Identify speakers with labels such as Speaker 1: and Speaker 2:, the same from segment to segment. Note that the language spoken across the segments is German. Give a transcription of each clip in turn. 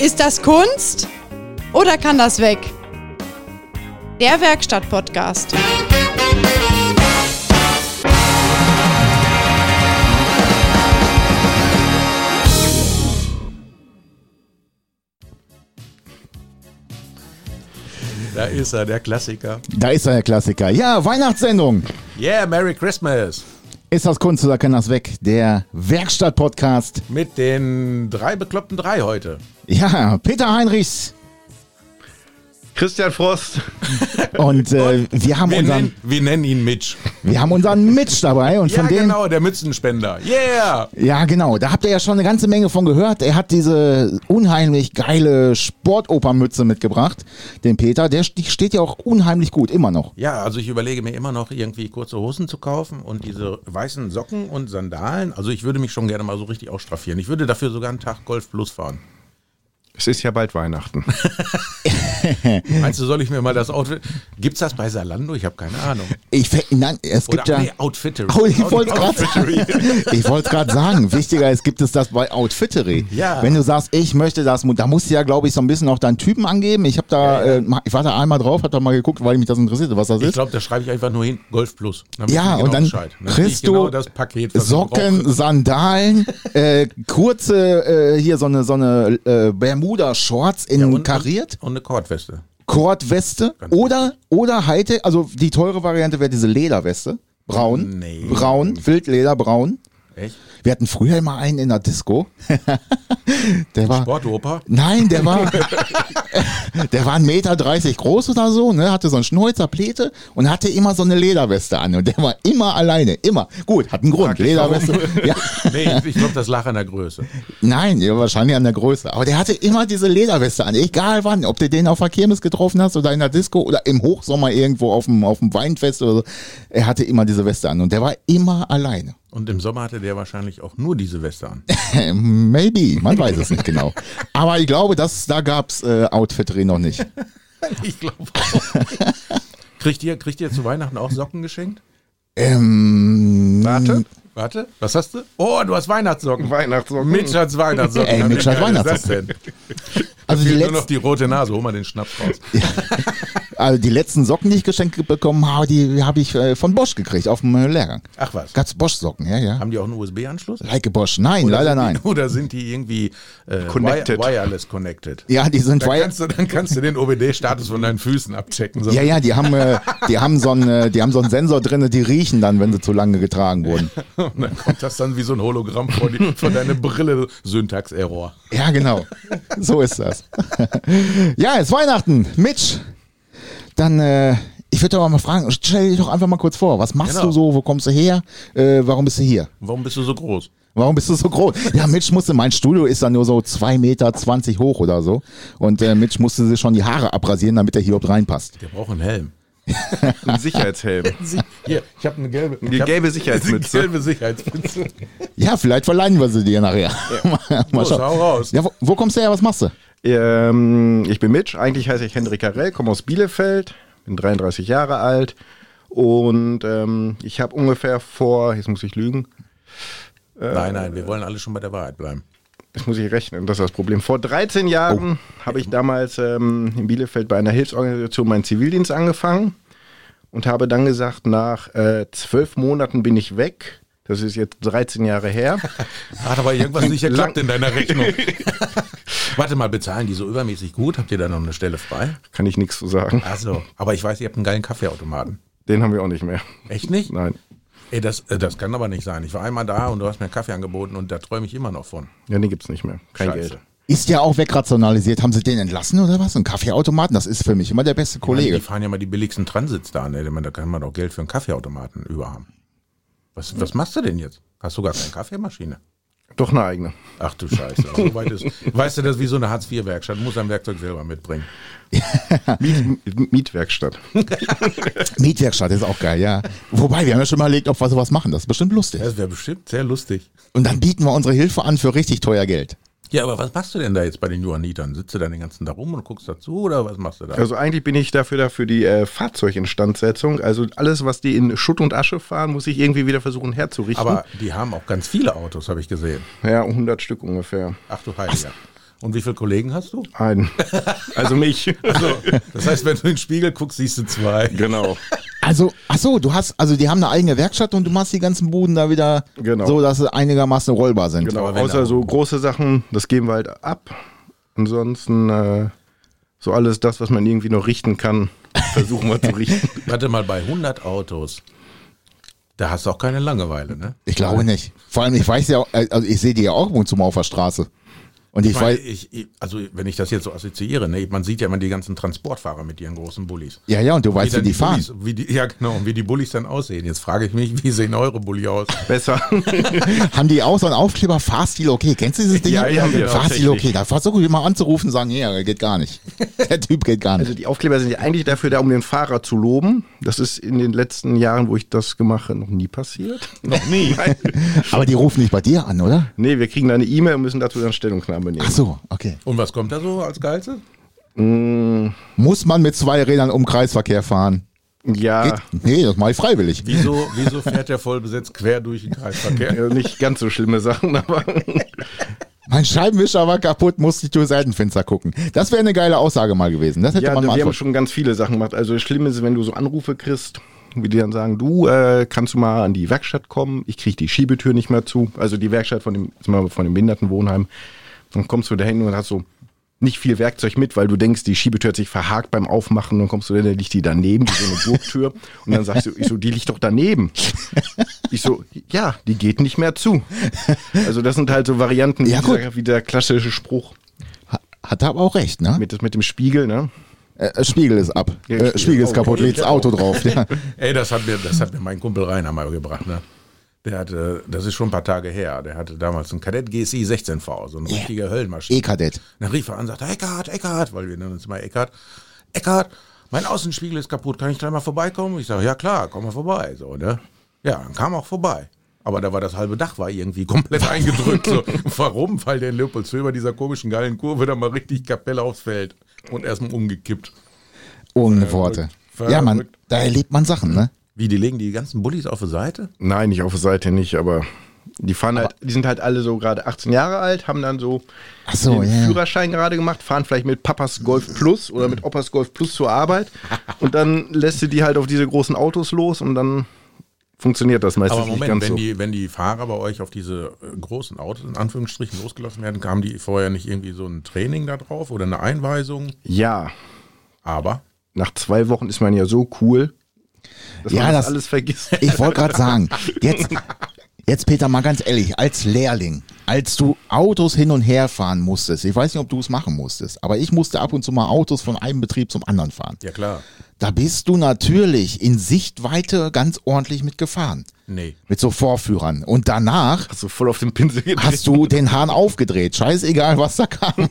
Speaker 1: Ist das Kunst oder kann das weg? Der Werkstatt-Podcast.
Speaker 2: Da ist er, der Klassiker.
Speaker 3: Da ist er, der Klassiker. Ja, Weihnachtssendung.
Speaker 2: Yeah, Merry Christmas!
Speaker 3: Ist das Kunst oder kann das weg? Der Werkstatt-Podcast.
Speaker 2: Mit den drei bekloppten drei heute.
Speaker 3: Ja, Peter Heinrichs.
Speaker 4: Christian Frost.
Speaker 3: Und äh, wir, haben
Speaker 2: Wir,
Speaker 3: unseren,
Speaker 2: nennen, wir nennen ihn Mitch.
Speaker 3: wir haben unseren Mitch dabei. Und
Speaker 2: Ja,
Speaker 3: von dem,
Speaker 2: genau, der Mützenspender. Yeah!
Speaker 3: Ja, genau. Da habt ihr ja schon eine ganze Menge von gehört. Er hat diese unheimlich geile Sportopernmütze mitgebracht. Den Peter, der st- die steht ja auch unheimlich gut, immer noch.
Speaker 2: Ja, also ich überlege mir immer noch irgendwie kurze Hosen zu kaufen und diese weißen Socken und Sandalen. Also ich würde mich schon gerne mal so richtig ausstraffieren. Ich würde dafür sogar einen Tag Golf Plus fahren.
Speaker 4: Es ist ja bald Weihnachten.
Speaker 2: Meinst du, soll ich mir mal das Outfit... Gibt's das bei Salando? Ich habe keine Ahnung.
Speaker 3: Ich fä- nein, es gibt ja.
Speaker 2: nee, Outfittery.
Speaker 3: Oh, ich wollte
Speaker 2: Out- Outfittery.
Speaker 3: gerade sagen, wichtiger ist, gibt es das bei Outfittery.
Speaker 2: Ja.
Speaker 3: Wenn du sagst, ich möchte das, da musst du ja, glaube ich, so ein bisschen auch deinen Typen angeben. Ich habe da, Äh, ma- ich war da einmal drauf, habe da mal geguckt, weil mich das interessierte, was das
Speaker 2: Ich
Speaker 3: ist.
Speaker 2: glaube, da schreibe ich einfach nur hin, Golf Plus. Dann
Speaker 3: Ja,
Speaker 2: wissen die
Speaker 3: und dann
Speaker 2: krieg ich
Speaker 3: kriegst du
Speaker 2: genau das Paket, was ich brauche.
Speaker 3: Socken, Sandalen, äh, kurze, äh, hier so eine, so eine äh, Bermuda-Shorts in
Speaker 2: Und-
Speaker 3: kariert,
Speaker 2: Und eine Kordweste.
Speaker 3: Kordweste
Speaker 2: Ganz genau.
Speaker 3: oder, oder Hightech, also die teure Variante wäre diese Lederweste. Braun,
Speaker 2: Nee.
Speaker 3: braun, Wildleder, braun.
Speaker 2: Echt?
Speaker 3: Wir hatten früher immer einen in der Disco. der war,
Speaker 2: Bordoper?
Speaker 3: Nein, der war, der war 1,30 Meter groß oder so, ne, hatte so einen Schnäuzer, Plete und hatte immer so eine Lederweste an und der war immer alleine, immer. Gut, hat einen Grund,
Speaker 4: Frag dich,
Speaker 3: Lederweste. Ja,
Speaker 2: Nee, ich glaube, das lag an der Größe.
Speaker 3: nein, ja, wahrscheinlich an der Größe. Aber der hatte immer diese Lederweste an, egal wann, ob du den auf der Kirmes getroffen hast oder in der Disco oder im Hochsommer irgendwo auf dem, auf dem Weinfest oder so. Er hatte immer diese Weste an und der war immer alleine.
Speaker 2: Und im Sommer hatte der wahrscheinlich auch nur diese Weste an.
Speaker 3: Ähm, Maybe, man weiß es nicht genau. Aber ich glaube, das, da gab's äh, Outfittery noch nicht.
Speaker 2: Ich glaube auch. Kriegt ihr, kriegt ihr zu Weihnachten auch Socken geschenkt?
Speaker 3: Ähm,
Speaker 4: Warte.
Speaker 2: Warte, was hast du? Oh, du hast Weihnachtssocken.
Speaker 4: Weihnachtssocken.
Speaker 2: Mitch hat Weihnachtssocken.
Speaker 3: Ey, Mitch
Speaker 2: Wie
Speaker 3: hat
Speaker 2: geil ist das
Speaker 3: Weihnachtssocken.
Speaker 2: denn?
Speaker 3: also die
Speaker 2: Fehlt nur noch
Speaker 3: letzten,
Speaker 2: die rote Nase, hol mal den Schnaps raus.
Speaker 3: also die letzten Socken, die ich geschenkt bekommen habe, die habe ich äh, von Bosch gekriegt auf dem äh, Lehrgang.
Speaker 2: Ach was.
Speaker 3: Gab's Bosch-Socken, ja, ja.
Speaker 2: Haben die auch einen USB-Anschluss?
Speaker 3: Like Bosch. Nein, leider nein.
Speaker 2: Oder sind die irgendwie äh,
Speaker 4: Connected.
Speaker 2: wi- wireless connected?
Speaker 3: Ja, die sind
Speaker 2: Dann
Speaker 3: wire-
Speaker 2: kannst, du, dann kannst du den OBD-Status von deinen Füßen abchecken. So.
Speaker 3: ja, ja, die haben, äh, die haben so einen, äh, die haben so einen Sensor drinne, die riechen dann, wenn sie zu lange getragen wurden.
Speaker 2: Und dann kommt das dann wie so ein Hologramm vor, die, vor deine Brille. Syntax-Error.
Speaker 3: Ja, genau. So ist das. ja, es ist Weihnachten. Mitch, dann, äh, ich würde aber mal fragen, stell dich doch einfach mal kurz vor. Was machst
Speaker 2: Genau.
Speaker 3: du so? Wo kommst du her? Äh, warum bist du hier?
Speaker 2: Warum bist du so groß?
Speaker 3: Warum bist du so groß? Ja, Mitch musste, mein Studio ist dann nur so 2,20 Meter hoch oder so. Und äh, Mitch musste sich schon die Haare abrasieren, damit er hier überhaupt reinpasst.
Speaker 2: Der braucht einen Helm.
Speaker 4: Ein Sicherheitshelm.
Speaker 2: Hier, ich habe eine gelbe,
Speaker 4: Eine
Speaker 2: ich hab
Speaker 4: gelbe Sicherheitsmütze.
Speaker 2: Eine gelbe Sicherheitsmütze.
Speaker 3: Ja, vielleicht verleihen wir sie dir nachher. mal
Speaker 2: Los, hau raus.
Speaker 3: Ja, wo, wo kommst du her? Was machst du?
Speaker 4: ähm, ich bin Mitch, eigentlich heiße ich Hendrik Harrell, komme aus Bielefeld, bin 33 Jahre alt und ähm, ich habe ungefähr vor, jetzt muss ich lügen,
Speaker 2: Nein, nein, wir wollen alle schon bei der Wahrheit bleiben.
Speaker 4: jetzt muss ich rechnen, das ist das Problem. Vor 13 Jahren habe ich damals ähm, in Bielefeld bei einer Hilfsorganisation meinen Zivildienst angefangen und habe dann gesagt, nach äh, zwölf Monaten bin ich weg. Das ist jetzt 13 Jahre her.
Speaker 2: Hat aber Ah, irgendwas nicht geklappt
Speaker 4: Lang-
Speaker 2: in deiner Rechnung. Warte mal, bezahlen die so übermäßig gut? Habt ihr da noch eine Stelle frei?
Speaker 4: Kann ich nichts zu sagen.
Speaker 2: Also, aber ich weiß, ihr habt einen geilen Kaffeeautomaten.
Speaker 4: Den haben wir auch nicht mehr.
Speaker 2: Echt nicht?
Speaker 4: Nein.
Speaker 2: Ey, das, äh, das kann aber nicht sein. Ich war einmal da und du hast mir einen Kaffee angeboten und da träume ich immer noch von.
Speaker 4: Ja, den gibt's nicht mehr. Kein
Speaker 2: Scheiße. Also
Speaker 4: Geld.
Speaker 3: Ist ja auch wegrationalisiert. Haben sie den entlassen oder was? Ein Kaffeeautomaten, das ist für mich immer der beste
Speaker 2: Die
Speaker 3: Kollege.
Speaker 2: fahren ja mal die billigsten Transits da an. ey. Ich meine, Da kann man doch Geld für einen Kaffeeautomaten überhaben. Was, was machst du denn jetzt? Hast du gar keine Kaffeemaschine?
Speaker 4: Doch eine eigene.
Speaker 2: Ach du Scheiße. also So weit ist, weißt du, das ist wie so eine Hartz-IV-Werkstatt. Muss ein Werkzeug selber mitbringen.
Speaker 4: Miet, Mietwerkstatt.
Speaker 3: Mietwerkstatt ist auch geil, ja. Wobei, wir haben ja schon mal überlegt, ob wir sowas machen. Das ist bestimmt lustig.
Speaker 2: Das wäre bestimmt sehr lustig.
Speaker 3: Und dann bieten wir unsere Hilfe an für richtig teuer Geld.
Speaker 2: Ja, aber was machst du denn da jetzt bei den Johannitern? Sitzt du da den ganzen Tag rum und guckst dazu oder was machst du da?
Speaker 4: Also eigentlich bin ich dafür da für die äh, Fahrzeuginstandsetzung. Also alles, was die in Schutt und Asche fahren, muss ich irgendwie wieder versuchen herzurichten.
Speaker 2: aber die haben auch ganz viele Autos, habe ich gesehen.
Speaker 4: ja, 100 Stück ungefähr.
Speaker 2: Ach du Heiliger. Und wie viele Kollegen hast du?
Speaker 4: Ein. Also mich.
Speaker 2: Das heißt, wenn du in den Spiegel guckst, siehst du zwei.
Speaker 4: genau.
Speaker 3: Also, ach so, du hast, also die haben eine eigene Werkstatt und du machst die ganzen Buden da wieder
Speaker 4: Genau.
Speaker 3: so, dass sie einigermaßen rollbar sind.
Speaker 4: Genau,
Speaker 2: Aber wenn
Speaker 4: außer
Speaker 2: da-
Speaker 4: so große Sachen, das geben wir halt ab. Ansonsten äh, so alles das, was man irgendwie noch richten kann, versuchen wir zu richten.
Speaker 2: Warte mal, bei 100 Autos, da hast du auch keine Langeweile, ne?
Speaker 3: Ich glaube nicht. Vor allem, ich weiß ja, auch- also ich sehe die ja auch zum auf der Straße. Und ich,
Speaker 2: Ich meine,
Speaker 3: weiß,
Speaker 2: ich, ich, also wenn ich das jetzt so assoziiere, ne, man sieht ja immer die ganzen Transportfahrer mit ihren großen Bullis.
Speaker 3: ja, ja, und du weißt, wie
Speaker 2: dann
Speaker 3: die fahren.
Speaker 2: Bullis, wie die, ja, genau, und wie die Bullis dann aussehen. Jetzt frage ich mich, wie sehen eure Bulli aus?
Speaker 4: Besser.
Speaker 3: Haben die auch so einen Aufkleber Fahrstil okay? Kennst du dieses Ding?
Speaker 4: Ja, ja, haben wir
Speaker 3: Fahrstil
Speaker 4: tatsächlich.
Speaker 3: okay. Da versuche ich mal anzurufen und sagen, ja, geht gar nicht. Der Typ geht gar
Speaker 4: Also
Speaker 3: nicht.
Speaker 4: die Aufkleber sind ja eigentlich dafür da, um den Fahrer zu loben. Das ist in den letzten Jahren, wo ich das gemacht habe, noch nie passiert.
Speaker 2: Noch nie.
Speaker 3: Aber die rufen nicht bei dir an, oder?
Speaker 4: Nee, wir kriegen da eine E-Mail und müssen dazu dann Stellungnahme nehmen.
Speaker 3: Ach so, okay.
Speaker 2: Und was kommt da so als Geilste?
Speaker 3: Muss man mit zwei Rädern um Kreisverkehr fahren?
Speaker 4: Ja,
Speaker 3: Nee, das mache ich freiwillig.
Speaker 2: Wieso, wieso fährt der vollbesetzt quer durch den Kreisverkehr?
Speaker 4: äh, nicht ganz so schlimme Sachen, aber
Speaker 3: Mein Scheibenwischer war kaputt, musste ich durch Seitenfenster gucken. Das wäre eine geile Aussage mal gewesen. Das hätte
Speaker 4: ja,
Speaker 3: man
Speaker 4: wir
Speaker 3: mal
Speaker 4: haben
Speaker 3: antworten.
Speaker 4: schon ganz viele Sachen gemacht. Also schlimm ist, wenn du so Anrufe kriegst, wie die dann sagen, du äh, kannst du mal an die Werkstatt kommen, ich kriege die Schiebetür nicht mehr zu. Also die Werkstatt von dem, jetzt mal von dem Behindertenwohnheim. Dann kommst du da hin und hast so nicht viel Werkzeug mit, weil du denkst, die Schiebetür hat sich verhakt beim Aufmachen. Dann kommst du da, dann liegt die daneben, wie so eine Burgtür. Und dann sagst du, ich so, die liegt doch daneben. Ich so, ja, die geht nicht mehr zu. Also das sind halt so Varianten,
Speaker 3: Ja,
Speaker 4: wie,
Speaker 3: gut.
Speaker 4: dieser, wie der klassische Spruch
Speaker 3: Hat er aber auch recht, ne?
Speaker 4: mit, mit dem Spiegel, ne?
Speaker 3: Äh, Spiegel ist ab. äh,
Speaker 4: Ja, Spiegel.
Speaker 3: Spiegel,
Speaker 4: Oh,
Speaker 3: ist kaputt,
Speaker 4: ja,
Speaker 3: legt's
Speaker 4: genau.
Speaker 3: Auto drauf. Ja.
Speaker 2: Ey, das hat mir, das hat mir mein Kumpel Rainer mal gebracht, ne? Der hatte, das ist schon ein paar Tage her, der hatte damals einen Kadett GSI 16V, so eine
Speaker 3: Yeah.
Speaker 2: richtige Höllenmaschine.
Speaker 3: E-Kadett.
Speaker 2: Dann rief er an und sagte, Eckart, Eckart, weil wir nennen uns immer Eckart. Eckart, mein Außenspiegel ist kaputt, kann ich gleich mal vorbeikommen? Ich sage, ja klar, komm mal vorbei. So, ne? Ja, dann kam auch vorbei. Aber da war das halbe Dach war irgendwie komplett eingedrückt. So. Warum? Weil der in Leopoldswil bei dieser komischen geilen Kurve da mal richtig Kapelle aufs Feld und erstmal umgekippt.
Speaker 3: Ohne Worte.
Speaker 2: Verrückt.
Speaker 3: Ja, man, da erlebt man Sachen, ne?
Speaker 2: Wie, die legen die ganzen Bullis auf die Seite?
Speaker 4: Nein, nicht auf der Seite nicht, aber die fahren halt, die sind halt alle so gerade 18 Jahre alt, haben dann so
Speaker 3: Ach so,
Speaker 4: den
Speaker 3: ja.
Speaker 4: Führerschein gerade gemacht, fahren vielleicht mit Papas Golf Plus oder mit Opas Golf Plus zur Arbeit und dann lässt du die halt auf diese großen Autos los und dann funktioniert das meistens
Speaker 2: Aber
Speaker 4: nicht
Speaker 2: Moment,
Speaker 4: ganz
Speaker 2: wenn,
Speaker 4: so.
Speaker 2: die, wenn die Fahrer bei euch auf diese äh, großen Autos in Anführungsstrichen losgelassen werden, kamen die vorher nicht irgendwie so ein Training da drauf oder eine Einweisung?
Speaker 4: ja,
Speaker 2: Aber
Speaker 4: nach zwei Wochen ist man ja so cool, dass
Speaker 3: Ja,
Speaker 4: man das
Speaker 3: das-
Speaker 4: alles vergisst.
Speaker 3: Ich wollte gerade sagen, jetzt, jetzt Peter, mal ganz ehrlich, als Lehrling, als du Autos hin und her fahren musstest, ich weiß nicht, ob du es machen musstest, aber ich musste ab und zu mal Autos von einem Betrieb zum anderen fahren.
Speaker 2: ja klar,
Speaker 3: Da bist du natürlich in Sichtweite ganz ordentlich mit gefahren.
Speaker 2: nee.
Speaker 3: Mit so Vorführern. Und danach
Speaker 4: Hast du voll auf den Pinsel gedreht.
Speaker 3: hast du den Hahn aufgedreht. Scheißegal, was da kam.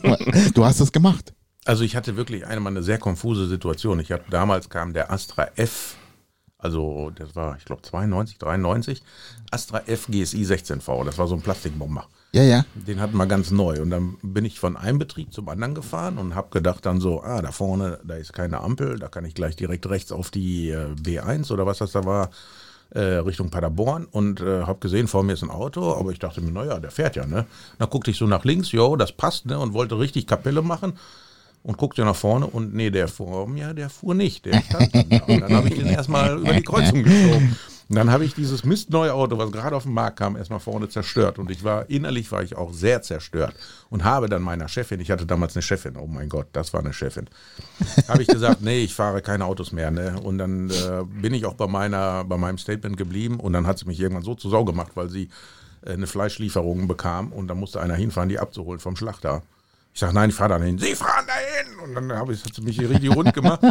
Speaker 3: Du hast es gemacht.
Speaker 2: Also ich hatte wirklich einmal eine sehr konfuse Situation. Ich habe damals kam der Astra F, also das war, ich glaube 92, 93, Astra F GSI 16V. Das war so ein Plastikbomber.
Speaker 3: Ja, ja.
Speaker 2: Den hatten wir ganz neu. Und dann bin ich von einem Betrieb zum anderen gefahren und habe gedacht dann so, ah, da vorne, da ist keine Ampel, da kann ich gleich direkt rechts auf die äh, B1 oder was das da war, äh, Richtung Paderborn. Und äh, habe gesehen, vor mir ist ein Auto, aber ich dachte mir, naja, der fährt ja, ne? Dann guckte ich so nach links, jo, das passt, ne? Und wollte richtig Kapelle machen. Und guckte nach vorne und nee, der vor mir, der fuhr nicht. Der stand dann da. Und dann habe ich den erstmal über die Kreuzung geschoben. Und dann habe ich dieses mistneue Auto, was gerade auf den Markt kam, erstmal vorne zerstört. Und ich war, innerlich war ich auch sehr zerstört. Und habe dann meiner Chefin, ich hatte damals eine Chefin, oh mein Gott, das war eine Chefin, habe ich gesagt, nee, ich fahre keine Autos mehr. Ne? Und dann äh, bin ich auch bei, meiner, bei meinem Statement geblieben. Und dann hat sie mich irgendwann so zu Sau gemacht, weil sie äh, eine Fleischlieferung bekam. Und dann musste einer hinfahren, die abzuholen vom Schlachter. Ich sage, nein, ich fahre da nicht hin. Sie fahren da hin! Und dann habe ich, hat sie mich hier richtig rund gemacht.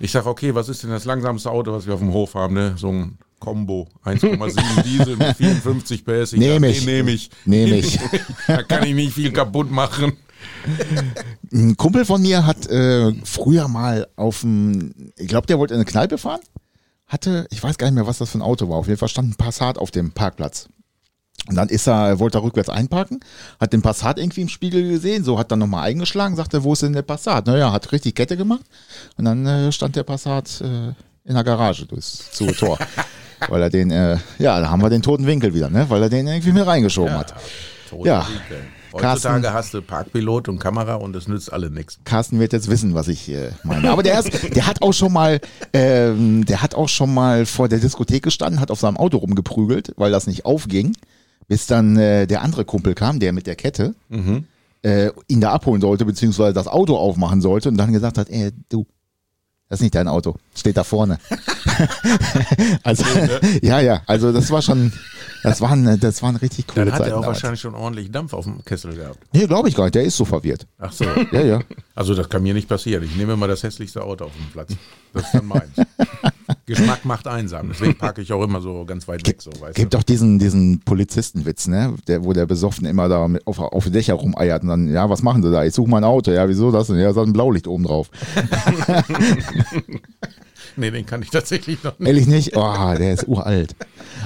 Speaker 2: Ich sage, okay, was ist denn das langsamste Auto, was wir auf dem Hof haben? Ne? So ein Combo, 1,7 Diesel mit 54 PS. Ich sag,
Speaker 3: Nehm
Speaker 2: nee,
Speaker 3: ich.
Speaker 2: Nehme ich.
Speaker 3: Nehm ich.
Speaker 2: da kann ich nicht viel kaputt machen.
Speaker 3: Ein Kumpel von mir hat äh, früher mal auf dem, ich glaube, der wollte in eine Kneipe fahren, hatte, ich weiß gar nicht mehr, was das für ein Auto war, auf jeden Fall stand ein Passat auf dem Parkplatz. Und dann ist er, wollte er rückwärts einparken, hat den Passat irgendwie im Spiegel gesehen, so hat dann nochmal eingeschlagen, sagte, wo ist denn der Passat? Naja, hat richtig Kette gemacht und dann äh, stand der Passat äh, in der Garage durchs zu Tor. Weil er den, äh, ja, da haben wir den toten Winkel wieder, ne? Weil er den irgendwie mit reingeschoben hat.
Speaker 2: Tote
Speaker 3: Ja.
Speaker 2: Winkel.
Speaker 3: Carsten,
Speaker 2: Heutzutage hast du Parkpilot und Kamera und das nützt alle nichts.
Speaker 3: Carsten wird jetzt wissen, was ich äh, meine. Aber der, ist, der hat auch schon mal, ähm, der hat auch schon mal vor der Diskothek gestanden, hat auf seinem Auto rumgeprügelt, weil das nicht aufging, bis dann äh, der andere Kumpel kam, der mit der Kette,
Speaker 2: Mhm.
Speaker 3: äh, ihn da abholen sollte beziehungsweise das Auto aufmachen sollte und dann gesagt hat, ey, du. Das ist nicht dein Auto, steht da vorne. also,
Speaker 2: ne?
Speaker 3: ja, ja, also das war schon, das waren, das waren richtig coole
Speaker 2: Dann hat
Speaker 3: Zeiten.
Speaker 2: er auch
Speaker 3: damals.
Speaker 2: wahrscheinlich schon ordentlich Dampf auf dem Kessel gehabt.
Speaker 3: Nee, glaube ich gar nicht, der ist so verwirrt.
Speaker 2: Ach so.
Speaker 3: Ja, ja.
Speaker 2: Also das kann mir nicht passieren. Ich nehme mal das hässlichste Auto auf dem Platz. Das ist dann meins. Geschmack macht einsam. Deswegen parke ich auch immer so ganz weit weg. So, weißt
Speaker 3: Gibt
Speaker 2: du?
Speaker 3: doch diesen, diesen Polizistenwitz, ne? Der, wo der Besoffen immer da mit auf, auf den Dächer rumeiert und dann, ja, was machen sie da? Ich suche mein Auto. Ja, wieso das denn? Ja, da ist ein Blaulicht oben drauf.
Speaker 2: Nee, den kann ich tatsächlich noch nicht.
Speaker 3: Ehrlich nicht? Oh, der ist uralt.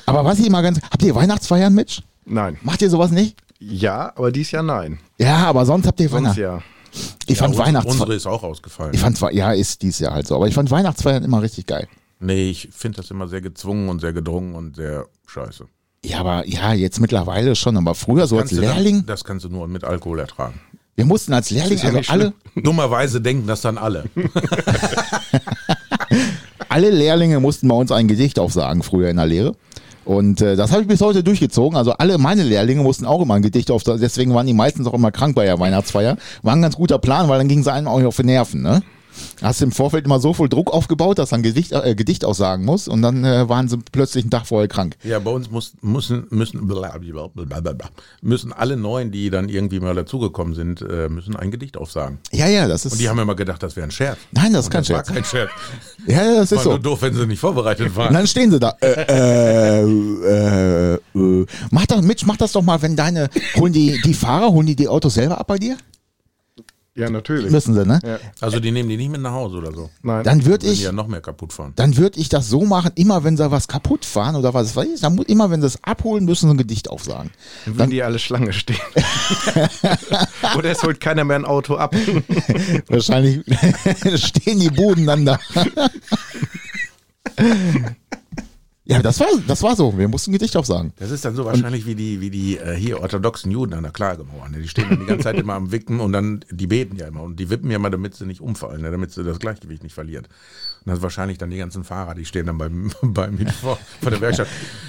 Speaker 3: Aber was ich immer ganz. Habt ihr Weihnachtsfeiern, Mitch?
Speaker 4: Nein.
Speaker 3: Macht ihr sowas nicht?
Speaker 4: Ja, aber dies Jahr nein.
Speaker 3: Ja, aber sonst habt ihr
Speaker 4: Sonst
Speaker 3: Weihnachtsfeiern.
Speaker 4: ja.
Speaker 3: Ich
Speaker 2: unsere-
Speaker 3: fand
Speaker 2: Unsere
Speaker 3: Weihnachtsfeiern.
Speaker 2: ist auch ausgefallen.
Speaker 3: Ich fand, Wei- ja, ist dies Jahr halt so. Aber ich fand Weihnachtsfeiern immer richtig geil.
Speaker 2: Nee, ich finde das immer sehr gezwungen und sehr gedrungen und sehr scheiße.
Speaker 3: Ja, aber ja, jetzt mittlerweile schon. Aber früher so als
Speaker 2: du dann-
Speaker 3: Lehrling.
Speaker 2: das kannst du nur mit Alkohol ertragen.
Speaker 3: Wir mussten als Lehrling
Speaker 4: ja
Speaker 3: also
Speaker 4: nicht
Speaker 3: alle,
Speaker 2: Dummerweise denken das dann alle.
Speaker 3: alle Lehrlinge mussten bei uns ein Gedicht aufsagen früher in der Lehre. Und äh, das habe ich bis heute durchgezogen. Also alle meine Lehrlinge mussten auch immer ein Gedicht aufsagen. Deswegen waren die meistens auch immer krank bei der Weihnachtsfeier. War ein ganz guter Plan, weil dann gingen sie einem auch nicht auf die Nerven. Ne? Hast du im Vorfeld immer so viel Druck aufgebaut, dass du ein Gedicht, äh, Gedicht aussagen muss und dann äh, waren sie plötzlich einen Tag vorher krank.
Speaker 2: Ja, bei uns muss, müssen, müssen, blablabla, blablabla, müssen alle Neuen, die dann irgendwie mal dazugekommen sind, äh, müssen ein Gedicht aufsagen.
Speaker 3: Ja, ja, das ist.
Speaker 2: Und die haben immer gedacht, das wäre ein Scherz.
Speaker 3: nein, das ist kein
Speaker 2: Das war
Speaker 3: Scherz.
Speaker 2: kein Scherz.
Speaker 3: Ja, ja, das ist
Speaker 2: War
Speaker 3: so.
Speaker 2: nur doof, wenn sie nicht vorbereitet
Speaker 3: Und
Speaker 2: waren.
Speaker 3: dann stehen sie da. Äh, äh, äh, äh. Mach doch, Mitch, mach das doch mal, wenn deine. Holen die, die Fahrer, holen die die Autos selber ab bei dir?
Speaker 4: Ja, natürlich.
Speaker 3: Müssen sie, ne?
Speaker 4: Ja,
Speaker 2: Also die nehmen die nicht mit nach Hause oder so.
Speaker 4: nein.
Speaker 3: Dann würde
Speaker 2: Wenn die
Speaker 3: ich,
Speaker 2: ja noch mehr kaputt fahren.
Speaker 3: dann würde ich das so machen, immer wenn sie was kaputt fahren oder was weiß ich, dann muss, immer wenn sie es abholen, müssen sie ein Gedicht aufsagen.
Speaker 4: Wenn die alle Schlange stehen. Oder es holt keiner mehr ein Auto ab.
Speaker 3: Wahrscheinlich stehen die Buden dann da. ja, das war, das war so. Wir mussten ein Gedicht aufsagen.
Speaker 2: Das ist dann so wahrscheinlich wie die, wie die äh, hier orthodoxen Juden an der Klagemauer. Ne? Die stehen dann die ganze Zeit immer am Wippen und dann, die beten ja immer und die wippen ja immer, damit sie nicht umfallen, ne? damit sie das Gleichgewicht nicht verliert. Und das ist wahrscheinlich dann die ganzen Fahrer, die stehen dann beim, beim vor, vor der Werkstatt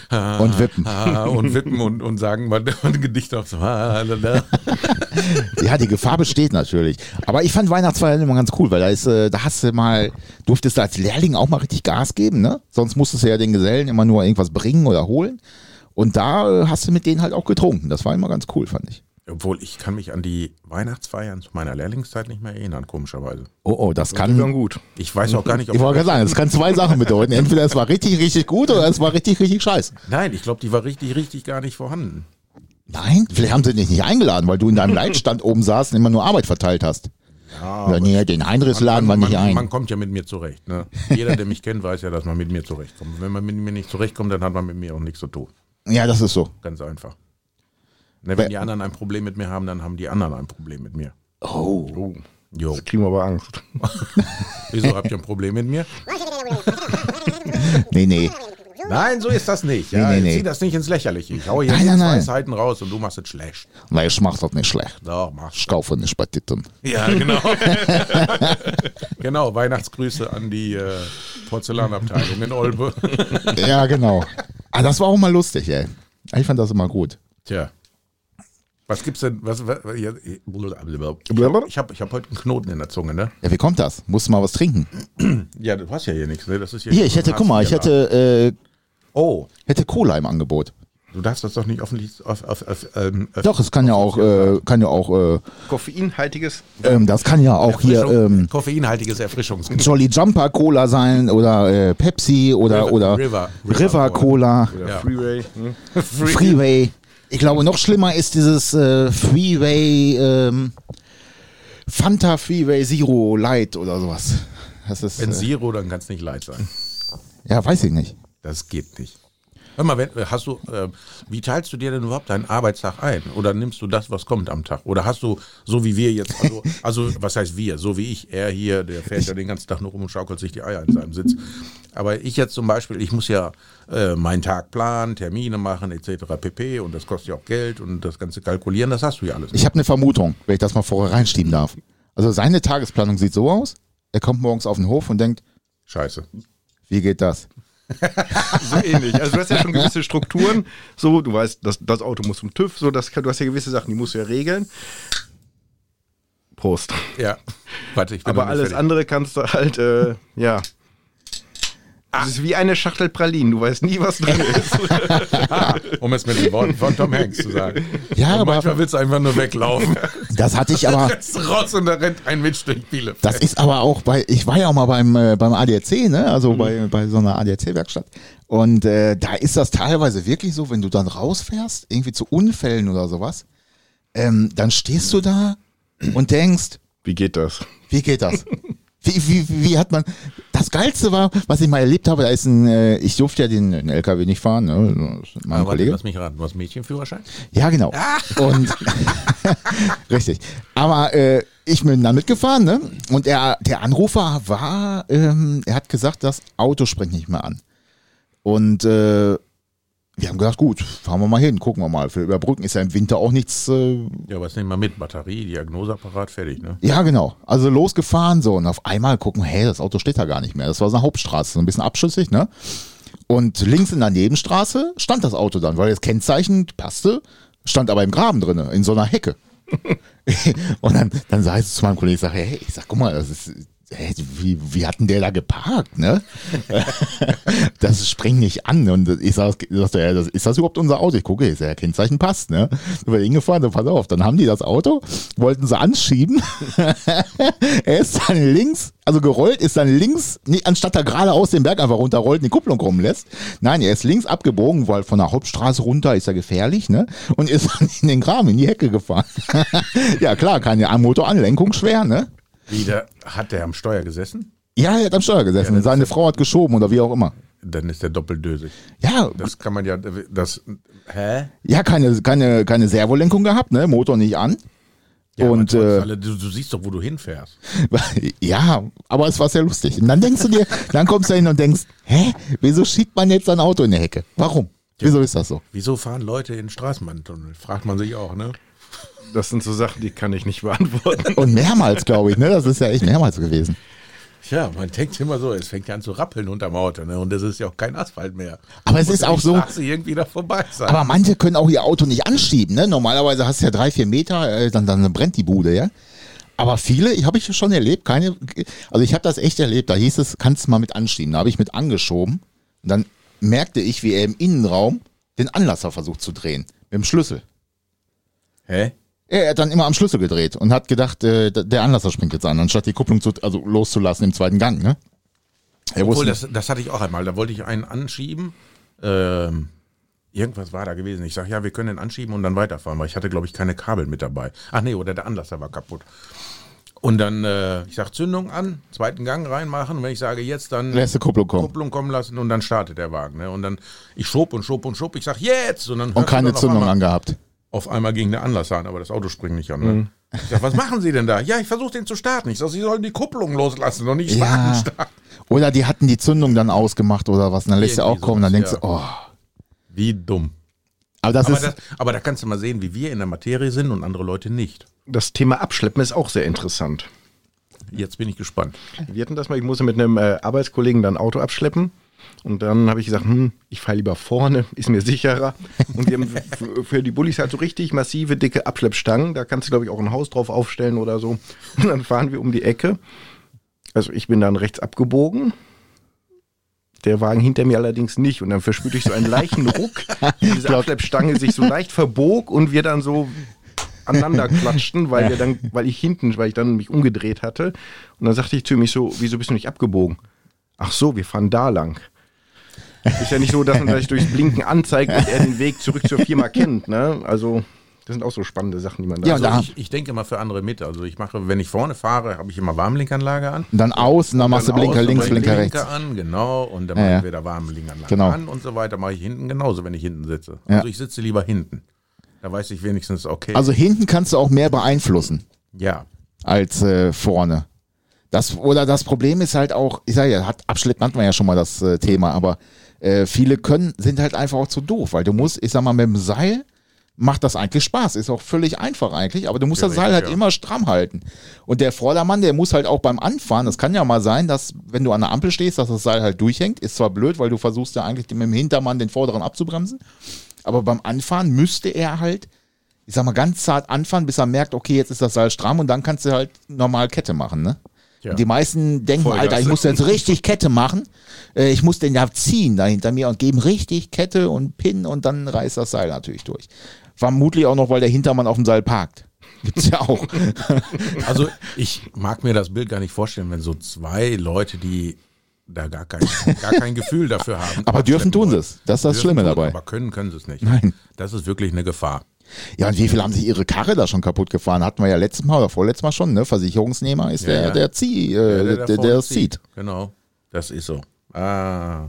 Speaker 2: Ah,
Speaker 3: Und wippen.
Speaker 2: ah, und wippen und, und sagen mal ein Gedicht auf so. ah, la, la.
Speaker 3: Ja, die Gefahr besteht natürlich. Aber ich fand Weihnachtsfeiern immer ganz cool, weil da ist, äh, da hast du mal, durftest du als Lehrling auch mal richtig Gas geben, ne? Sonst musstest du ja den Gesellen immer nur irgendwas bringen oder holen. Und da äh, hast du mit denen halt auch getrunken. Das war immer ganz cool, fand ich.
Speaker 2: Obwohl ich kann mich an die Weihnachtsfeiern zu meiner Lehrlingszeit nicht mehr erinnern, komischerweise.
Speaker 3: Oh, oh, das
Speaker 4: Die waren
Speaker 3: kann.
Speaker 4: gut.
Speaker 2: Ich weiß auch gar nicht,
Speaker 3: Ich wollte gerade sagen, das kann zwei Sachen bedeuten. Entweder es war richtig, richtig gut oder es war richtig, richtig scheiße.
Speaker 2: Nein, ich glaube, die war richtig, richtig gar nicht vorhanden.
Speaker 3: Nein, vielleicht haben sie dich nicht eingeladen, weil du in deinem Leitstand oben saßt und immer nur Arbeit verteilt hast. Ja, oder nee, den Heinrichs laden wir
Speaker 2: Also man,
Speaker 3: nicht ein.
Speaker 2: man kommt ja mit mir zurecht. Ne? Jeder, der mich kennt, weiß ja, dass man mit mir zurechtkommt. Wenn man mit mir nicht zurechtkommt, dann hat man mit mir auch nichts zu tun.
Speaker 3: ja, das ist so.
Speaker 2: Ganz einfach. Ne,
Speaker 3: Wer-
Speaker 2: wenn die anderen ein Problem mit mir haben, dann haben die anderen ein Problem mit mir.
Speaker 4: Oh,
Speaker 2: Jo,
Speaker 4: kriegen wir aber Angst.
Speaker 2: wieso habt ihr ein Problem mit mir?
Speaker 3: Nee, nee.
Speaker 2: Nein, so ist das nicht. Ja,
Speaker 3: Nee, nee,
Speaker 2: Zieh
Speaker 3: nee.
Speaker 2: das nicht ins Lächerliche. Ich hau hier
Speaker 3: Nein, nein, nein.
Speaker 2: Weisheiten raus und du machst es schlecht.
Speaker 3: Weil ich mach das nicht schlecht.
Speaker 2: Doch, machst
Speaker 3: Ich kaufe nicht bei Titten.
Speaker 2: Ja, genau. genau, Weihnachtsgrüße an die äh, Porzellanabteilung in Olbe.
Speaker 3: Ja, genau. Ah, das war auch mal lustig, ey. Ich fand das immer gut.
Speaker 2: Tja. Was gibt's denn? Was, was, ja, ich
Speaker 4: Blablabla.
Speaker 2: habe ich hab heute einen Knoten in der Zunge, ne?
Speaker 3: Ja, wie kommt das? Musst du mal was trinken?
Speaker 2: Ja, du hast ja hier nichts, ne? Das ist hier,
Speaker 3: Hier, ich hätte, guck mal, ich hätte, äh,
Speaker 2: Oh,
Speaker 3: hätte Cola im Angebot.
Speaker 2: du darfst das doch nicht öffentlich. Auf, auf, auf, ähm, öff-
Speaker 3: Doch, es kann ja auch, äh, kann ja auch,
Speaker 4: Koffeinhaltiges.
Speaker 3: äh, ähm, das kann ja auch hier,
Speaker 2: Erfrischung-
Speaker 3: ähm,
Speaker 2: koffeinhaltiges Erfrischungsgetränk.
Speaker 3: Jolly Jumper Cola sein oder äh, Pepsi oder
Speaker 2: River-
Speaker 3: oder
Speaker 2: River-
Speaker 3: River,
Speaker 2: River
Speaker 3: Cola,
Speaker 4: Oder
Speaker 2: Ja.
Speaker 4: Freeway. Hm?
Speaker 3: Freeway. Ich glaube, noch schlimmer ist dieses äh, Freeway ähm, Fanta Freeway Zero Light oder sowas. Das ist
Speaker 2: Wenn
Speaker 3: äh,
Speaker 2: Zero, dann kann es nicht leid sein.
Speaker 3: ja, weiß ich nicht.
Speaker 2: Das geht nicht. Hör mal, wenn, hast du, äh, wie teilst du dir denn überhaupt deinen Arbeitstag ein? Oder nimmst du das, was kommt am Tag? Oder hast du, so wie wir jetzt, also, also was heißt wir, so wie ich, er hier, der fährt ja den ganzen Tag nur rum und schaukelt sich die Eier in seinem Sitz. Aber ich jetzt zum Beispiel, ich muss ja äh, meinen Tag planen, Termine machen, etc. pp. Und das kostet ja auch Geld und das Ganze kalkulieren, das hast du ja alles.
Speaker 3: Ich habe eine Vermutung, wenn ich das mal vorher reinschieben darf. Also seine Tagesplanung sieht so aus, er kommt morgens auf den Hof und denkt,
Speaker 2: Scheiße.
Speaker 3: wie geht das?
Speaker 4: so ähnlich. Also du hast ja schon gewisse Strukturen, so du weißt, das, das Auto muss zum TÜV, so das, kann- du hast ja gewisse Sachen, die musst du ja regeln. Prost.
Speaker 2: Ja. Warte, ich bin
Speaker 4: Aber
Speaker 2: noch nicht
Speaker 4: alles
Speaker 2: fertig.
Speaker 4: andere kannst du halt, äh, ja. Das ist wie eine Schachtel Pralinen, du weißt nie, was drin ist.
Speaker 2: um es mit den Worten von Tom Hanks zu sagen.
Speaker 3: Ja,
Speaker 2: Und
Speaker 3: aber-
Speaker 2: manchmal willst du einfach nur weglaufen.
Speaker 3: Das hatte ich aber,
Speaker 2: Rennst raus und da rennt ein Mensch durch Bielefeld.
Speaker 3: das ist aber auch bei, ich war ja auch mal beim, äh, beim ADAC, ne? also bei, bei so einer ADAC-Werkstatt. Und äh, da ist das teilweise wirklich so, wenn du dann rausfährst, irgendwie zu Unfällen oder sowas, ähm, dann stehst du da und denkst,
Speaker 4: Wie geht das?
Speaker 3: Wie geht das? Wie, wie, wie hat man. Das Geilste war, was ich mal erlebt habe, da ist ein, äh, ich durfte ja den, den LKW nicht fahren, ne? Das ist Mein
Speaker 2: Aber warte,
Speaker 3: Kollege.
Speaker 2: lass mich raten, du hast Mädchenführerschein?
Speaker 3: Ja, genau. Und richtig. Aber äh, ich bin dann mitgefahren, ne? Und er, der Anrufer war, ähm, er hat gesagt, das Auto springt nicht mehr an. Und äh, wir haben gedacht, gut, fahren wir mal hin, gucken wir mal. Für Überbrücken ist ja im Winter auch nichts äh,
Speaker 2: Ja, was nehmen wir mit? Batterie, Diagnoseapparat, fertig, ne?
Speaker 3: Ja, genau. Also losgefahren so und auf einmal gucken, hey, das Auto steht da gar nicht mehr. Das war so eine Hauptstraße, so ein bisschen abschüssig, ne? Und links in der Nebenstraße stand das Auto dann, weil das Kennzeichen passte, stand aber im Graben drinne, in so einer Hecke. und dann, dann sag ich zu meinem Kollegen, ich sag, hey, ich sag, guck mal, das ist, hey, wie, wie hat denn der da geparkt, ne? das springt nicht an. Und ich sag, sagte, ja, das, ist das überhaupt unser Auto? Ich gucke, ist ja Kennzeichen passt, ne? Sind wir hingefahren, so pass auf, dann haben die das Auto, wollten sie anschieben. er ist dann links, also gerollt, ist dann links, nicht, anstatt da geradeaus den Berg einfach runterrollt und die Kupplung rumlässt. Nein, er ist links abgebogen, weil von der Hauptstraße runter ist ja gefährlich, ne? Und ist dann in den Graben, in die Hecke gefahren. ja, klar, keine Motoranlenkung schwer, ne?
Speaker 2: Wie, der, hat der am Steuer gesessen?
Speaker 3: Ja, er hat am Steuer gesessen. und seine Frau hat geschoben oder wie auch immer.
Speaker 2: Dann ist der doppeldösig.
Speaker 3: Ja,
Speaker 2: Das kann man ja, das, hä?
Speaker 3: Ja, keine, keine, keine Servolenkung gehabt, ne? Motor nicht an.
Speaker 2: Ja,
Speaker 3: und
Speaker 2: aber trotz
Speaker 3: äh,
Speaker 2: allem, du, du siehst doch, wo du hinfährst.
Speaker 3: ja, aber es war sehr lustig. Und dann denkst du dir, dann kommst du hin und denkst, hä, wieso schiebt man jetzt ein Auto in die Hecke? Warum? Wieso ist das so?
Speaker 2: Wieso fahren Leute in den Straßenbahntunnel? Fragt man sich auch, ne?
Speaker 4: Das sind so Sachen, die kann ich nicht beantworten.
Speaker 3: Und mehrmals, glaube ich, ne? Das ist ja echt mehrmals gewesen.
Speaker 2: Tja, man denkt immer so, es fängt ja an zu rappeln unterm Auto, ne? Und es ist ja auch kein Asphalt mehr.
Speaker 3: Aber es
Speaker 2: Muss
Speaker 3: ist
Speaker 2: ja
Speaker 3: auch
Speaker 2: die
Speaker 3: so-
Speaker 2: Straße irgendwie da vorbei sein.
Speaker 3: Aber manche können auch ihr Auto nicht anschieben, ne? Normalerweise hast du ja drei, vier Meter, äh, dann, dann brennt die Bude, ja? Aber viele, ich habe ich schon erlebt, keine, also ich habe das echt erlebt, da hieß es, kannst du mal mit anschieben. Da habe ich mit angeschoben und dann merkte ich, wie er im Innenraum den Anlasser versucht zu drehen, mit dem Schlüssel.
Speaker 2: hä?
Speaker 3: Er hat dann immer am Schlüssel gedreht und hat gedacht, äh, d- der Anlasser springt jetzt an, anstatt die Kupplung zu, also loszulassen im zweiten Gang, ne? Er
Speaker 2: Obwohl,
Speaker 3: wusste,
Speaker 2: das, das hatte ich auch einmal. Da wollte ich einen anschieben. Ähm, irgendwas war da gewesen. Ich sage, ja, wir können den anschieben und dann weiterfahren, weil ich hatte, glaube ich, keine Kabel mit dabei. Ach nee, oder der Anlasser war kaputt. Und dann, äh, ich sage, Zündung an, zweiten Gang reinmachen. Und wenn ich sage, jetzt, dann
Speaker 3: lässt die Kupplung kommen.
Speaker 2: Kupplung kommen lassen und dann startet der Wagen. Ne? Und dann, ich schob und schob und schob. Ich sage, jetzt! Und dann
Speaker 3: Und
Speaker 2: hörst du
Speaker 3: keine
Speaker 2: dann auf
Speaker 3: Zündung
Speaker 2: einmal-
Speaker 3: angehabt.
Speaker 2: auf einmal ging der Anlass an, aber das Auto springt nicht an. Ne?
Speaker 3: Mhm.
Speaker 2: Ich sag, was machen Sie denn da? Ja, ich versuche den zu starten. Ich sag, Sie sollen die Kupplung loslassen und nicht
Speaker 3: Ja.
Speaker 2: starten. starten.
Speaker 3: Oder die hatten die Zündung dann ausgemacht oder was. Und dann lässt er auch
Speaker 2: Irgendwie
Speaker 3: kommen. Dann
Speaker 2: sowas,
Speaker 3: denkst du, oh.
Speaker 2: Wie dumm.
Speaker 3: Aber das
Speaker 2: Aber,
Speaker 3: ist.
Speaker 2: das, aber da kannst du mal sehen, wie wir in der Materie sind und andere Leute nicht.
Speaker 4: Das Thema Abschleppen ist auch sehr interessant.
Speaker 2: Jetzt bin ich gespannt.
Speaker 4: Wir hatten das mal, ich musste mit einem äh, Arbeitskollegen dann ein Auto abschleppen. Und dann habe ich gesagt, hm, ich fahre lieber vorne, ist mir sicherer. Und wir haben f- für die Bullis halt so richtig massive, dicke Abschleppstangen. Da kannst du, glaube ich, auch ein Haus drauf aufstellen oder so. Und dann fahren wir um die Ecke. Also ich bin dann rechts abgebogen. Der Wagen hinter mir allerdings nicht. Und dann verspürte ich so einen leichten Ruck. Diese Abschleppstange sich so leicht verbog und wir dann so aneinander klatschten, weil wir dann, weil ich hinten, weil ich dann mich umgedreht hatte. Und dann sagte ich zu mich so, wieso bist du nicht abgebogen? Ach so, wir fahren da lang. Ist ja nicht so, dass man gleich durchs Blinken anzeigt und er den Weg zurück zur Firma kennt, ne? Also Das sind auch so spannende Sachen, die man da
Speaker 3: Ja,
Speaker 4: so-
Speaker 3: da-
Speaker 2: Also Ich, ich denke immer für andere mit. Also ich mache, wenn ich vorne fahre, habe ich immer Warmlinkanlage an.
Speaker 3: Und dann außen, dann machst
Speaker 2: Dann
Speaker 3: du Blinker
Speaker 2: außen
Speaker 3: links,
Speaker 2: mache ich
Speaker 3: Blinker
Speaker 2: Blinker
Speaker 3: rechts.
Speaker 2: an, genau. Und dann
Speaker 3: Ja,
Speaker 2: mache
Speaker 3: ja.
Speaker 2: ich wieder warme Blinkanlage
Speaker 3: Genau.
Speaker 2: an und so weiter. Mache ich hinten genauso, wenn ich hinten sitze.
Speaker 3: Ja.
Speaker 2: Also ich sitze lieber hinten. Da weiß ich wenigstens, okay.
Speaker 3: Also hinten kannst du auch mehr beeinflussen.
Speaker 2: ja.
Speaker 3: als äh, vorne. Das, oder das Problem ist halt auch, ich sage ja, hat, Abschlitt hatten wir ja schon mal das äh, Thema, aber äh, viele können, sind halt einfach auch zu doof, weil du musst, ich sag mal, mit dem Seil macht das eigentlich Spaß, ist auch völlig einfach eigentlich, aber du musst das
Speaker 2: Theoretisch,
Speaker 3: Seil halt
Speaker 2: ja.
Speaker 3: immer stramm halten. Und der Vordermann, der muss halt auch beim Anfahren, das kann ja mal sein, dass wenn du an der Ampel stehst, dass das Seil halt durchhängt, ist zwar blöd, weil du versuchst ja eigentlich mit dem Hintermann den Vorderen abzubremsen, aber beim Anfahren müsste er halt ich sag mal, ganz zart anfangen, bis er merkt, okay, jetzt ist das Seil stramm und dann kannst du halt normal Kette machen, ne?
Speaker 2: Ja.
Speaker 3: Und Die meisten denken,
Speaker 4: Vollgas
Speaker 3: Alter, ich muss jetzt richtig Kette machen. Äh, Ich muss den ja ziehen da hinter mir und geben richtig Kette und Pin und dann reißt das Seil natürlich durch. Vermutlich auch noch, weil der Hintermann auf dem Seil parkt. Gibt's ja auch.
Speaker 2: Also ich mag mir das Bild gar nicht vorstellen, wenn so zwei Leute, die da gar kein, gar kein Gefühl dafür haben.
Speaker 3: Aber dürfen tun sie es. Das ist das
Speaker 2: Dürfen
Speaker 3: Schlimme
Speaker 2: tun,
Speaker 3: dabei.
Speaker 2: Aber können, können sie es nicht.
Speaker 3: Nein.
Speaker 2: Das ist wirklich eine Gefahr.
Speaker 3: Ja, und wie viele haben sich ihre Karre da schon kaputt gefahren? Hatten wir ja letztes Mal oder vorletztes Mal schon, ne? Versicherungsnehmer ist
Speaker 2: Ja,
Speaker 3: der,
Speaker 2: ja.
Speaker 3: der zieh, äh, der, der,
Speaker 2: davon
Speaker 3: der zieht.
Speaker 2: Genau, das ist so. Ah.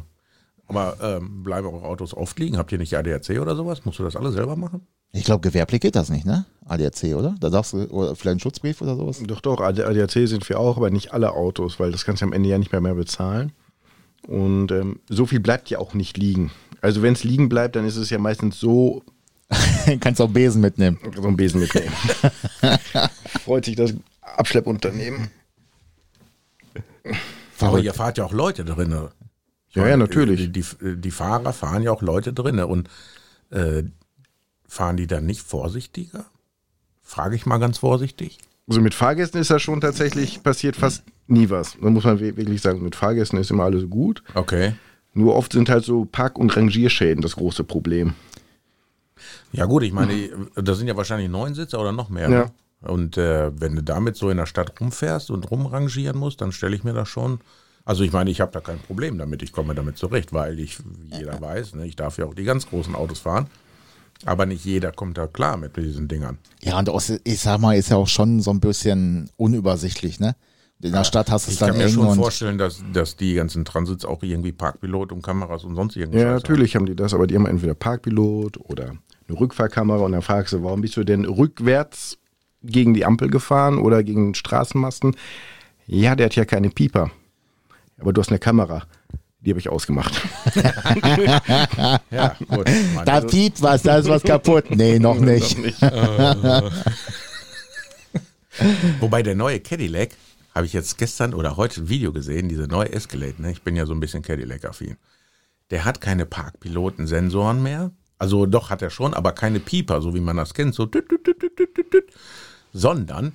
Speaker 2: Aber ähm, bleiben auch Autos oft liegen? Habt ihr nicht ADAC oder sowas? Musst du das alle selber machen?
Speaker 3: Ich glaube, gewerblich geht das nicht, ne? ADAC, oder? Da darfst du, oder vielleicht einen Schutzbrief oder sowas.
Speaker 4: Doch, doch, AD- ADAC sind wir auch, aber nicht alle Autos, weil das kannst du am Ende ja nicht mehr mehr bezahlen. Und ähm, so viel bleibt ja auch nicht liegen. Also wenn es liegen bleibt, dann ist es ja meistens so,
Speaker 3: Kannst auch Besen mitnehmen.
Speaker 4: so einen Besen mitnehmen. Freut sich das Abschleppunternehmen.
Speaker 2: Aber
Speaker 3: Verrückt.
Speaker 2: ihr fahrt ja auch Leute drinne. Ich
Speaker 4: Ja,
Speaker 2: meine,
Speaker 4: ja, natürlich.
Speaker 2: Die, die, die Fahrer fahren ja auch Leute drinne und äh, fahren die dann nicht vorsichtiger? Frage ich mal ganz vorsichtig.
Speaker 4: Also mit Fahrgästen ist das schon tatsächlich passiert fast nie was. Da muss man wir- wirklich sagen, mit Fahrgästen ist immer alles gut.
Speaker 2: Okay.
Speaker 4: Nur oft sind halt so Park- und Rangierschäden das große Problem.
Speaker 2: Ja gut, ich meine, da sind ja wahrscheinlich neun Sitze oder noch mehr. Ne? Und äh, wenn du damit so in der Stadt rumfährst und rumrangieren musst, dann stelle ich mir das schon. Also ich meine, ich habe da kein Problem damit, ich komme damit zurecht, weil ich, wie jeder weiß, ne, ich darf ja auch die ganz großen Autos fahren. Aber nicht jeder kommt da klar mit diesen Dingern.
Speaker 3: Ja, und aus, ich sag mal, ist ja auch schon so ein bisschen unübersichtlich, ne? In der Stadt hast du es
Speaker 2: Ich
Speaker 3: dann
Speaker 2: kann mir
Speaker 3: eng
Speaker 2: schon
Speaker 3: und
Speaker 2: vorstellen, dass, dass die ganzen Transits auch irgendwie Parkpilot und Kameras und sonst irgendwas
Speaker 4: Ja, natürlich haben die das, aber die haben entweder Parkpilot oder eine Rückfahrkamera und dann fragst du, warum bist du denn rückwärts gegen die Ampel gefahren oder gegen den Straßenmasten? Ja, der hat ja keine Pieper. Aber du hast eine Kamera. Die habe ich ausgemacht.
Speaker 2: Ja, gut. Ich meine,
Speaker 3: da piept was, da ist was kaputt. Nee, noch nicht.
Speaker 2: Wobei der neue Cadillac, habe ich jetzt gestern oder heute ein Video gesehen, diese neue Escalade, ne? ich bin ja so ein bisschen Cadillac-affin. Der hat keine Parkpilotensensoren mehr. Also doch hat er schon, aber keine Pieper, so wie man das kennt, so tüt, tüt, tüt, tüt, tüt, tüt, tüt. sondern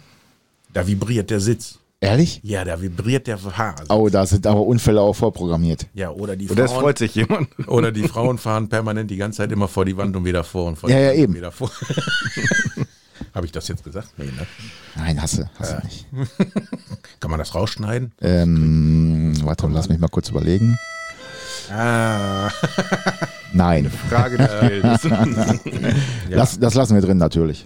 Speaker 2: da vibriert der Sitz.
Speaker 3: Ehrlich?
Speaker 2: Ja, da vibriert der Hase.
Speaker 3: Oh, da sind aber Unfälle auch vorprogrammiert.
Speaker 2: Ja, oder die
Speaker 4: Und das
Speaker 2: Frauen,
Speaker 4: freut sich jemand.
Speaker 2: oder die Frauen fahren permanent die ganze Zeit immer vor die Wand und wieder vor und vor
Speaker 3: Ja,
Speaker 2: die
Speaker 3: ja,
Speaker 2: Wand und
Speaker 3: eben.
Speaker 2: wieder vor. Habe ich das jetzt gesagt? Nee, ne?
Speaker 3: Nein, hasse, hasse nicht.
Speaker 2: Kann man das rausschneiden?
Speaker 3: Ähm, warte, lass mich mal kurz überlegen.
Speaker 2: Ah.
Speaker 3: Nein,
Speaker 4: Frage des Geldes.
Speaker 3: lass, das lassen wir drin natürlich.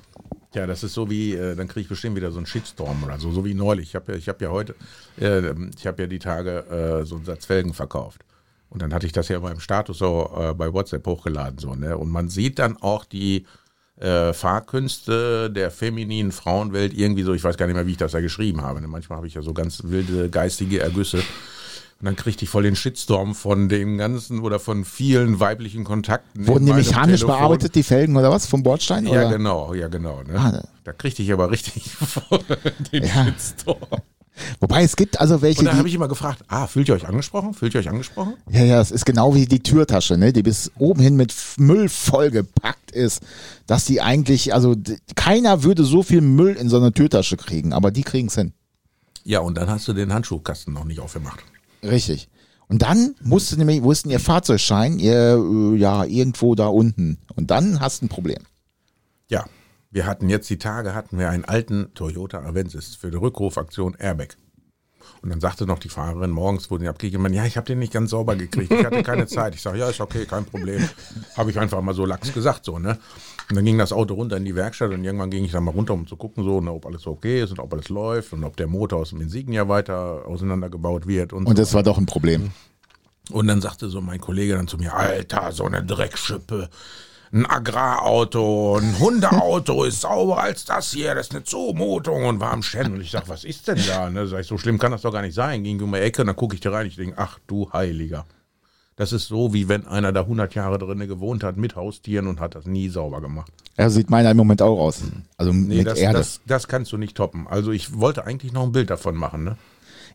Speaker 2: Ja, das ist so wie, äh, dann kriege ich bestimmt wieder so einen Shitstorm oder so, so wie neulich. Ich habe ja, ich hab ja heute, äh, ich habe ja die Tage äh, so einen Satz Felgen verkauft. Und dann hatte ich das ja in meinem Status so äh, bei WhatsApp hochgeladen. So, ne? Und man sieht dann auch die äh, Fahrkünste der femininen Frauenwelt irgendwie so, ich weiß gar nicht mehr, wie ich das da geschrieben habe. Ne? Manchmal habe ich ja so ganz wilde geistige Ergüsse. Und dann kriegte ich voll den Shitstorm von dem ganzen oder von vielen weiblichen Kontakten.
Speaker 3: Wurden die
Speaker 2: in meinem
Speaker 3: mechanisch
Speaker 2: Telefon.
Speaker 3: bearbeitet, die Felgen oder was? Vom Bordstein?
Speaker 2: Ja,
Speaker 3: oder?
Speaker 2: genau, ja, genau. Ne?
Speaker 3: Ah, ne.
Speaker 2: da kriegte ich aber richtig voll den
Speaker 3: Ja.
Speaker 2: Shitstorm.
Speaker 3: Wobei es gibt also welche,
Speaker 2: Und dann
Speaker 3: die,
Speaker 2: habe ich immer gefragt, ah, fühlt ihr euch angesprochen? Fühlt ihr euch angesprochen?
Speaker 3: Ja, ja, es ist genau wie die Türtasche, ne? die bis oben hin mit F- Müll vollgepackt ist, dass die eigentlich, also d- keiner würde so viel Müll in so eine Türtasche kriegen, aber die kriegen's hin.
Speaker 2: Ja, und dann hast du den Handschuhkasten noch nicht aufgemacht.
Speaker 3: Richtig. Und dann musste nämlich, wo ist denn ihr Fahrzeugschein? Ihr, äh, ja, irgendwo da unten. Und dann hast du ein Problem.
Speaker 2: Ja, wir hatten jetzt die Tage, hatten wir einen alten Toyota Avensis für die Rückrufaktion Airbag. Und dann sagte noch die Fahrerin morgens, wo die abgegeben ja, ich habe den nicht ganz sauber gekriegt, ich hatte keine Zeit. Ich sage, ja, ist okay, kein Problem. Habe ich einfach mal so lax gesagt, so, ne? Und dann ging das Auto runter in die Werkstatt und irgendwann ging ich dann mal runter, um zu gucken, so, ne, ob alles okay ist und ob alles läuft und ob der Motor aus dem Insignia weiter auseinandergebaut wird und,
Speaker 3: Und
Speaker 2: so.
Speaker 3: das war doch ein Problem.
Speaker 2: Und dann sagte so mein Kollege dann zu mir, Alter, so eine Dreckschippe. Ein Agrarauto, ein Hundeauto ist sauberer als das hier, das ist eine Zumutung und war am Schäden. Und ich sag, was ist denn da? Ne? Sag ich, so schlimm kann das doch gar nicht sein. Ging um die Ecke und dann gucke ich da rein. Ich denke, ach du Heiliger. Das ist so, wie wenn einer da 100 Jahre drinne gewohnt hat mit Haustieren und hat das nie sauber gemacht.
Speaker 3: Ja, sieht meiner im Moment auch aus. Also
Speaker 2: Nee,
Speaker 3: mit
Speaker 2: das,
Speaker 3: Erde.
Speaker 2: das, das kannst du nicht toppen. Also ich wollte eigentlich noch ein Bild davon machen. Ne?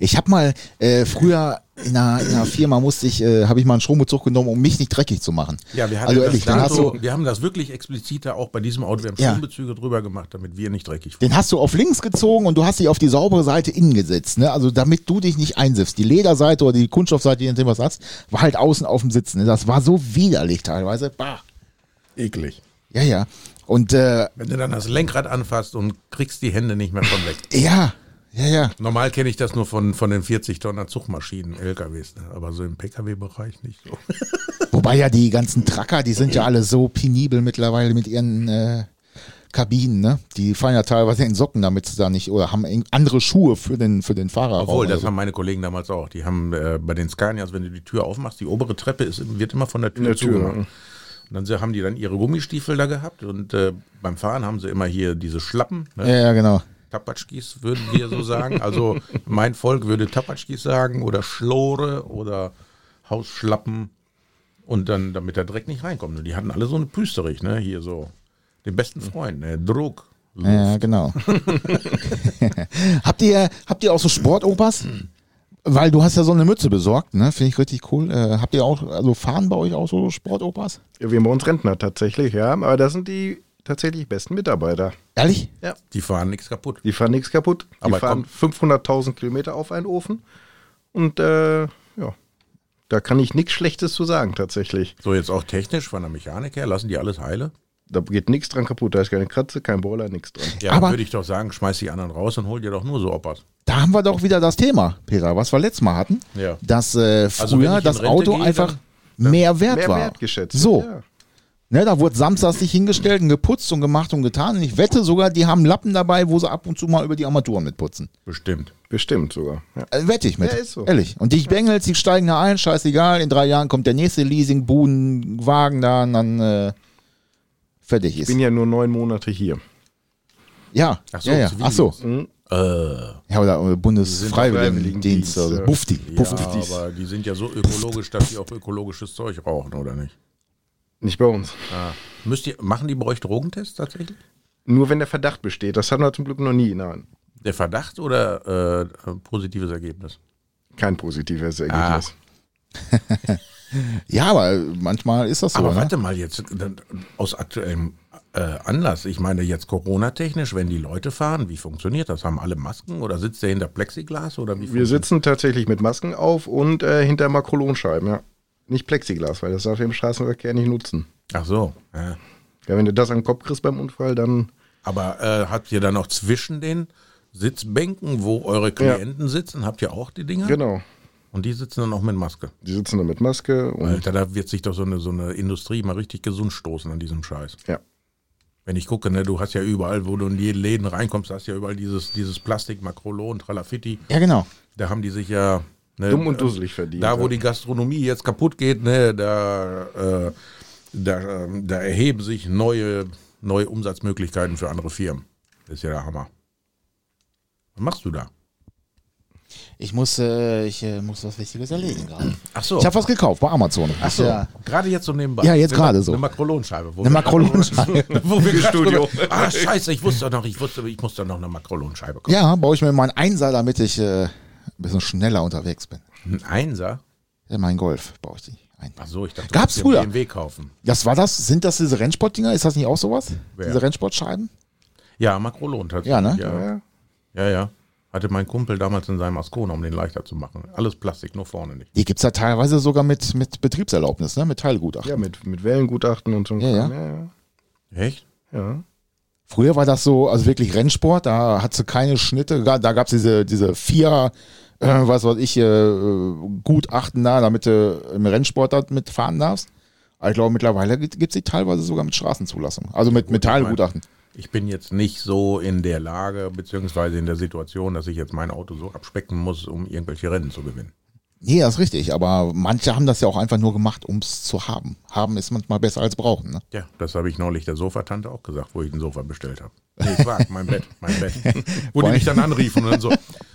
Speaker 3: Ich habe mal äh, früher in einer, in einer Firma musste ich, äh, habe ich mal einen Strombezug genommen, um mich nicht dreckig zu machen.
Speaker 2: Ja, wir, hatten
Speaker 3: also
Speaker 2: das
Speaker 3: ehrlich,
Speaker 2: da
Speaker 3: dann hast
Speaker 2: so,
Speaker 3: du,
Speaker 2: wir haben das wirklich expliziter auch bei diesem Auto. Wir haben
Speaker 3: Ja.
Speaker 2: Schuhbezüge drüber gemacht, damit wir nicht dreckig
Speaker 3: den hast du auf links gezogen und du hast dich auf die saubere Seite innen gesetzt. Ne? Also damit du dich nicht einsiffst. Die Lederseite oder die Kunststoffseite, je nachdem was du hast, war halt außen auf dem Sitzen. Ne? Das war so widerlich teilweise. Bah.
Speaker 2: Eklig.
Speaker 3: Ja, ja. Und äh,
Speaker 2: Wenn du dann das Lenkrad anfasst und kriegst die Hände nicht mehr von weg.
Speaker 3: ja, ja, ja.
Speaker 2: Normal kenne ich das nur von, von den 40 Tonner Zugmaschinen, LKWs, ne? aber so im Pkw-Bereich nicht so.
Speaker 3: Wobei ja die ganzen Tracker, die sind ja alle so penibel mittlerweile mit ihren äh, Kabinen, ne? Die fallen ja teilweise in Socken, damit sie da nicht, oder haben eng- andere Schuhe für den, für den Also Fahrer.
Speaker 2: Obwohl, das haben meine Kollegen damals auch. Die haben äh, bei den Scanias, wenn du die Tür aufmachst, die obere Treppe ist, wird immer von der Tür,
Speaker 4: der Tür,
Speaker 2: zugemacht.
Speaker 4: ja.
Speaker 2: Und dann se- haben die dann ihre Gummistiefel da gehabt und äh, beim Fahren haben sie immer hier diese Schlappen, ne?
Speaker 3: ja, ja, genau.
Speaker 2: Tapatschkis würden wir so sagen. Also mein Volk würde Tapatschkis sagen oder Schlore oder Hausschlappen. Und dann, damit der Dreck nicht reinkommt. Und die hatten alle so eine Püsterich, ne? Hier so. Den besten Freund, ne? Druck.
Speaker 3: Ja, genau. habt, ihr, habt ihr auch so Sportopas? Weil du hast ja so eine Mütze besorgt, ne? Finde ich richtig cool. Äh, habt ihr auch, also fahren bei euch auch so Sportopas?
Speaker 4: Wir haben bei uns Rentner tatsächlich, ja. Aber das sind die tatsächlich besten Mitarbeiter.
Speaker 3: Ehrlich?
Speaker 4: Ja.
Speaker 2: Die fahren nichts kaputt.
Speaker 4: Die fahren nichts kaputt. Die
Speaker 2: Aber
Speaker 4: fahren 500.000 Kilometer auf einen Ofen. Und äh, ja, da kann ich nichts Schlechtes zu sagen tatsächlich.
Speaker 2: So, jetzt auch technisch von der Mechanik her, lassen die alles heile.
Speaker 4: Da geht nichts dran kaputt. Da ist keine Kratze, kein Boiler, nichts dran.
Speaker 2: Ja,
Speaker 3: Aber-
Speaker 2: dann würde ich doch sagen, schmeiß die anderen raus und hol dir doch nur so Oppas.
Speaker 3: Da haben wir doch wieder das Thema, Peter, was wir letztes Mal hatten,
Speaker 2: Ja.
Speaker 3: dass äh,
Speaker 2: Also wenn ich
Speaker 3: früher
Speaker 2: in
Speaker 3: das
Speaker 2: Rente
Speaker 3: Auto
Speaker 2: gehe,
Speaker 3: einfach
Speaker 2: dann-
Speaker 3: mehr wert
Speaker 4: Mehr
Speaker 3: war.
Speaker 4: wertgeschätzt.
Speaker 3: So,
Speaker 4: Ja.
Speaker 3: ne, da wurde samstags sich hingestellt und geputzt und gemacht und getan. Und ich wette sogar, die haben Lappen dabei, wo sie ab und zu mal über die Armaturen mitputzen.
Speaker 2: Bestimmt.
Speaker 4: Bestimmt sogar. Ja.
Speaker 3: Äh, wette ich mit.
Speaker 4: Ja, ist so.
Speaker 3: Ehrlich. Und die Bengals, die steigen da ein, scheißegal. In drei Jahren kommt der nächste Leasing-Buden-Wagen da und dann äh, fertig ist.
Speaker 4: Bin ja nur neun Monate hier.
Speaker 3: ja,
Speaker 2: Ach so,
Speaker 3: ja, ja.
Speaker 2: Zivildienst.
Speaker 3: Ach so.
Speaker 2: Äh,
Speaker 3: Ja, oder äh, Bundesfreiwilligendienst.
Speaker 4: Freiwilligendienst,
Speaker 3: Also.
Speaker 4: ja.
Speaker 3: Bufti.
Speaker 2: ja,
Speaker 3: Bufti.
Speaker 2: aber die sind ja so ökologisch, dass die auch ökologisches Zeug rauchen, oder nicht?
Speaker 4: Nicht bei uns.
Speaker 2: Müsst ihr, machen die bei euch Drogentests tatsächlich?
Speaker 4: Nur wenn der Verdacht besteht. Das hatten wir zum Glück noch nie. Nein.
Speaker 2: Der Verdacht oder äh, positives Ergebnis?
Speaker 4: Kein positives Ergebnis.
Speaker 2: Ah.
Speaker 3: Ja, aber manchmal ist das so.
Speaker 2: Aber
Speaker 3: ne?
Speaker 2: warte mal jetzt, dann, aus aktuellem äh, Anlass, ich meine jetzt Corona-technisch, wenn die Leute fahren, wie funktioniert das? Haben alle Masken oder sitzt der hinter Plexiglas oder wie
Speaker 4: Wir
Speaker 2: funktioniert-
Speaker 4: sitzen tatsächlich mit Masken auf und äh, hinter Makrolonscheiben, ja. Nicht Plexiglas, weil das darf ich im Straßenverkehr nicht nutzen.
Speaker 2: Ach so. Ja.
Speaker 4: Ja, wenn du das an den Kopf kriegst beim Unfall, dann
Speaker 2: Aber äh, habt ihr dann noch zwischen den Sitzbänken, wo eure Klienten sitzen, habt ihr auch die Dinger?
Speaker 4: genau.
Speaker 2: Und die sitzen dann auch mit Maske.
Speaker 4: Die sitzen da mit Maske und
Speaker 2: Alter, da wird sich doch so eine, so eine Industrie mal richtig gesund stoßen an diesem Scheiß.
Speaker 4: ja.
Speaker 2: Wenn ich gucke, ne, du hast ja überall, wo du in die Läden reinkommst, hast ja überall dieses, dieses Plastik, Makrolon, Tralafitti.
Speaker 3: Ja, genau.
Speaker 2: Da haben die sich ja. Ne,
Speaker 4: dumm und dusselig verdient.
Speaker 2: Da, wo
Speaker 4: ja.
Speaker 2: die Gastronomie jetzt kaputt geht, ne, da, äh, da, ähm, da erheben sich neue, neue Umsatzmöglichkeiten für andere Firmen. Das ist ja der Hammer. Was machst du da?
Speaker 3: Ich muss, äh, ich äh, muss was Wichtiges erledigen gerade.
Speaker 2: Ach so.
Speaker 3: Ich habe was gekauft bei Amazon. Ach
Speaker 2: so.
Speaker 3: Ja.
Speaker 2: Gerade jetzt so nebenbei.
Speaker 3: Ja, jetzt
Speaker 2: Eine Ma-
Speaker 3: gerade so.
Speaker 2: Eine Makrolonscheibe. wo
Speaker 3: Eine
Speaker 2: wir-
Speaker 3: Makrolonscheibe.
Speaker 2: Wo wir Studio.
Speaker 4: Studio.
Speaker 2: Ah, scheiße, ich wusste doch noch, ich wusste, ich muss doch noch eine Makrolonscheibe kaufen.
Speaker 3: ja, baue ich mir mal einen Einser, damit ich äh, ein bisschen schneller unterwegs bin.
Speaker 2: Ein Einser?
Speaker 3: Ja, mein Golf baue ich die ein.
Speaker 2: Ach so, ich dachte, du
Speaker 3: Gab's
Speaker 2: wolltest dir
Speaker 3: früher.
Speaker 2: einen BMW kaufen.
Speaker 3: Das war das? Sind das diese Rennsportdinger? Ist das nicht auch sowas?
Speaker 2: Wer?
Speaker 3: Diese Rennsportscheiben?
Speaker 2: Ja, Makrolon tatsächlich.
Speaker 3: Ja, ne?
Speaker 2: Ja,
Speaker 4: ja.
Speaker 2: ja. ja. Hatte mein Kumpel damals in seinem Ascona, um den leichter zu machen. Alles Plastik, nur vorne nicht.
Speaker 3: Die gibt's ja teilweise sogar mit, mit Betriebserlaubnis, ne? mit Teilgutachten.
Speaker 4: ja mit, mit Wellengutachten und so.
Speaker 3: Ja, ja.
Speaker 4: ja.
Speaker 2: Echt?
Speaker 4: ja.
Speaker 3: Früher war das so, also wirklich Rennsport, da hatte keine Schnitte, da, da gab's diese, diese vier äh, was weiß ich, äh, Gutachten da, damit du im Rennsport da mitfahren darfst. Aber ich glaube, mittlerweile gibt es die teilweise sogar mit Straßenzulassung. Also mit Metallgutachten.
Speaker 2: Ich bin jetzt nicht so in der Lage, beziehungsweise in der Situation, dass ich jetzt mein Auto so abspecken muss, um irgendwelche Rennen zu gewinnen.
Speaker 3: Nee, das ist richtig. Aber manche haben das ja auch einfach nur gemacht, um es zu haben. Haben ist manchmal besser als brauchen. Ne?
Speaker 2: Ja, das habe ich neulich der Sofatante auch gesagt, wo ich ein Sofa bestellt habe. Nee, es war mein Bett, mein Bett. wo die mich dann anriefen und dann so,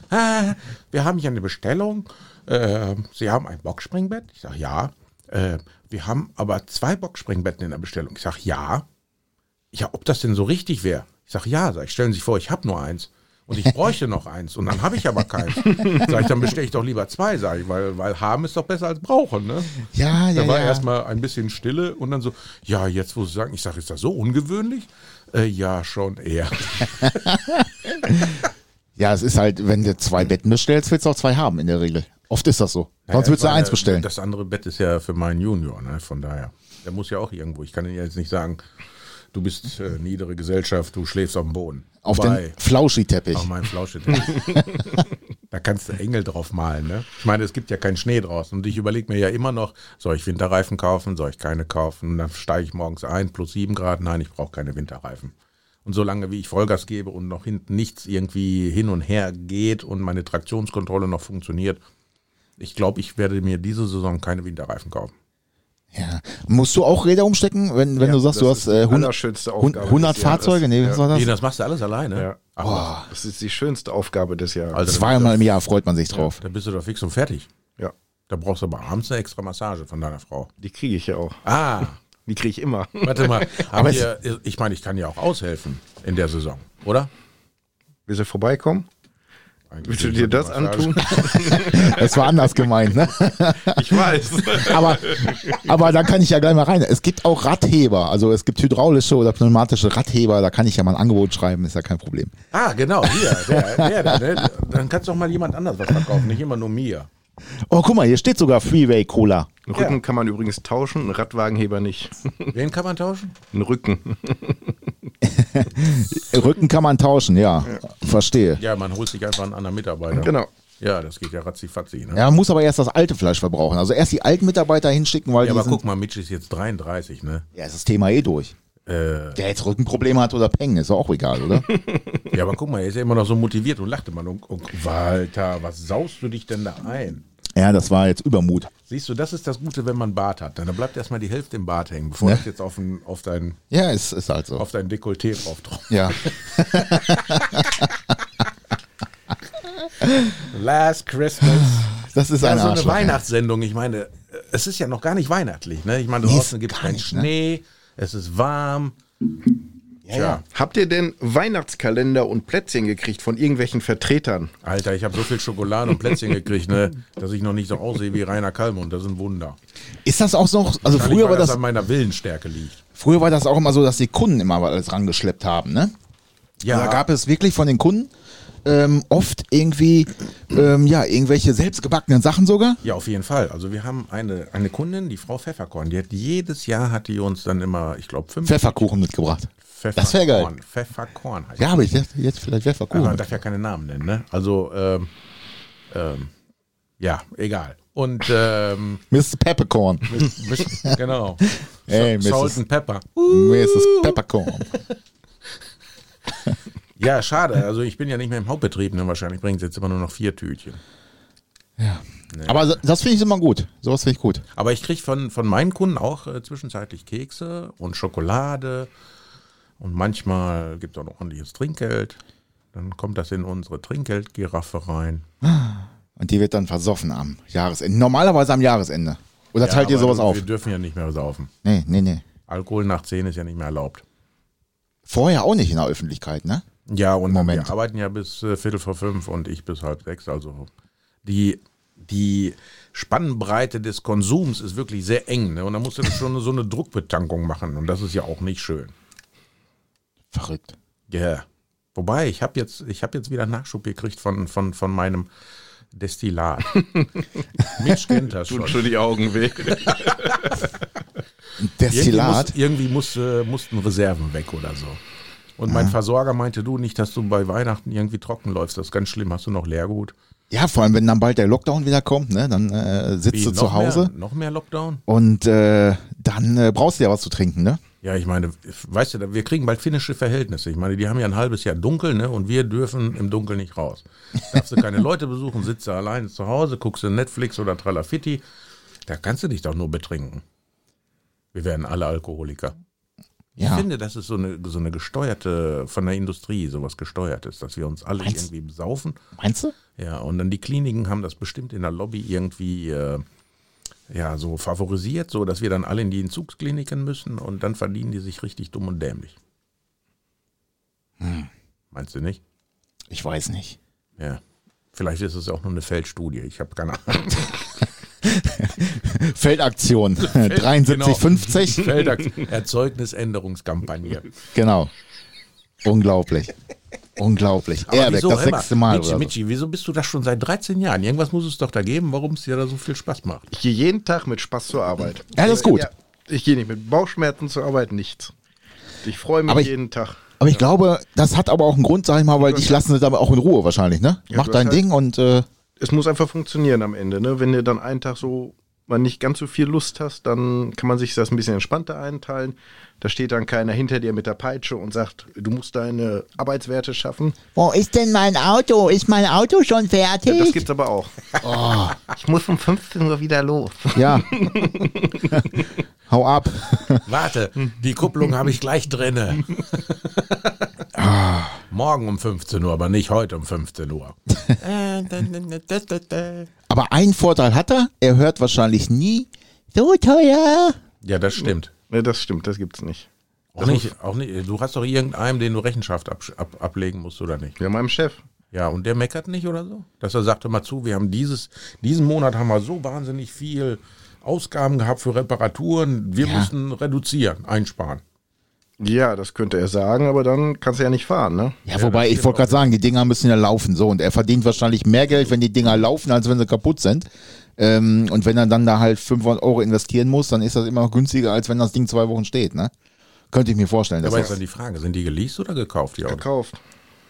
Speaker 2: ah, wir haben hier eine Bestellung. Äh, Sie haben ein Boxspringbett? Ich sage, ja. Äh, wir haben aber zwei Boxspringbetten in der Bestellung. Ich sage, ja. Ja, ob das denn so richtig wäre? Ich sage, ja. Sag ich, stellen Sie sich vor, ich habe nur eins. Und ich bräuchte noch eins. Und dann habe ich aber keins. Sag ich, dann bestelle ich doch lieber zwei, sage ich, weil, weil haben ist doch besser als brauchen. Ne?
Speaker 3: Ja, ja,
Speaker 2: Da war
Speaker 3: ja.
Speaker 2: erstmal ein bisschen Stille und dann so, ja, jetzt wo Sie sagen, ich sage, ist das so ungewöhnlich? Äh, ja, schon eher.
Speaker 3: Ja, es ist halt, wenn du
Speaker 4: Mhm.
Speaker 3: zwei Betten bestellst, willst du auch zwei haben in der Regel. Oft ist das so. Sonst
Speaker 2: Naja,
Speaker 3: willst du
Speaker 2: weil,
Speaker 3: eins
Speaker 2: äh,
Speaker 3: bestellen.
Speaker 2: Das andere Bett ist ja für meinen Junior, ne? von daher. Der muss ja auch irgendwo. Ich kann ihm jetzt nicht sagen, du bist äh, niedere Gesellschaft, du schläfst auf dem Boden.
Speaker 3: Auf
Speaker 2: Wobei,
Speaker 3: den Flauschi-Teppich.
Speaker 2: Auf meinem Flauscheteppich. da kannst du Engel drauf malen, ne? Ich meine, es gibt ja keinen Schnee draußen. Und ich überlege mir ja immer noch, soll ich Winterreifen kaufen, soll ich keine kaufen? Dann steige ich morgens ein, plus sieben Grad. Nein, ich brauche keine Winterreifen. Und solange wie ich Vollgas gebe und noch hinten nichts irgendwie hin und her geht und meine Traktionskontrolle noch funktioniert, ich glaube, ich werde mir diese Saison keine Winterreifen kaufen.
Speaker 3: Ja. Musst du auch Räder umstecken, wenn, wenn
Speaker 4: Ja,
Speaker 3: du sagst, du
Speaker 4: das
Speaker 3: hast
Speaker 4: ist die
Speaker 3: äh, 100,
Speaker 4: allerschönste Aufgabe
Speaker 3: 100
Speaker 4: des Jahres.
Speaker 3: Fahrzeuge? Nee, was
Speaker 4: Ja.
Speaker 3: war das?
Speaker 2: Nee, das machst du alles alleine.
Speaker 4: Ja.
Speaker 2: Ach,
Speaker 4: Ah. Das ist die schönste Aufgabe des Jahres.
Speaker 2: also, da bist
Speaker 3: Zweimal im Jahr freut man sich drauf.
Speaker 2: du- da bist du doch fix und fertig.
Speaker 4: ja,
Speaker 2: Da brauchst du aber abends eine extra Massage von deiner Frau.
Speaker 4: die kriege ich ja auch.
Speaker 2: Ah,
Speaker 4: Die kriege ich immer.
Speaker 2: Warte mal,
Speaker 3: Aber
Speaker 2: aber ihr, ich meine, ich kann ja auch aushelfen in der Saison, oder?
Speaker 4: Willst du vorbeikommen?
Speaker 2: Eigentlich
Speaker 4: Willst du dir das antun?
Speaker 3: Das war anders gemeint, ne?
Speaker 4: Ich weiß.
Speaker 3: Aber, aber da kann ich ja gleich mal rein. Es gibt auch Radheber. Also es gibt hydraulische oder pneumatische Radheber. Da kann ich ja mal ein Angebot schreiben, ist ja kein Problem.
Speaker 2: Ah, genau, hier, der, der, da, ne? Dann kannst du auch mal jemand anders was verkaufen, nicht immer nur mir.
Speaker 3: Oh, guck mal, hier steht sogar Freeway Cola.
Speaker 4: Einen Rücken kann man übrigens tauschen, einen Radwagenheber nicht.
Speaker 2: Wen kann man tauschen?
Speaker 4: Einen Rücken.
Speaker 3: Rücken kann man tauschen, ja. Verstehe.
Speaker 2: Ja, man holt sich einfach einen anderen Mitarbeiter.
Speaker 4: Genau.
Speaker 2: Ja, das geht ja ratzifatzi, ne?
Speaker 3: Ja, man muss aber erst das alte Fleisch verbrauchen. Also erst die alten Mitarbeiter hinschicken, weil
Speaker 2: Ja,
Speaker 3: die
Speaker 2: aber
Speaker 3: sind,
Speaker 2: guck mal, Mitch ist jetzt 33, ne?
Speaker 3: ja, ist das Thema eh durch.
Speaker 2: Äh,
Speaker 3: Der jetzt Rückenprobleme hat oder Peng, ist auch egal, oder?
Speaker 2: ja, aber guck mal, er ist ja immer noch so motiviert und lacht immer. Und, und, Walter, was saust du dich denn da ein?
Speaker 3: ja, das war jetzt Übermut.
Speaker 2: Siehst du, das ist das Gute, wenn man Bart hat. ne? Dann bleibt erstmal die Hälfte im Bart hängen, bevor
Speaker 3: Ne?
Speaker 2: das jetzt auf, den, auf, dein,
Speaker 3: Ja, ist, ist halt so.
Speaker 2: auf dein Dekolleté drauf drauf.
Speaker 3: Ja.
Speaker 2: Last Christmas.
Speaker 3: Das ist
Speaker 2: Ja,
Speaker 3: ein
Speaker 2: so eine
Speaker 3: Arschloch, ja.
Speaker 2: Weihnachtssendung. Ich meine, äh, es ist ja noch gar nicht weihnachtlich. Ne? Ich meine,
Speaker 3: Nee,
Speaker 2: draußen
Speaker 3: ist
Speaker 2: gibt es
Speaker 3: gar
Speaker 2: keinen
Speaker 3: nicht, ne?
Speaker 2: Schnee, es ist warm. Ja,
Speaker 3: ja.
Speaker 4: Habt ihr denn Weihnachtskalender und Plätzchen gekriegt von irgendwelchen Vertretern?
Speaker 2: Alter, ich habe so viel Schokolade und Plätzchen gekriegt, ne, dass ich noch nicht so aussehe wie Rainer Kallmund. Das ist ein Wunder.
Speaker 3: Ist das auch so? Also
Speaker 2: Wahrscheinlich,
Speaker 3: früher
Speaker 2: weil
Speaker 3: war das,
Speaker 2: an meiner Willenstärke liegt.
Speaker 3: früher war das auch immer so, dass die Kunden immer alles rangeschleppt haben, ne? Ja. Da gab es wirklich von den Kunden ähm, oft irgendwie, ähm, ja, irgendwelche selbstgebackenen Sachen sogar.
Speaker 2: Ja, auf jeden Fall. Also wir haben eine, eine Kundin, die Frau Pfefferkorn, die hat jedes Jahr hat die uns dann immer, ich glaube, fünf
Speaker 3: Pfefferkuchen mitgebracht. Das wäre geil.
Speaker 2: Pfefferkorn. Pfefferkorn heißt
Speaker 3: Ja, aber ich jetzt, jetzt vielleicht
Speaker 2: Aber man
Speaker 3: Pfefferkuchen.
Speaker 2: darf ja keine Namen nennen, ne? Also, ähm, ähm, ja, egal. Und, ähm,
Speaker 3: Mr. Peppercorn.
Speaker 2: Miss- genau.
Speaker 3: Ey,
Speaker 2: Sa- Salt
Speaker 3: Mrs.
Speaker 2: and Pepper.
Speaker 3: Mrs. Peppercorn.
Speaker 2: Ja, schade. Also ich bin ja nicht mehr im Hauptbetrieb, ne? Wahrscheinlich bringen sie jetzt immer nur noch vier Tütchen.
Speaker 3: Aber so- das finde ich immer gut. Sowas finde ich gut.
Speaker 2: Aber ich kriege von, von meinen Kunden auch äh, zwischenzeitlich Kekse und Schokolade. Und manchmal gibt es auch noch ordentliches Trinkgeld. Dann kommt das in unsere Trinkgeldgiraffe rein.
Speaker 3: Und die wird dann versoffen am Jahresende. Normalerweise am Jahresende. Oder teilt ihr
Speaker 2: aber
Speaker 3: sowas auf?
Speaker 2: Wir dürfen ja nicht mehr saufen.
Speaker 3: Nee, nee, nee.
Speaker 2: Alkohol nach 10 ist ja nicht mehr erlaubt.
Speaker 3: Vorher auch nicht in der Öffentlichkeit, ne?
Speaker 2: Ja, und
Speaker 3: Moment.
Speaker 2: wir arbeiten ja bis äh, Viertel vor fünf und ich bis halb sechs. Also die, die Spannbreite des Konsums ist wirklich sehr eng. Ne? Und da musst du schon so eine Druckbetankung machen. Und das ist ja auch nicht schön.
Speaker 3: Verrückt.
Speaker 2: Ja. Wobei, ich habe jetzt, ich hab jetzt wieder Nachschub gekriegt von, von, von meinem Destillat. Mitch kennt das schon.
Speaker 4: schon die Augen weh.
Speaker 2: Irgendwie,
Speaker 3: Destillat.
Speaker 2: muss, irgendwie muss, äh, mussten Reserven weg oder so. Und mein Versorger meinte, du nicht, dass du bei Weihnachten irgendwie trocken läufst. Das ist ganz schlimm. Hast du noch Leergut?
Speaker 3: Ja, vor allem, wenn dann bald der Lockdown wieder kommt, ne, dann äh, sitzt
Speaker 2: Wie,
Speaker 3: du
Speaker 2: noch
Speaker 3: zu Hause
Speaker 2: Mehr, noch mehr Lockdown?
Speaker 3: und äh, dann äh, brauchst du ja was zu trinken, ne?
Speaker 2: Ja, ich meine, weißt du, wir kriegen bald finnische Verhältnisse. Ich meine, die haben ja ein halbes Jahr dunkel, ne? Und wir dürfen im Dunkeln nicht raus. Darfst du keine Leute besuchen, sitzt du alleine zu Hause, guckst du Netflix oder Tralafitti. Da kannst du dich doch nur betrinken. Wir werden alle Alkoholiker.
Speaker 3: Ja.
Speaker 2: Ich finde, das ist so eine, so eine gesteuerte, von der Industrie sowas gesteuert ist, dass wir uns alle
Speaker 3: Meinst-
Speaker 2: irgendwie besaufen.
Speaker 3: Meinst du?
Speaker 2: Ja, und dann die Kliniken haben das bestimmt in der Lobby irgendwie äh, ja, so favorisiert, so dass wir dann alle in die Entzugskliniken müssen und dann verdienen die sich richtig dumm und dämlich.
Speaker 3: Hm.
Speaker 2: Meinst du nicht?
Speaker 3: Ich weiß nicht.
Speaker 2: Ja. Vielleicht ist es auch nur eine Feldstudie, ich habe keine Ahnung.
Speaker 3: Feldaktion
Speaker 2: Genau.
Speaker 3: 7350.
Speaker 2: Feldax- Erzeugnisänderungskampagne.
Speaker 3: Genau. Unglaublich. Unglaublich.
Speaker 2: Aber
Speaker 3: Airback,
Speaker 2: wieso,
Speaker 3: das
Speaker 2: hör mal,
Speaker 3: sechste Mal.
Speaker 2: Michi,
Speaker 3: oder so.
Speaker 2: Michi, wieso bist du das schon seit 13 Jahren? Irgendwas muss es doch da geben, warum es dir da so viel Spaß macht.
Speaker 4: Ich gehe jeden Tag mit Spaß zur Arbeit.
Speaker 3: Ja, das ist gut.
Speaker 4: ich gehe nicht mit Bauchschmerzen zur Arbeit, nichts. Ich freue mich
Speaker 3: Aber ich-
Speaker 4: jeden Tag.
Speaker 3: Aber ich glaube, das hat aber auch einen Grund, sag ich mal, weil dich lassen sie damit auch in Ruhe wahrscheinlich, ne?
Speaker 4: Ja,
Speaker 3: Mach
Speaker 4: du
Speaker 3: dein
Speaker 4: hast halt-
Speaker 3: Ding und äh,
Speaker 4: Es muss einfach funktionieren am Ende. Ne? Wenn du dann einen Tag so mal nicht ganz so viel Lust hast, dann kann man sich das ein bisschen entspannter einteilen. Da steht dann keiner hinter dir mit der Peitsche und sagt, du musst deine Arbeitswerte schaffen.
Speaker 5: Wo ist denn mein Auto? Ist mein Auto schon fertig?
Speaker 4: Das gibt's aber auch. Ich muss um 15 Uhr wieder los.
Speaker 3: ja. Hau ab.
Speaker 2: Warte, die Kupplung habe ich gleich drinne. Morgen um 15 Uhr, aber nicht heute um 15 Uhr.
Speaker 3: Aber einen Vorteil hat er, er hört wahrscheinlich nie.
Speaker 5: so teuer.
Speaker 2: Ja, das stimmt.
Speaker 4: Ne, das stimmt, das gibt's nicht.
Speaker 2: Auch nicht, auch nicht. Du hast doch irgendeinem, den du Rechenschaft ab, ab, ablegen musst, oder nicht?
Speaker 4: Ja, meinem Chef.
Speaker 2: Ja, und der meckert nicht oder so? Dass er sagte mal zu, wir haben dieses, diesen Monat haben wir so wahnsinnig viel Ausgaben gehabt für Reparaturen. Wir
Speaker 3: Ja.
Speaker 2: müssen reduzieren, einsparen.
Speaker 4: Ja, das könnte er sagen, aber dann kannst du ja nicht fahren, ne?
Speaker 3: Ja, wobei, ich wollte gerade sagen, die Dinger müssen ja laufen. So, und er verdient wahrscheinlich mehr Geld, wenn die Dinger laufen, als wenn sie kaputt sind. Ähm, und wenn er dann da halt 500 Euro investieren muss, dann ist das immer noch günstiger, als wenn das Ding zwei Wochen steht, ne? Könnte ich mir vorstellen. Dass
Speaker 2: Aber ist
Speaker 3: das
Speaker 2: dann die Frage, sind die geleast oder gekauft, die Autos?
Speaker 4: Gekauft.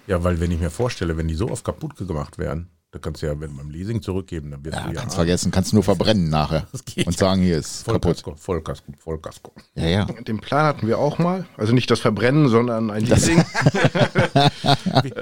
Speaker 2: Ja, weil wenn ich mir vorstelle, wenn die so oft kaputt gemacht werden, da kannst du ja wenn beim Leasing zurückgeben, dann wirst
Speaker 3: ja,
Speaker 2: du ja
Speaker 3: kannst vergessen, kannst nur verbrennen nachher.
Speaker 2: geht
Speaker 3: Und sagen, hier ist kaputt.
Speaker 2: Vollkasko, Vollkasko, Vollkasko.
Speaker 3: Ja, ja.
Speaker 4: Den Plan hatten wir auch mal. Also nicht das Verbrennen, sondern ein Leasing.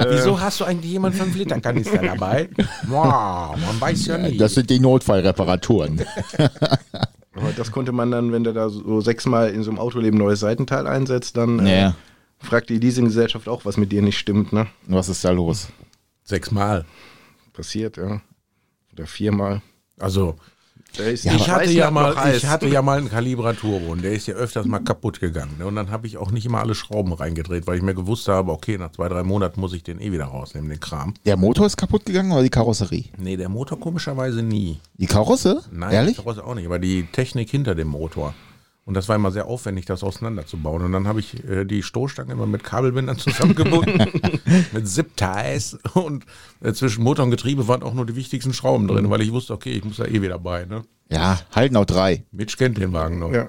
Speaker 2: Wieso hast du eigentlich jemanden von Flitterkanister dabei? Boah, man weiß ja nie.
Speaker 3: Das sind die Notfallreparaturen.
Speaker 4: Aber das konnte man dann, wenn du da so sechsmal in so einem Autoleben neues Seitenteil einsetzt, dann äh,
Speaker 3: Ja.
Speaker 4: fragt die Leasinggesellschaft auch, was mit dir nicht stimmt, ne?
Speaker 3: Was ist da los?
Speaker 2: Sechsmal.
Speaker 4: Passiert, ja. Oder viermal.
Speaker 2: Also,
Speaker 4: Da ist
Speaker 2: ich, hatte
Speaker 4: Weiß
Speaker 2: ja
Speaker 4: noch
Speaker 2: mal,
Speaker 4: heiß.
Speaker 2: ich hatte ja mal einen Kalibraturon, und der ist ja öfters mal kaputt gegangen. Ne? Und dann habe ich auch nicht immer alle Schrauben reingedreht, weil ich mir gewusst habe, okay, nach zwei, drei Monaten muss ich den eh wieder rausnehmen, den Kram.
Speaker 3: Der Motor ist kaputt gegangen oder die Karosserie?
Speaker 2: Nee, der Motor komischerweise nie.
Speaker 3: Die Karosse?
Speaker 2: Nein,
Speaker 3: Ehrlich?
Speaker 2: daraus auch nicht, aber die Technik hinter dem Motor. Und das war immer sehr aufwendig, das auseinanderzubauen. Und dann habe ich äh, die Stoßstangen immer mit Kabelbindern zusammengebunden, mit Zip-Ties. Und äh, zwischen Motor und Getriebe waren auch nur die wichtigsten Schrauben
Speaker 3: Mhm.
Speaker 2: drin, weil ich wusste, okay, ich muss da eh wieder bei. Ne?
Speaker 3: Ja, Haldenau 3.
Speaker 2: Mitch kennt den Wagen noch.
Speaker 4: Ja.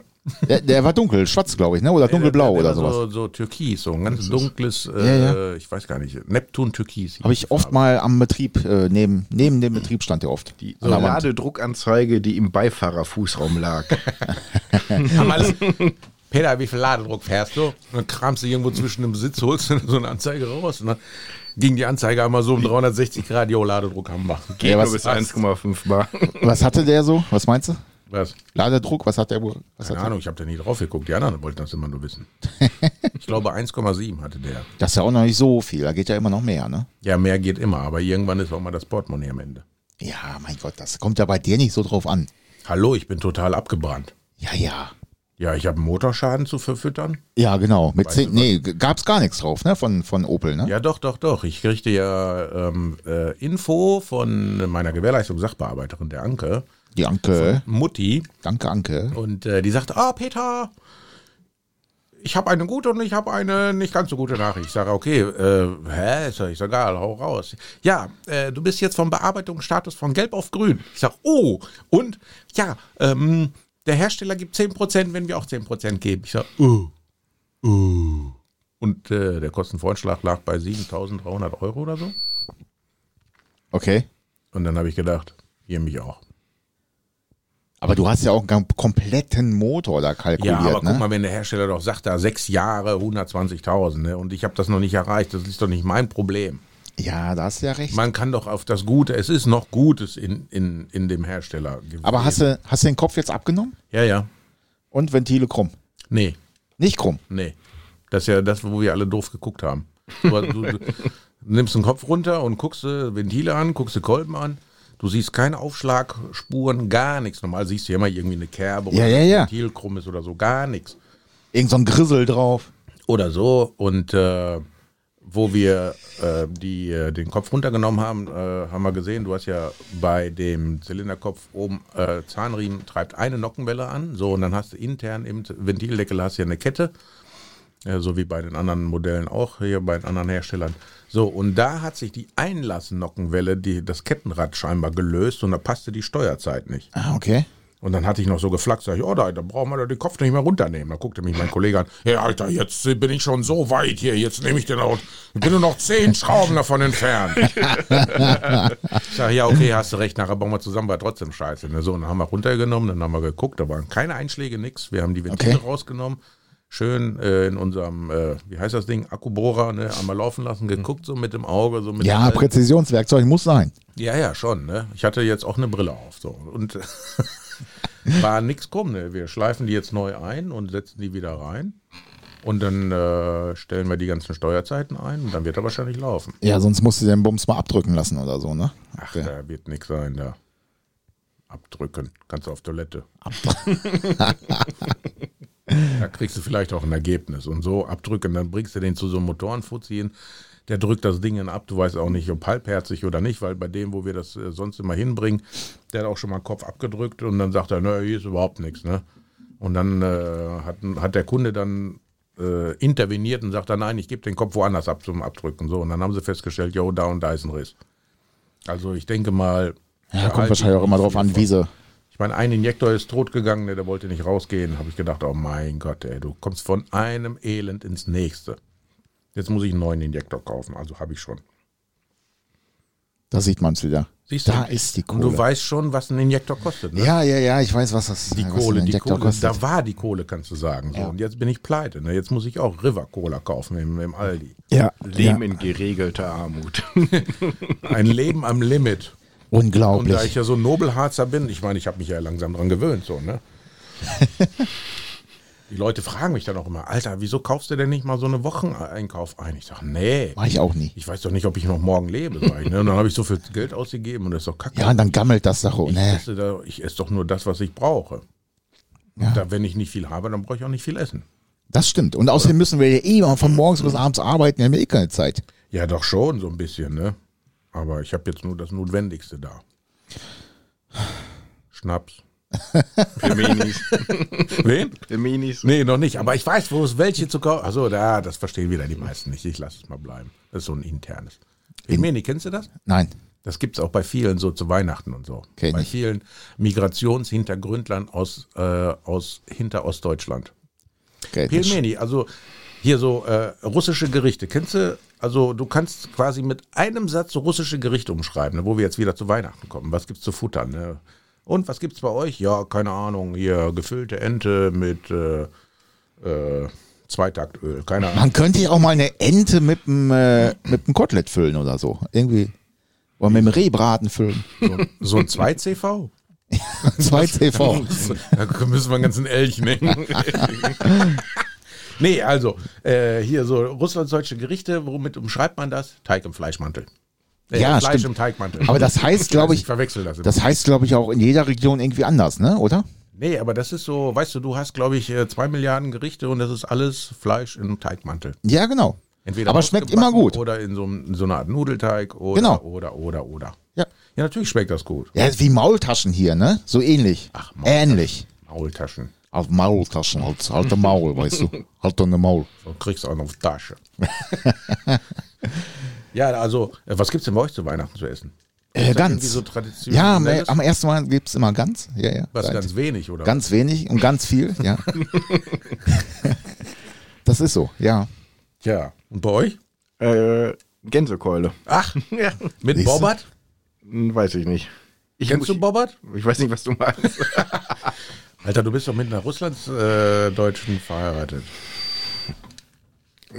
Speaker 3: Der, der war dunkel, schwarz, glaube ich, ne? Oder dunkelblau
Speaker 2: Der- der-
Speaker 3: oder
Speaker 2: der war
Speaker 3: sowas.
Speaker 2: So, so türkis, so ein ganz dunkles, äh,
Speaker 3: Ja,
Speaker 2: ich weiß gar nicht, Neptun-Türkis.
Speaker 3: Habe ich oft mal am Betrieb, äh, neben, neben dem Betrieb stand der oft.
Speaker 4: Die
Speaker 3: an der Wand.
Speaker 4: Ladedruckanzeige, die im Beifahrerfußraum lag.
Speaker 2: Haben alles, Peter, wie viel Ladedruck fährst du? Und dann kramst du irgendwo zwischen dem Sitz, holst du so eine Anzeige raus. Und dann ging die Anzeige einmal so um 360 Grad, jo, Ladedruck haben wir.
Speaker 3: Ja,
Speaker 4: Nur
Speaker 3: was,
Speaker 4: bis 1,5 Bar.
Speaker 3: was hatte der so? Was meinst du?
Speaker 2: Was?
Speaker 3: Ladedruck? Was hat der wohl? Was
Speaker 2: Keine
Speaker 3: hat der?
Speaker 2: Ahnung, ich habe da nie drauf geguckt. Die anderen wollten das immer nur wissen. Ich glaube, 1,7 hatte der.
Speaker 3: Das ist ja auch noch nicht so viel. Da geht ja immer noch mehr, ne?
Speaker 2: Ja, mehr geht immer, aber irgendwann ist auch mal das Portemonnaie am Ende.
Speaker 3: Ja, mein Gott, das kommt ja bei dir nicht so drauf an.
Speaker 2: Hallo, ich bin total abgebrannt.
Speaker 3: Ja, ja.
Speaker 2: Ja, ich habe einen Motorschaden zu verfüttern.
Speaker 3: Ja, genau. Mit zehn, nee, g- gab's gar nichts drauf, ne? Von, von Opel, ne?
Speaker 2: Ja, doch, doch, doch. Ich kriegte ja ähm, äh, Info von meiner Gewährleistung Sachbearbeiterin, der Anke,
Speaker 3: Die Anke.
Speaker 2: Mutti,
Speaker 3: Danke, Anke.
Speaker 2: Und äh, die sagt, ah, Peter, ich habe eine gute und ich habe eine nicht ganz so gute Nachricht. Ich sage, okay, äh, hä, ist ja nicht so egal, hau raus. Ja, äh, du bist jetzt vom Bearbeitungsstatus von gelb auf grün. Ich sage, oh, und ja, ähm, der Hersteller gibt 10%, wenn wir auch 10% geben. Ich sage, oh, oh. Und äh, der Kostenvoranschlag lag bei 7.300 Euro oder so.
Speaker 3: Okay.
Speaker 2: Und dann habe ich gedacht, hier mich auch.
Speaker 3: Aber du hast ja auch einen kompletten Motor da
Speaker 2: Ja,
Speaker 3: kalkuliert,
Speaker 2: aber
Speaker 3: ne?
Speaker 2: guck mal, wenn der Hersteller doch sagt, da sechs Jahre 120.000 ne? und ich habe das noch nicht erreicht, das ist doch nicht mein Problem.
Speaker 3: Ja, da hast du ja recht.
Speaker 2: Man kann doch auf das Gute, es ist noch Gutes in, in, in dem Hersteller gewesen.
Speaker 3: Aber hast du, hast du den Kopf jetzt abgenommen?
Speaker 2: Ja, ja.
Speaker 3: Und Ventile krumm.
Speaker 2: Nee,
Speaker 3: Nicht krumm.
Speaker 2: nee. Das ist ja das, wo wir alle doof geguckt haben. Du, du, du nimmst den Kopf runter und guckst äh, Ventile an, guckst die Kolben an. Du siehst keine Aufschlagspuren, gar nichts. Normal siehst du ja immer irgendwie eine Kerbe
Speaker 3: Ja, ja,
Speaker 2: ein
Speaker 3: ja.
Speaker 2: Ventil krumm ist oder so, gar nichts.
Speaker 3: Irgend so ein Grissel drauf.
Speaker 2: oder so. Und äh, wo wir äh, die, äh, den Kopf runtergenommen haben, äh, haben wir gesehen, du hast ja bei dem Zylinderkopf oben äh, Zahnriemen, treibt eine Nockenwelle an. So, und dann hast du intern im Z- Ventildeckel hast du ja eine Kette. Ja, so wie bei den anderen Modellen auch, hier bei den anderen Herstellern. So, und da hat sich die Einlassnockenwelle, die, das Kettenrad scheinbar gelöst und da passte die Steuerzeit nicht.
Speaker 3: Ah, okay.
Speaker 2: Und dann hatte ich noch so geflaxt, sag ich, oh, da, da brauchen wir doch den Kopf nicht mehr runternehmen. Da guckte mich mein Kollege an, hey Alter, jetzt bin ich schon so weit hier, jetzt nehme ich den auch, bin nur noch zehn Schrauben davon entfernt. ich sag, ja, okay, hast du recht, nachher bauen wir zusammen, war trotzdem scheiße. Ne? So, und dann haben wir runtergenommen, dann haben wir geguckt, da waren keine Einschläge, nix. Wir haben die Ventile
Speaker 3: Okay.
Speaker 2: rausgenommen, schön äh, in unserem, äh, wie heißt das Ding, Akkubohrer, ne? einmal laufen lassen, geguckt, so mit dem Auge, so mit
Speaker 3: Ja,
Speaker 2: dem,
Speaker 3: Präzisionswerkzeug muss sein.
Speaker 2: ja, ja, schon. Ne? Ich hatte jetzt auch eine Brille auf. So. Und war nix krumm. Ne? Wir schleifen die jetzt neu ein und setzen die wieder rein. Und dann äh, stellen wir die ganzen Steuerzeiten ein und dann wird er wahrscheinlich laufen.
Speaker 3: Ja, sonst musst du den Bums mal abdrücken lassen oder so, ne?
Speaker 2: Ach, da wird nix sein da. Abdrücken. Kannst du auf Toilette. da kriegst du vielleicht auch ein Ergebnis. Und so abdrücken, dann bringst du den zu so einem Motorenfuzzi hin. Der drückt das Ding dann ab. Du weißt auch nicht, ob halbherzig oder nicht, weil bei dem, wo wir das äh, sonst immer hinbringen, der hat auch schon mal den Kopf abgedrückt und dann sagt er, nö, hier ist überhaupt nichts. Ne? Und dann äh, hat, hat der Kunde dann äh, interveniert und sagt dann, nein, ich gebe den Kopf woanders ab zum Abdrücken. So, und dann haben sie festgestellt, jo, da und da ist ein Riss. Also ich denke mal.
Speaker 3: Ja,
Speaker 2: der
Speaker 3: kommt
Speaker 2: alte-
Speaker 3: wahrscheinlich auch immer drauf an, wie sie.
Speaker 2: Ich meine, ein Injektor ist totgegangen, ne, der wollte nicht rausgehen. Habe ich gedacht, oh mein Gott, ey, du kommst von einem Elend ins nächste. Jetzt muss ich einen neuen Injektor kaufen, also habe ich schon.
Speaker 3: Da sieht man es wieder.
Speaker 2: Siehst
Speaker 3: Da ist die
Speaker 2: Und
Speaker 3: Kohle.
Speaker 2: du weißt schon, was ein Injektor kostet, ne?
Speaker 3: Ja, ja, ja, ich weiß, was das
Speaker 2: Die
Speaker 3: was ein
Speaker 2: Kohle, die
Speaker 3: Injektor
Speaker 2: Kohle,
Speaker 3: kostet.
Speaker 2: da war die Kohle, kannst du sagen. So.
Speaker 3: Ja.
Speaker 2: Und jetzt bin ich pleite. Ne? Jetzt muss ich auch River Cola kaufen im, im Aldi.
Speaker 3: Ja, ja.
Speaker 4: Leben in geregelter Armut.
Speaker 2: Ein Leben am Limit. Und da ich
Speaker 3: Unglaublich.
Speaker 2: ja so ein Nobelharzer bin, ich meine, ich habe mich ja langsam dran gewöhnt, so, ne? Die Leute fragen mich dann auch immer, Alter, wieso kaufst du denn nicht mal so eine Wocheneinkauf ein? Ich sage, nee,
Speaker 3: Mach ich auch nie.
Speaker 2: ich weiß doch nicht, ob ich noch morgen lebe. Sag ich, ne? Und dann habe ich so viel Geld ausgegeben und das ist doch kacke.
Speaker 3: Ja, ne. und dann gammelt das Sache.
Speaker 2: ich,
Speaker 3: Ne,
Speaker 2: esse da, ich esse doch nur das, was ich brauche. Da, wenn ich nicht viel habe, dann brauche ich auch nicht viel essen.
Speaker 3: das stimmt. Und außerdem müssen wir ja eh immer von morgens bis abends arbeiten, wir haben ja eh keine Zeit.
Speaker 2: Ja, doch schon, so ein bisschen, ne? Aber ich habe jetzt nur das Notwendigste da. Schnaps.
Speaker 4: Peminis.
Speaker 2: Wen?
Speaker 4: Peminis.
Speaker 2: Nee, noch nicht. Aber ich weiß, wo es welche zu kaufen. Achso, da, das verstehen wieder die meisten nicht. Ich lasse es mal bleiben. Das ist so ein internes. Pimeni, kennst du das?
Speaker 3: Nein.
Speaker 2: Das gibt es auch bei vielen so zu Weihnachten und so.
Speaker 3: Kenn
Speaker 2: bei
Speaker 3: ich.
Speaker 2: vielen Migrationshintergründlern aus, äh, aus hinter Ostdeutschland.
Speaker 3: Geld nicht.
Speaker 2: Pelmeni, also hier so äh, russische Gerichte. Kennst du, also du kannst quasi mit einem Satz so russische Gerichte umschreiben, ne, wo wir jetzt wieder zu Weihnachten kommen. Was gibt's zu futtern? Ne? Und was gibt's bei euch? Ja, keine Ahnung, hier gefüllte Ente mit äh, äh, Zweitaktöl. Keine Ahnung.
Speaker 3: Man könnte ja auch mal eine Ente mit einem äh, mit einem Kotelett füllen oder so. Irgendwie. Oder mit einem Rehbraten füllen.
Speaker 2: So ein 2CV?
Speaker 3: 2 CV.
Speaker 2: Da müssen wir einen ganzen Elch nehmen. nee, also äh, hier so russlanddeutsche Gerichte, womit umschreibt man das? Teig im Fleischmantel. Äh,
Speaker 3: Ja,
Speaker 2: Fleisch
Speaker 3: stimmt.
Speaker 2: im Teigmantel.
Speaker 3: Aber das heißt, glaube ich,
Speaker 2: verwechsel das immer.
Speaker 3: das heißt, glaube ich, auch in jeder Region irgendwie anders, ne? Oder?
Speaker 2: Nee, aber das ist so, weißt du, du hast, glaube ich, äh, zwei Milliarden Gerichte und das ist alles Fleisch im Teigmantel.
Speaker 3: Ja, genau.
Speaker 2: Entweder
Speaker 3: Aber schmeckt immer
Speaker 2: ausgebacken
Speaker 3: gut.
Speaker 2: Oder in so, einem- in so einer Art Nudelteig oder,
Speaker 3: Genau.
Speaker 2: oder, oder, oder.
Speaker 3: Ja.
Speaker 2: Ja, natürlich schmeckt das gut.
Speaker 3: Ja, ist wie Maultaschen hier, ne? So ähnlich.
Speaker 2: Ach, Maultaschen.
Speaker 3: ähnlich.
Speaker 2: Maultaschen.
Speaker 3: Auf Maultaschen, halt, halt der Maul, weißt du. Halt deine Maul.
Speaker 2: Und kriegst auch noch auf Tasche. ja, also, äh, was gibt's denn bei euch zu Weihnachten zu essen?
Speaker 3: Äh,
Speaker 2: Ist das irgendwie
Speaker 3: ganz.
Speaker 2: So traditionell
Speaker 3: ja, am, am ersten Mal gibt's immer ganz. Ja, ja.
Speaker 2: was
Speaker 3: Seit-
Speaker 2: ganz wenig, oder?
Speaker 3: ganz wenig und ganz viel, ja. das ist so, ja.
Speaker 2: ja. Und bei euch?
Speaker 4: Äh, Gänsekeule.
Speaker 2: Ach, mit
Speaker 3: Siehst du?
Speaker 2: Bobbert?
Speaker 4: Hm, Weiß ich nicht. Ich,
Speaker 2: Kennst du
Speaker 4: ich,
Speaker 2: Bobbert?
Speaker 4: ich weiß nicht, was du meinst.
Speaker 2: Alter, du bist doch mit einer Russlandsdeutschen verheiratet.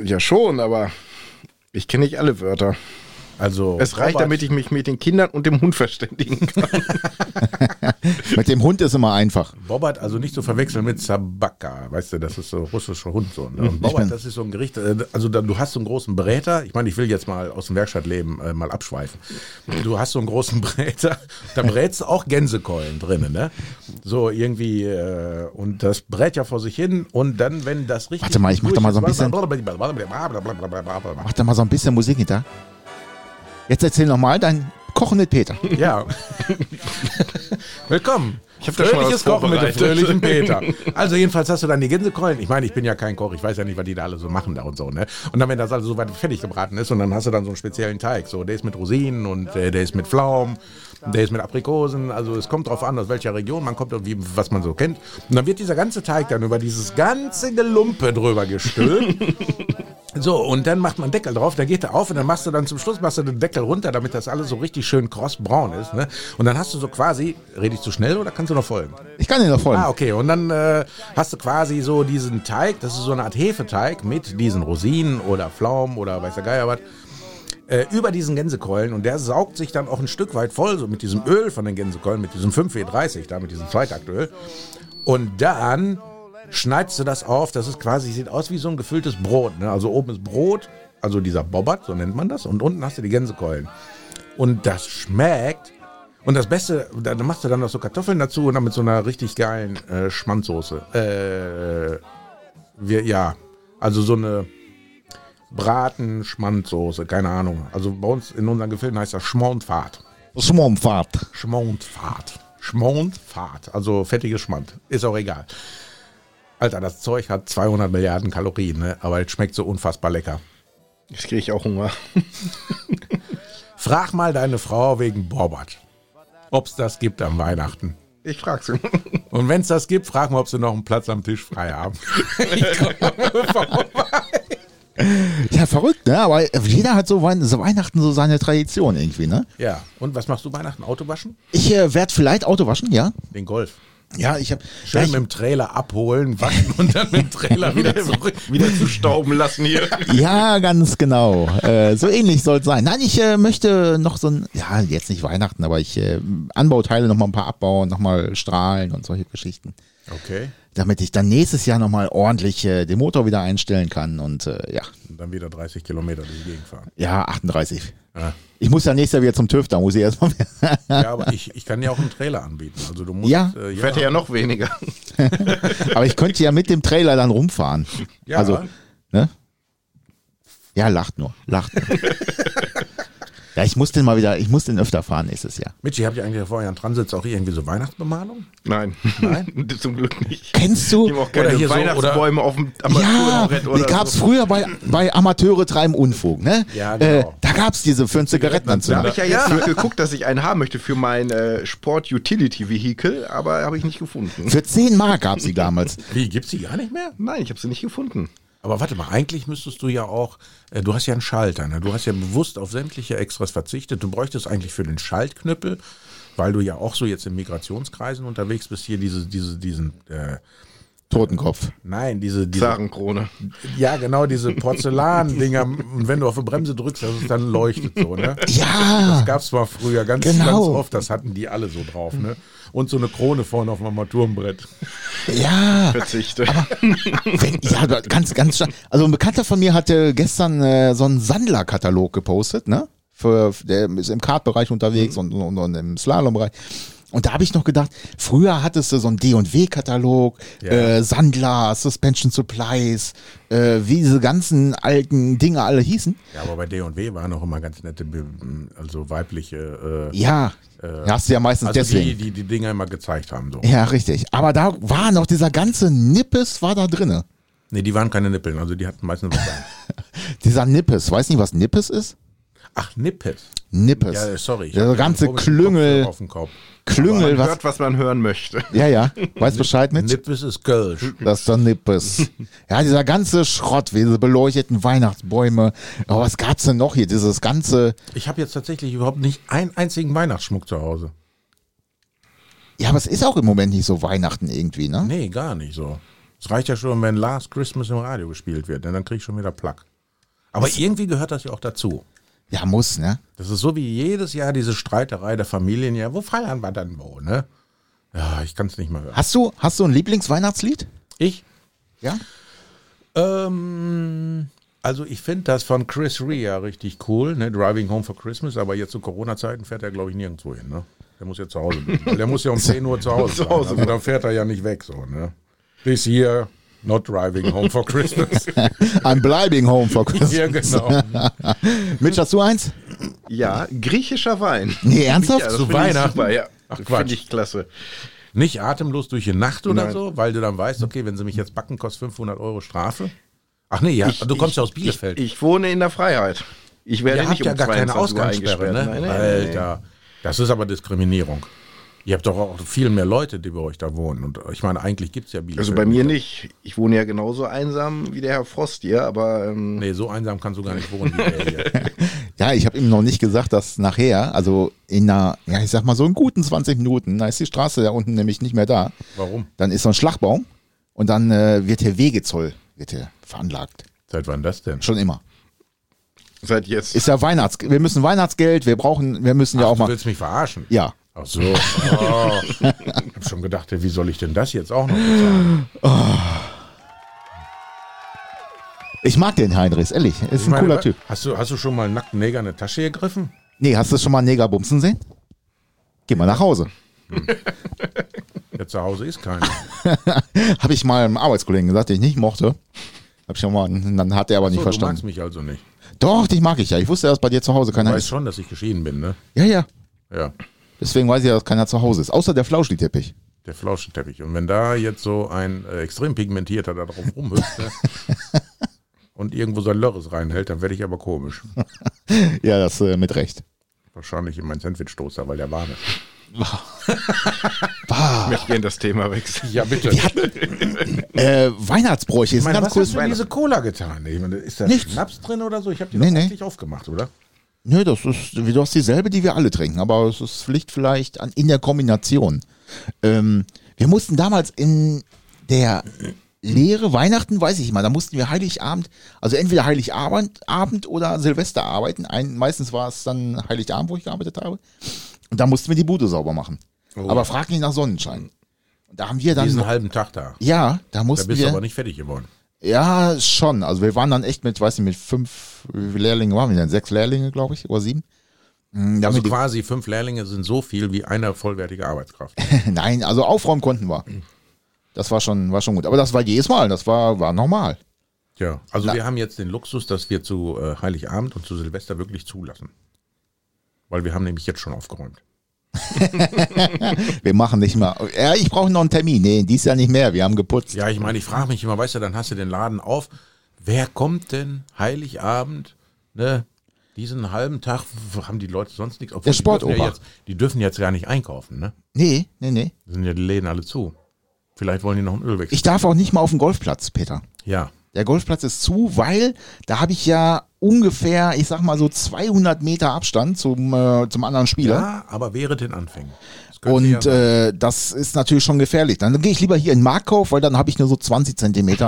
Speaker 4: ja, schon, aber ich kenne nicht alle Wörter.
Speaker 2: Also
Speaker 4: Es reicht, damit ich mich mit den Kindern und dem Hund verständigen kann.
Speaker 3: Mit dem Hund ist immer einfach.
Speaker 2: Bobbert, also nicht zu verwechseln mit Zabaka, weißt du, das ist so russischer Hund so. Ne? Und Bobbert, das ist so ein Gericht, äh, also da, du hast so einen großen Bräter, ich meine, ich will jetzt mal aus dem Werkstattleben äh, mal abschweifen. Du hast so einen großen Bräter, da brätst du auch Gänsekeulen drinnen, ne? So irgendwie, äh, und das brät ja vor sich hin und dann, wenn das richtig...
Speaker 3: Warte mal, ich mach da mal so ein bisschen-
Speaker 2: bisschen...
Speaker 3: Mach da mal so ein bisschen Musik hinter. Jetzt erzähl nochmal dein Kochen mit Peter.
Speaker 2: Ja. Willkommen. Ich
Speaker 4: hab da schon mal was
Speaker 2: Kochen mit dem
Speaker 4: vorbereitet.
Speaker 2: fröhlichen Peter. Also jedenfalls hast du dann die Gänsekeulen. Ich meine, ich bin ja kein Koch, ich weiß ja nicht, was die da alle so machen da und so, ne? Und dann, wenn das also so weit fertig gebraten ist und dann hast du dann so einen speziellen Teig. So, der ist mit Rosinen und äh, der ist mit Pflaumen, der ist mit Aprikosen. Also es kommt drauf an, aus welcher Region man kommt und wie, was man so kennt. Und dann wird dieser ganze Teig dann über dieses ganze Gelumpe drüber gestülpt. So, und dann macht man Deckel drauf, dann geht er auf und dann machst du dann zum Schluss machst du den Deckel runter, damit das alles so richtig schön krossbraun ist. Ne? Und dann hast du so quasi, rede ich zu schnell oder kannst du noch folgen?
Speaker 3: Ich kann dir noch folgen.
Speaker 2: Ah, okay. Und dann äh, hast du quasi so diesen Teig, das ist so eine Art Hefeteig mit diesen Rosinen oder Pflaumen oder weiß der Geier was. Äh, über diesen Gänsekeulen und der saugt sich dann auch ein Stück weit voll, so mit diesem Öl von den Gänsekeulen, mit diesem 5W30, da mit diesem Zweitaktöl. Und dann schneidest du das auf. Das ist quasi, sieht aus wie so ein gefülltes Brot. Ne? Also oben ist Brot, also dieser Bobbert, so nennt man das. Und unten hast du die Gänsekeulen. Und das schmeckt. Und das Beste, da da machst du dann noch so Kartoffeln dazu und dann mit so einer richtig geilen äh, Schmandsoße. Äh, wir, ja, also so eine Braten-Schmandsoße, keine Ahnung. Also bei uns in unseren Gefilden heißt das Schmondfahrt.
Speaker 3: Schmumpfart.
Speaker 2: Schmondfahrt. Schmondfahrt. Also fettiges Schmand. Ist auch egal. Alter, das Zeug hat 200 Milliarden Kalorien, ne? aber es schmeckt so unfassbar lecker.
Speaker 4: Jetzt kriege ich auch Hunger.
Speaker 2: Frag mal deine Frau wegen Borbert, ob es das gibt am Weihnachten.
Speaker 4: Ich frag's ihn.
Speaker 2: Und wenn es das gibt, frag mal, ob sie noch einen Platz am Tisch frei haben. Ich komme vorbei.
Speaker 3: Ja, verrückt, ne? Aber jeder hat so, Wein so Weihnachten so seine Tradition irgendwie, ne?
Speaker 2: ja, und was machst du Weihnachten? Auto waschen?
Speaker 3: Ich äh, werde vielleicht Auto waschen, ja?
Speaker 2: Den Golf.
Speaker 3: Ja, ich habe.
Speaker 2: Schön mit dem Trailer abholen, waschen und dann mit dem Trailer wieder zurück.
Speaker 4: Wieder zu stauben lassen hier.
Speaker 3: Ja, ganz genau. Äh, so ähnlich soll es sein. Nein, ich äh, möchte noch so ein, ja, jetzt nicht Weihnachten, aber ich äh, Anbauteile nochmal ein paar abbauen, nochmal strahlen und solche Geschichten.
Speaker 2: Okay,
Speaker 3: Damit ich dann nächstes Jahr nochmal ordentlich äh, den Motor wieder einstellen kann und äh, ja,
Speaker 2: und dann wieder 30 Kilometer durch die Gegend fahren.
Speaker 3: ja, 38.
Speaker 2: Ja.
Speaker 3: Ich muss ja nächstes Jahr wieder zum TÜV, da muss ich erstmal.
Speaker 2: Ja, aber ich, ich kann ja auch einen Trailer anbieten. Also du musst
Speaker 3: Ja.
Speaker 2: äh,
Speaker 4: Fährt er ja noch weniger.
Speaker 3: aber ich könnte ja mit dem Trailer dann rumfahren.
Speaker 2: Ja.
Speaker 3: Also, ne? Ja, lacht nur, lacht nur. ja, ich muss den mal wieder, ich muss den öfter fahren nächstes Jahr.
Speaker 2: Michi, habt ihr eigentlich vor euren Transits auch irgendwie so Weihnachtsbemalung?
Speaker 4: Nein. Nein? Zum Glück nicht.
Speaker 3: Kennst du?
Speaker 4: Ich habe auch keine
Speaker 2: hier so,
Speaker 4: Weihnachtsbäume auf dem
Speaker 3: Ja,
Speaker 4: Armaturenbrett
Speaker 3: die gab es früher bei, bei Amateure treiben Unfug, ne?
Speaker 2: Ja, genau.
Speaker 3: Äh, da gab es diese für einen
Speaker 4: Da habe
Speaker 3: Zigarettenanzünder.
Speaker 4: ich ja jetzt nicht geguckt, dass ich einen haben möchte für mein äh, Sport-Utility-Vehikel, aber habe ich nicht gefunden.
Speaker 3: Für 10 Mark gab sie damals.
Speaker 2: Wie, gibt's die gar nicht mehr?
Speaker 4: Nein, ich habe sie nicht gefunden.
Speaker 2: Aber warte mal, eigentlich müsstest du ja auch, äh, du hast ja einen Schalter, ne? du hast ja bewusst auf sämtliche Extras verzichtet. Du bräuchtest eigentlich für den Schaltknüppel, weil du ja auch so jetzt in Migrationskreisen unterwegs bist, hier diese, diese, diesen, äh,
Speaker 3: Totenkopf.
Speaker 2: nein, diese, diese
Speaker 4: Zarenkrone.
Speaker 2: ja genau, diese Porzellan-Dinger. Und wenn du auf die Bremse drückst, dass es dann leuchtet so, ne?
Speaker 3: Ja,
Speaker 2: Das gab's mal früher ganz, ganz
Speaker 3: Genau.
Speaker 2: oft, das hatten die alle so drauf, ne? Und so eine Krone vorne auf dem Armaturenbrett.
Speaker 3: ja.
Speaker 4: Verzichte.
Speaker 3: Wenn, ja, da- ganz, ganz stark. Also ein Bekannter von mir hatte gestern äh, so einen Sandler-Katalog gepostet, ne? Für, der ist im Kartbereich
Speaker 2: Mhm.
Speaker 3: unterwegs und, und, und im Slalombereich. Und da habe ich noch gedacht, früher hattest du so einen D&W-Katalog,
Speaker 2: Ja.
Speaker 3: äh, Sandler, Suspension Supplies, äh, wie diese ganzen alten Dinge alle hießen.
Speaker 2: Ja, aber bei D&W waren auch immer ganz nette, Be- also weibliche, äh,
Speaker 3: Ja, hast du ja meistens
Speaker 2: also
Speaker 3: deswegen.
Speaker 2: die, die die Dinger immer gezeigt haben. So.
Speaker 3: ja, richtig. Aber da war noch dieser ganze Nippes war da drinne.
Speaker 2: Nee, die waren keine Nippeln, also die hatten meistens was an.
Speaker 3: Dieser Nippes, weiß nicht, was Nippes ist?
Speaker 2: Ach, Nippet.
Speaker 3: Nippes.
Speaker 2: Ja, sorry. ich
Speaker 3: Der
Speaker 2: hab ja
Speaker 3: ganze
Speaker 2: einen komischen
Speaker 3: Klüngel-
Speaker 2: Kopfhörer Auf dem Kopf.
Speaker 3: Klüngel,
Speaker 4: Man
Speaker 3: was?
Speaker 4: hört, was man hören möchte.
Speaker 3: Ja, ja. Weiß Bescheid mit?
Speaker 2: Nippes ist Kölsch.
Speaker 3: Das ist doch Nippes. Ja, dieser ganze Schrott, wie diese beleuchteten Weihnachtsbäume. Aber was gab's denn noch hier? Dieses ganze,
Speaker 2: Ich habe jetzt tatsächlich überhaupt nicht einen einzigen Weihnachtsschmuck zu Hause.
Speaker 3: ja, aber es ist auch im Moment nicht so Weihnachten irgendwie, ne?
Speaker 2: Nee, gar nicht so. Es reicht ja schon, wenn Last Christmas im Radio gespielt wird, denn dann krieg ich schon wieder Plack. Aber irgendwie gehört das ja auch dazu.
Speaker 3: Ja, muss, ne?
Speaker 2: Das ist so wie jedes Jahr diese Streiterei der Familien. Ja, wo feiern wir dann wo, ne? Ja, ich kann es nicht mehr hören.
Speaker 3: Hast du, hast du ein Lieblingsweihnachtslied?
Speaker 2: Ich?
Speaker 3: Ja?
Speaker 2: Ähm, also ich finde das von Chris Rea richtig cool, ne? Driving Home for Christmas, aber jetzt zu Corona-Zeiten fährt er, glaube ich, nirgendwo hin, ne? Der muss ja zu Hause bleiben. weil Der muss ja um 10 Uhr zu Hause sein. Also dann fährt er ja nicht weg, so, ne? Bis hier, not driving home for Christmas.
Speaker 3: I'm bleibing home for Christmas.
Speaker 2: ja, genau.
Speaker 3: Mitch, hast du eins?
Speaker 4: Ja, griechischer Wein.
Speaker 3: Nee, ernsthaft?
Speaker 4: Ja, das
Speaker 2: Zu
Speaker 4: find
Speaker 2: Weihnachten?
Speaker 4: Ich super, ja.
Speaker 2: Ach, Quatsch.
Speaker 4: Finde ich klasse.
Speaker 2: Nicht atemlos durch die Nacht oder
Speaker 4: Nein.
Speaker 2: so, weil du dann weißt, okay, wenn sie mich jetzt backen, kostet 500 Euro Strafe. Ach nee, ja,
Speaker 4: Ich-
Speaker 2: du kommst
Speaker 4: ich-
Speaker 2: ja aus Bielefeld.
Speaker 4: Ich, ich wohne in der Freiheit. Ich werde
Speaker 2: Ihr
Speaker 4: nicht
Speaker 2: habt
Speaker 4: um
Speaker 2: ja gar keine
Speaker 4: 22 Uhr
Speaker 2: Ausgangssperre, ne?
Speaker 4: eingesperrt. Nein, nein, nein, nein.
Speaker 2: Alter, das ist aber Diskriminierung. Ihr habt doch auch viel mehr Leute, die bei euch da wohnen. Und ich meine, eigentlich gibt es ja Bielefeld.
Speaker 4: Also bei mir nicht. Ich wohne ja genauso einsam wie der Herr Frost hier, aber ähm,
Speaker 2: Nee, so einsam kannst du gar nicht wohnen wie der hier.
Speaker 3: Ja, ich habe ihm noch nicht gesagt, dass nachher, also in einer, ja, ich sag mal so in guten 20 Minuten, da ist die Straße da unten nämlich nicht mehr da.
Speaker 2: Warum?
Speaker 3: Dann ist so ein Schlagbaum und dann äh, wird der Wegezoll wird der veranlagt.
Speaker 2: Seit wann das denn?
Speaker 3: Schon immer.
Speaker 4: seit jetzt.
Speaker 3: Ist ja Weihnachts, wir müssen Weihnachtsgeld, wir brauchen, wir müssen ja
Speaker 2: Ach,
Speaker 3: auch
Speaker 2: du
Speaker 3: mal.
Speaker 2: willst mich verarschen?
Speaker 3: Ja.
Speaker 2: Ach so. Oh. ich hab schon gedacht, wie soll ich denn das jetzt auch noch bezahlen?
Speaker 3: Ich mag den Heinrichs, ehrlich. Ist
Speaker 2: Ich
Speaker 3: ein
Speaker 2: meine,
Speaker 3: cooler Typ.
Speaker 2: Hast du, hast du schon mal einen nackten Neger in eine Tasche gegriffen?
Speaker 3: Nee, hast du schon mal einen Neger bumsen sehen? Geh mal nach Hause.
Speaker 2: Ja, zu Hause ist keiner.
Speaker 3: Habe ich mal einem Arbeitskollegen gesagt, den ich nicht mochte. Hab ich schon mal, dann hat er aber nicht
Speaker 2: So, du magst
Speaker 3: verstanden.
Speaker 2: mich also nicht.
Speaker 3: Doch, dich mag ich ja. Ich wusste, dass bei dir zu Hause
Speaker 2: Du
Speaker 3: keiner
Speaker 2: weißt
Speaker 3: ist.
Speaker 2: schon, dass ich geschieden bin, ne?
Speaker 3: Ja, ja.
Speaker 2: Ja.
Speaker 3: Deswegen weiß ich ja, dass keiner zu Hause ist. Außer der Flauschiteppich.
Speaker 2: Der Flauschenteppich. Und wenn da jetzt so ein äh, extrem pigmentierter da drauf rumhüpft ne, und irgendwo sein Lörres reinhält, dann werde ich aber komisch.
Speaker 3: Ja, das äh, mit Recht.
Speaker 2: Wahrscheinlich in meinen Sandwichstoßer, weil der warm ist.
Speaker 4: Ich möchte gerne das Thema wechseln.
Speaker 2: Ja, bitte.
Speaker 3: Äh, Weihnachtsbräuche
Speaker 2: ich
Speaker 3: ist
Speaker 2: meine,
Speaker 3: ein
Speaker 2: was
Speaker 3: ganz
Speaker 2: hast
Speaker 3: cooles
Speaker 2: du in diese Cola getan? Ich meine, ist da
Speaker 3: Nichts.
Speaker 2: Schnaps drin oder so? Ich habe die
Speaker 3: Nee,
Speaker 2: nee,
Speaker 3: nee.
Speaker 2: nicht aufgemacht, oder?
Speaker 3: Nö, das ist, du hast dieselbe, die wir alle trinken, aber es ist Pflicht vielleicht an, in der Kombination. Ähm, wir mussten damals in der Lehre Weihnachten, weiß ich mal, da mussten wir Heiligabend, also entweder Heiligabend Abend oder Silvester arbeiten. Ein, meistens war es dann Heiligabend, wo ich gearbeitet habe. Und da mussten wir die Bude sauber machen.
Speaker 2: Oh.
Speaker 3: Aber frag nicht nach Sonnenschein. Und da haben wir dann,
Speaker 2: Diesen halben Tag da.
Speaker 3: ja, da
Speaker 2: Da
Speaker 3: mussten
Speaker 2: bist du
Speaker 3: wir,
Speaker 2: aber nicht fertig geworden.
Speaker 3: ja, schon. Also wir waren dann echt mit, weiß nicht, mit fünf Lehrlingen waren wir denn? Sechs Lehrlinge, glaube ich, oder sieben. Mhm, da haben
Speaker 2: Also
Speaker 3: wir die-
Speaker 2: quasi fünf Lehrlinge sind so viel wie eine vollwertige Arbeitskraft.
Speaker 3: Nein, also aufräumen konnten wir. Das war schon, war schon gut. Aber das war jedes Mal, das war, war normal.
Speaker 2: Tja, also wir haben jetzt den Luxus, dass wir zu äh, Heiligabend und zu Silvester wirklich zulassen. Weil wir haben nämlich jetzt schon aufgeräumt.
Speaker 3: Wir machen nicht mehr. Ja, ich brauche noch einen Termin. Nee, dies Jahr nicht mehr. Wir haben geputzt.
Speaker 2: Ja, ich meine, ich frage mich immer, weißt du, dann hast du den Laden auf. Wer kommt denn Heiligabend, ne? Diesen halben Tag wo haben die Leute sonst nichts. Obwohl,
Speaker 3: Der
Speaker 2: die dürfen
Speaker 3: Sportober.
Speaker 2: Ja jetzt, die dürfen jetzt gar nicht einkaufen, ne?
Speaker 3: Nee, nee, nee.
Speaker 2: Da sind ja die Läden alle zu. Vielleicht wollen die noch einen Ölwechsel.
Speaker 3: Ich darf auch nicht mal auf den Golfplatz, Peter.
Speaker 2: ja.
Speaker 3: Der Golfplatz ist zu, weil da habe ich ja ungefähr, ich sag mal so 200 Meter Abstand zum, äh, zum anderen Spieler.
Speaker 2: Ja, aber wäre den Anfängen. Das könnte ja
Speaker 3: Und
Speaker 2: sein.
Speaker 3: äh, das ist natürlich schon gefährlich. Dann gehe ich lieber hier in den Marktkauf, weil dann habe ich nur so 20 Zentimeter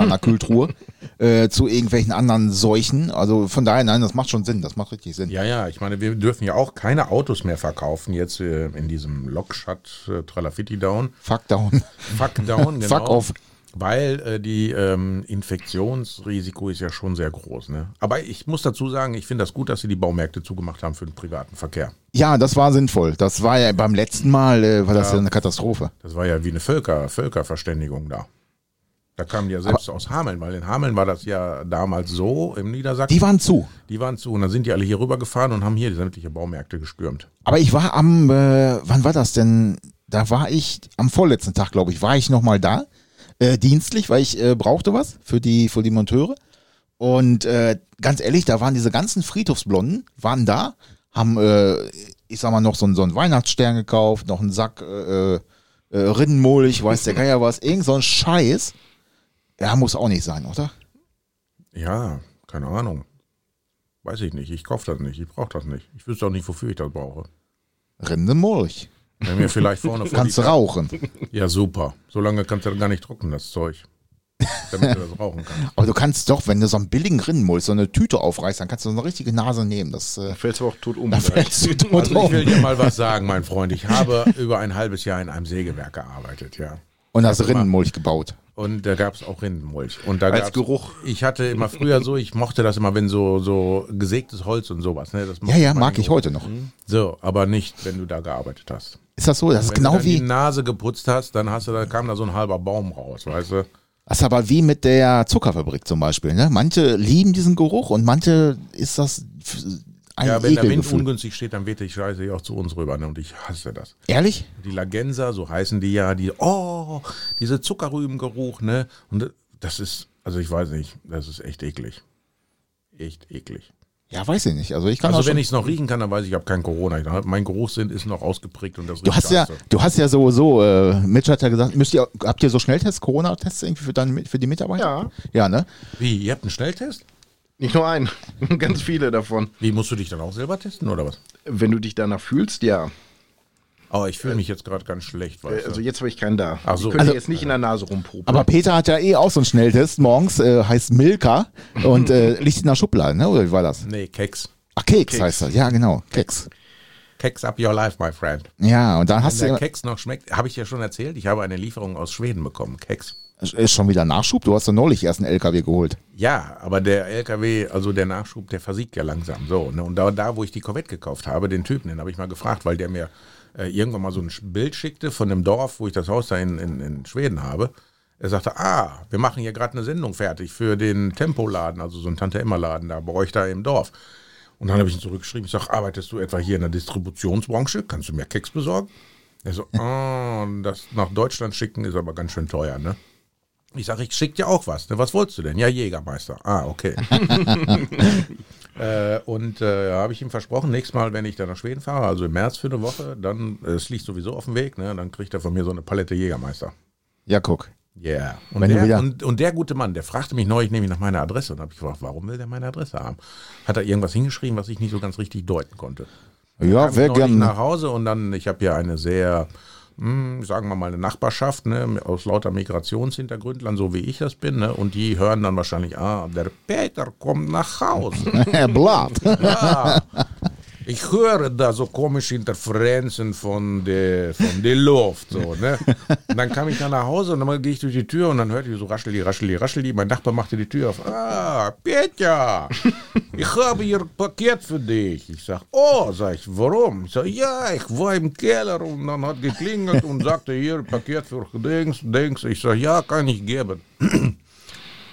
Speaker 3: an der Kühltruhe äh, zu irgendwelchen anderen Seuchen. Also von daher, nein, das macht schon Sinn. Das macht richtig Sinn.
Speaker 2: ja, ja, ich meine, wir dürfen ja auch keine Autos mehr verkaufen jetzt äh, in diesem Lockshut äh, Tralafitti Down.
Speaker 3: Fuck down.
Speaker 2: Fuck down, genau.
Speaker 3: Fuck off.
Speaker 2: Weil äh, die ähm, Infektionsrisiko ist ja schon sehr groß. Ne? Aber ich muss dazu sagen, ich finde das gut, dass sie die Baumärkte zugemacht haben für den privaten Verkehr.
Speaker 3: Ja, das war sinnvoll. Das war ja beim letzten Mal, äh, war das ja. eine Katastrophe.
Speaker 2: Das war ja wie eine Völker, Völkerverständigung da. Da kamen die ja selbst aus Hameln, weil in Hameln war das ja damals so im Niedersachsen.
Speaker 3: Die waren zu.
Speaker 2: die waren zu und dann sind die alle hier rübergefahren und haben hier sämtliche Baumärkte gestürmt.
Speaker 3: Aber ich war am, äh, wann war das denn? Da war ich am vorletzten Tag, glaube ich, war ich nochmal da. Äh, dienstlich, weil ich äh, brauchte was für die, für die Monteure. Und äh, ganz ehrlich, da waren diese ganzen Friedhofsblonden, waren da, haben, äh, ich sag mal, noch so einen, so einen Weihnachtsstern gekauft, noch einen Sack äh, äh, Rindenmulch, weiß der Geier was, irgend so ein Scheiß. Ja, muss auch nicht sein, oder?
Speaker 2: Ja, keine Ahnung. Weiß ich nicht. Ich kaufe das nicht. Ich brauche das nicht. Ich wüsste auch nicht, wofür ich das brauche.
Speaker 3: Rindenmulch.
Speaker 2: Wenn mir vielleicht vorne vor
Speaker 3: Kannst du rauchen.
Speaker 2: die Ja, super. So lange kannst du das gar nicht trocknen, das Zeug. Damit du das rauchen kannst.
Speaker 3: Aber du kannst doch, wenn du so einen billigen Rindenmulch, so eine Tüte aufreißt, dann kannst du so eine richtige Nase nehmen. Das, äh,
Speaker 4: Da fällst du aber auch tot um.
Speaker 3: da fällst du tot
Speaker 2: Also ich will
Speaker 3: um.
Speaker 2: dir mal was sagen, mein Freund. Ich habe über ein halbes Jahr in einem Sägewerk gearbeitet, ja.
Speaker 3: Und hast Rindenmulch gebaut.
Speaker 2: Und da gab es auch Rindenmulch. Und da
Speaker 4: Als
Speaker 2: gab's-
Speaker 4: Geruch.
Speaker 2: Ich hatte immer früher so, ich mochte das immer, wenn so, so gesägtes Holz und sowas. Ne? Das
Speaker 3: Ja,
Speaker 2: mochte
Speaker 3: ja,
Speaker 2: meinen
Speaker 3: mag ich
Speaker 2: Geruch.
Speaker 3: heute noch.
Speaker 2: Mhm. So, aber nicht, wenn du da gearbeitet hast.
Speaker 3: Ist das so? Das ist
Speaker 2: Wenn du
Speaker 3: genau
Speaker 2: dann die
Speaker 3: wie,
Speaker 2: Nase geputzt hast, dann hast du, da kam da so ein halber Baum raus, weißt du?
Speaker 3: das ist aber wie mit der Zuckerfabrik zum Beispiel. Ne? Manche lieben diesen Geruch und manche ist das f- ein
Speaker 2: Ja, wenn der Wind
Speaker 3: Ekelgefühl.
Speaker 2: ungünstig steht, dann weht die Scheiße ja auch zu uns rüber. Ne? Und ich hasse das.
Speaker 3: Ehrlich?
Speaker 2: Die Lagenser, so heißen die ja, die, oh, diese Zuckerrübengeruch, ne? Und das ist, also ich weiß nicht, das ist echt eklig. Echt eklig.
Speaker 3: Ja, weiß ich nicht. Also ich kann auch
Speaker 2: Also
Speaker 3: schon,
Speaker 2: wenn ich es noch riechen kann, dann weiß ich, ich habe keinen Corona. Ich, mein Geruchssinn ist noch ausgeprägt und das
Speaker 3: Du hast ja, du hast ja sowieso, äh, Mitch hat ja gesagt, müsst ihr, habt ihr so Schnelltests, Corona-Tests irgendwie für, deine, für die Mitarbeiter? Ja. Ja, ne?
Speaker 2: Wie, ihr habt einen Schnelltest?
Speaker 4: Nicht nur einen, ganz viele davon.
Speaker 2: Wie, musst du dich dann auch selber testen oder was?
Speaker 4: Wenn du dich danach fühlst, ja.
Speaker 2: Aber ich
Speaker 3: Äh,
Speaker 2: fühle mich jetzt gerade ganz schlecht,
Speaker 4: Äh,
Speaker 2: weißt
Speaker 4: Also
Speaker 2: du.
Speaker 4: jetzt habe ich keinen da.
Speaker 2: Ach so.
Speaker 4: Ich könnte
Speaker 2: Also-
Speaker 4: jetzt nicht in der Nase rumproben.
Speaker 3: Aber Peter hat ja eh auch so einen Schnelltest morgens, äh, heißt Milka und äh, liegt in der Schublade, ne? Oder wie war das?
Speaker 2: Nee, Keks.
Speaker 3: Ach, Keks, heißt das. Ja, genau, Keks.
Speaker 2: Keks up your life, my friend.
Speaker 3: Ja, und dann hast
Speaker 2: Wenn
Speaker 3: du
Speaker 2: der
Speaker 3: ja,
Speaker 2: Keks noch schmeckt, habe ich ja schon erzählt, ich habe eine Lieferung aus Schweden bekommen, Keks.
Speaker 3: ist schon wieder Nachschub. Du hast doch neulich erst einen LKW geholt.
Speaker 2: Ja, aber der LKW, also der Nachschub, der versiegt ja langsam so. Ne? Und da, da, wo ich die Corvette gekauft habe, den Typen, den habe ich mal gefragt, weil der mir äh, irgendwann mal so ein Sch- Bild schickte von dem Dorf, wo ich das Haus da in, in, in Schweden habe. Er sagte, ah, wir machen hier gerade eine Sendung fertig für den Tempoladen, also so einen Tante-Emma-Laden da bei euch da im Dorf. Und dann habe ich ihn zurückgeschrieben, ich sage, arbeitest du etwa hier in der Distributionsbranche? Kannst du mir Keks besorgen? Er so, ah, das nach Deutschland schicken ist aber ganz schön teuer, ne? Ich sage, ich schick dir auch was. Ne? Was wolltest du denn? Ja, Jägermeister. Ah, okay. äh, und äh, habe ich ihm versprochen, nächstes Mal, wenn ich dann nach Schweden fahre, also im März für eine Woche, dann, äh, es liegt sowieso auf dem Weg, ne? dann kriegt er von mir so eine Palette Jägermeister.
Speaker 3: Ja, guck.
Speaker 2: Yeah. Und,
Speaker 3: Wenn du wieder-
Speaker 2: der, und, und der gute Mann, der fragte mich neulich nämlich nach meiner Adresse und habe ich gefragt, warum will der meine Adresse haben? Hat er irgendwas hingeschrieben, was ich nicht so ganz richtig deuten konnte?
Speaker 3: Ja,
Speaker 2: kam
Speaker 3: wer
Speaker 2: ich neulich
Speaker 3: gern.
Speaker 2: nach Hause und dann, ich habe ja eine sehr, mh, sagen wir mal, eine Nachbarschaft, ne, aus lauter Migrationshintergründlern, so wie ich das bin, ne, und die hören dann wahrscheinlich, ah, der Peter kommt nach Hause.
Speaker 3: Blatt.
Speaker 2: Ja. Ich höre da so komische Interferenzen von der, von der Luft. So, ne? Und dann kam ich dann nach Hause und dann gehe ich durch die Tür und dann hörte ich so rascheli, rascheli, rascheli. Mein Nachbar machte die Tür auf. Ah, Petja, ich habe hier ein Paket für dich. Ich sag, oh, sag ich, warum? Ich sag, ja, ich war im Keller und dann hat geklingelt und sagte, hier, Paket für Dings, Dings. Ich sag, ja, kann ich geben.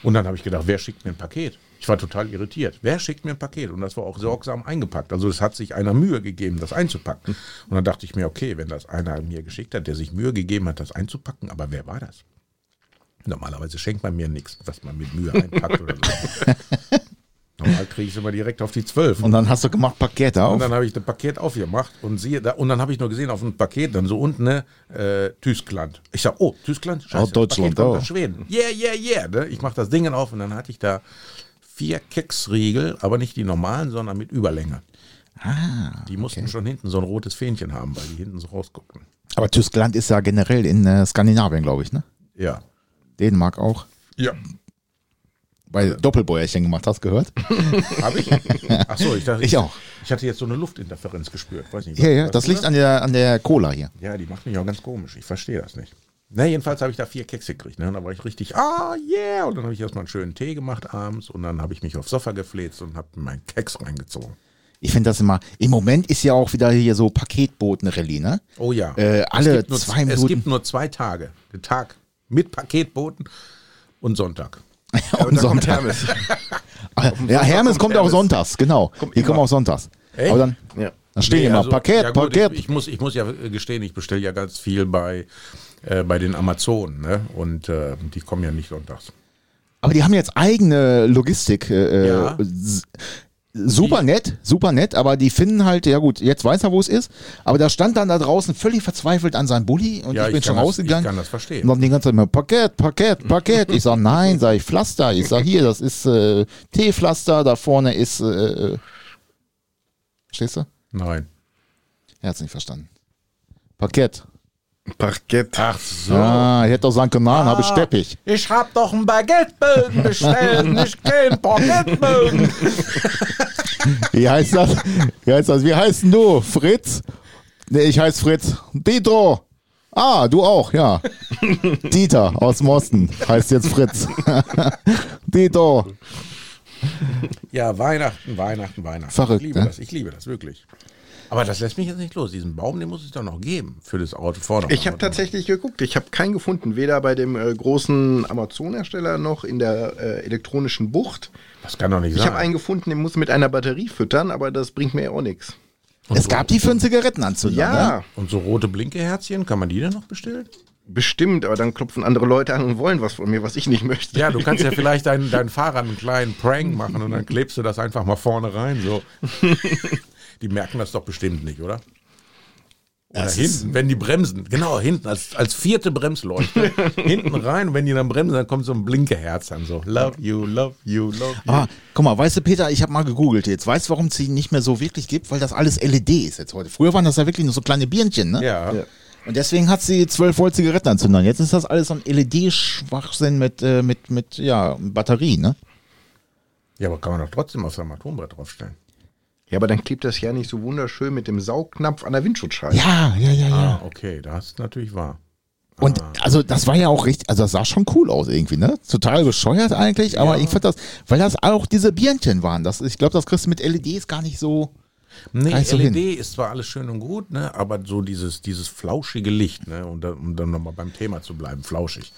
Speaker 2: Und dann habe ich gedacht, wer schickt mir ein Paket? Ich war total irritiert. Wer schickt mir ein Paket? Und das war auch sorgsam eingepackt. Also es hat sich einer Mühe gegeben, das einzupacken. Und dann dachte ich mir, okay, wenn das einer mir geschickt hat, der sich Mühe gegeben hat, das einzupacken, aber wer war das? Normalerweise schenkt man mir nichts, was man mit Mühe einpackt oder so. Normal kriege ich es immer direkt auf die 12.
Speaker 3: Und dann hast du gemacht Pakete
Speaker 2: Und
Speaker 3: auf.
Speaker 2: dann habe ich das Paket aufgemacht und siehe da, und dann habe ich nur gesehen auf dem Paket dann so unten ne, äh, Tüskland. Ich sag, oh, Tüskland, scheiße,
Speaker 3: Aus Deutschland,
Speaker 2: das Paket kommt
Speaker 3: oh.
Speaker 2: aus Schweden. Yeah, yeah, yeah. Ne? Ich mache das Ding auf und dann hatte ich da vier Keksriegel, aber nicht die normalen, sondern mit Überlänge.
Speaker 3: Ah,
Speaker 2: die mussten schon hinten so ein rotes Fähnchen haben, weil die hinten so rausguckten.
Speaker 3: Aber Tyskland ist ja generell in äh, Skandinavien, glaube ich, ne?
Speaker 2: Ja.
Speaker 3: Dänemark auch.
Speaker 2: Ja.
Speaker 3: Weil Doppelbäuerchen gemacht hast, gehört?
Speaker 2: Habe ich? Achso, ich dachte.
Speaker 3: Ich auch.
Speaker 2: Ich hatte jetzt so eine Luftinterferenz gespürt. Weiß nicht,
Speaker 3: Ja, ja,
Speaker 2: weißt
Speaker 3: das
Speaker 2: du
Speaker 3: liegt an der, an der Cola hier.
Speaker 2: Ja, die macht mich auch ganz komisch. Ich verstehe das nicht. Na, jedenfalls habe ich da vier Kekse gekriegt. Ne? Und da war ich richtig, ah, yeah. Und dann habe ich erstmal einen schönen Tee gemacht abends. Und dann habe ich mich aufs Sofa gefläzt und habe meinen Keks reingezogen.
Speaker 3: Ich finde das immer, im Moment ist ja auch wieder hier so Paketboten-Rallye, ne?
Speaker 2: Oh ja.
Speaker 3: Äh,
Speaker 2: es
Speaker 3: alle
Speaker 2: gibt nur,
Speaker 3: zwei
Speaker 2: Es gibt
Speaker 3: Minuten.
Speaker 2: nur zwei Tage. Den Tag mit Paketboten und Sonntag.
Speaker 4: Aber
Speaker 3: und
Speaker 4: da kommt
Speaker 3: Sonntag. Ah,
Speaker 4: Hermes.
Speaker 3: ja, Hermes
Speaker 4: kommt
Speaker 3: kommt auch
Speaker 4: Hermes.
Speaker 3: sonntags, genau. die kommen auch sonntags.
Speaker 2: Echt?
Speaker 3: Aber dann,
Speaker 4: Ja.
Speaker 3: dann stehen
Speaker 2: Nee,
Speaker 3: immer
Speaker 2: also,
Speaker 3: Paket,
Speaker 2: ja gut,
Speaker 3: Paket.
Speaker 2: Ich, ich, muss, ich muss ja äh, gestehen, ich bestelle ja ganz viel bei, äh, bei den Amazonen. Ne? Und äh, die kommen ja nicht sonntags.
Speaker 3: Aber die haben jetzt eigene Logistik. Äh,
Speaker 2: Ja.
Speaker 3: s- Super nett, super nett, aber die finden halt, ja gut, jetzt weiß er, wo es ist, aber da stand dann da draußen völlig verzweifelt an seinem Bulli und ich bin
Speaker 2: kann
Speaker 3: schon
Speaker 2: Das, ich
Speaker 3: rausgegangen.
Speaker 2: kann das
Speaker 3: Und
Speaker 2: verstehen.
Speaker 3: dann die ganze Zeit immer Parkett, Parkett, Parkett. Ich sag nein, sag ich Pflaster. Ich sag hier, das ist äh, Teepflaster, da vorne ist. Äh, äh. Verstehst du?
Speaker 2: Nein.
Speaker 3: Er hat's nicht verstanden. Parkett.
Speaker 4: Parkett.
Speaker 2: Ach so.
Speaker 3: Ah, ich hätte doch sagen können, nein, habe ich Steppich.
Speaker 2: Ich hab doch ein Baguettebögen bestellt, nicht kein Baguettebögen.
Speaker 3: Wie heißt das? Wie heißt das? Wie heißt denn du? Fritz? Nee, ich heiß Fritz. Dieter. Ah, du auch, ja. Dieter aus Mosten heißt jetzt Fritz. Dieter.
Speaker 2: Ja, Weihnachten, Weihnachten, Weihnachten.
Speaker 3: Verrückt,
Speaker 2: ich liebe
Speaker 3: ne?
Speaker 2: das, ich liebe das, wirklich. Aber das lässt mich jetzt nicht los. Diesen Baum, den muss es doch noch geben für das Auto vorne.
Speaker 4: Ich habe tatsächlich geguckt, ich habe keinen gefunden, weder bei dem äh, großen Amazon-Hersteller noch in der äh, elektronischen Bucht.
Speaker 2: Das kann doch nicht
Speaker 4: Ich
Speaker 2: sein.
Speaker 4: habe einen gefunden, den muss mit einer Batterie füttern, aber das bringt mir ja auch nichts.
Speaker 3: Es gab die für einen Zigarettenanzünder. Ne?
Speaker 4: Ja,
Speaker 2: Und so rote Blinkeherzchen, kann man die denn noch bestellen?
Speaker 4: bestimmt, aber dann klopfen andere Leute an und wollen was von mir, was ich nicht möchte.
Speaker 2: Ja, du kannst ja vielleicht deinen, deinen Fahrern einen kleinen Prank machen und dann klebst du das einfach mal vorne rein. So. Die merken das doch bestimmt nicht, oder? Oder hinten, wenn die bremsen, genau, hinten, als, als vierte Bremsleuchte. hinten rein, wenn die dann bremsen, dann kommt so ein Blinkeherz an. So, love you, love you, love you.
Speaker 3: Ah, guck mal, weißt du, Peter, ich habe mal gegoogelt jetzt. Weißt du, warum es sie nicht mehr so wirklich gibt? Weil das alles LED ist jetzt heute. Früher waren das ja wirklich nur so kleine Birnchen, ne?
Speaker 2: Ja.
Speaker 3: Und deswegen hat sie 12 Volt Zigarettenanzünder. Jetzt ist das alles so ein LED-Schwachsinn mit, äh, mit, mit, ja, Batterie, ne?
Speaker 2: ja, aber kann man doch trotzdem auf seinem Atombrett draufstellen.
Speaker 4: Ja, aber dann klebt das ja nicht so wunderschön mit dem Saugnapf an der Windschutzscheibe.
Speaker 3: Ja, ja, ja, ja.
Speaker 2: Ah, okay, das ist natürlich wahr.
Speaker 3: Und also das war ja auch richtig, also das sah schon cool aus irgendwie, ne? Total bescheuert eigentlich, aber ich fand das, weil das auch diese Birnchen waren. Das, ich glaube, das kriegst du mit LEDs gar nicht so.
Speaker 2: Nee,
Speaker 3: Reißt du
Speaker 2: LED ist zwar alles schön und gut, ne, aber so dieses, dieses flauschige Licht, ne, und da, um dann nochmal beim Thema zu bleiben, flauschig.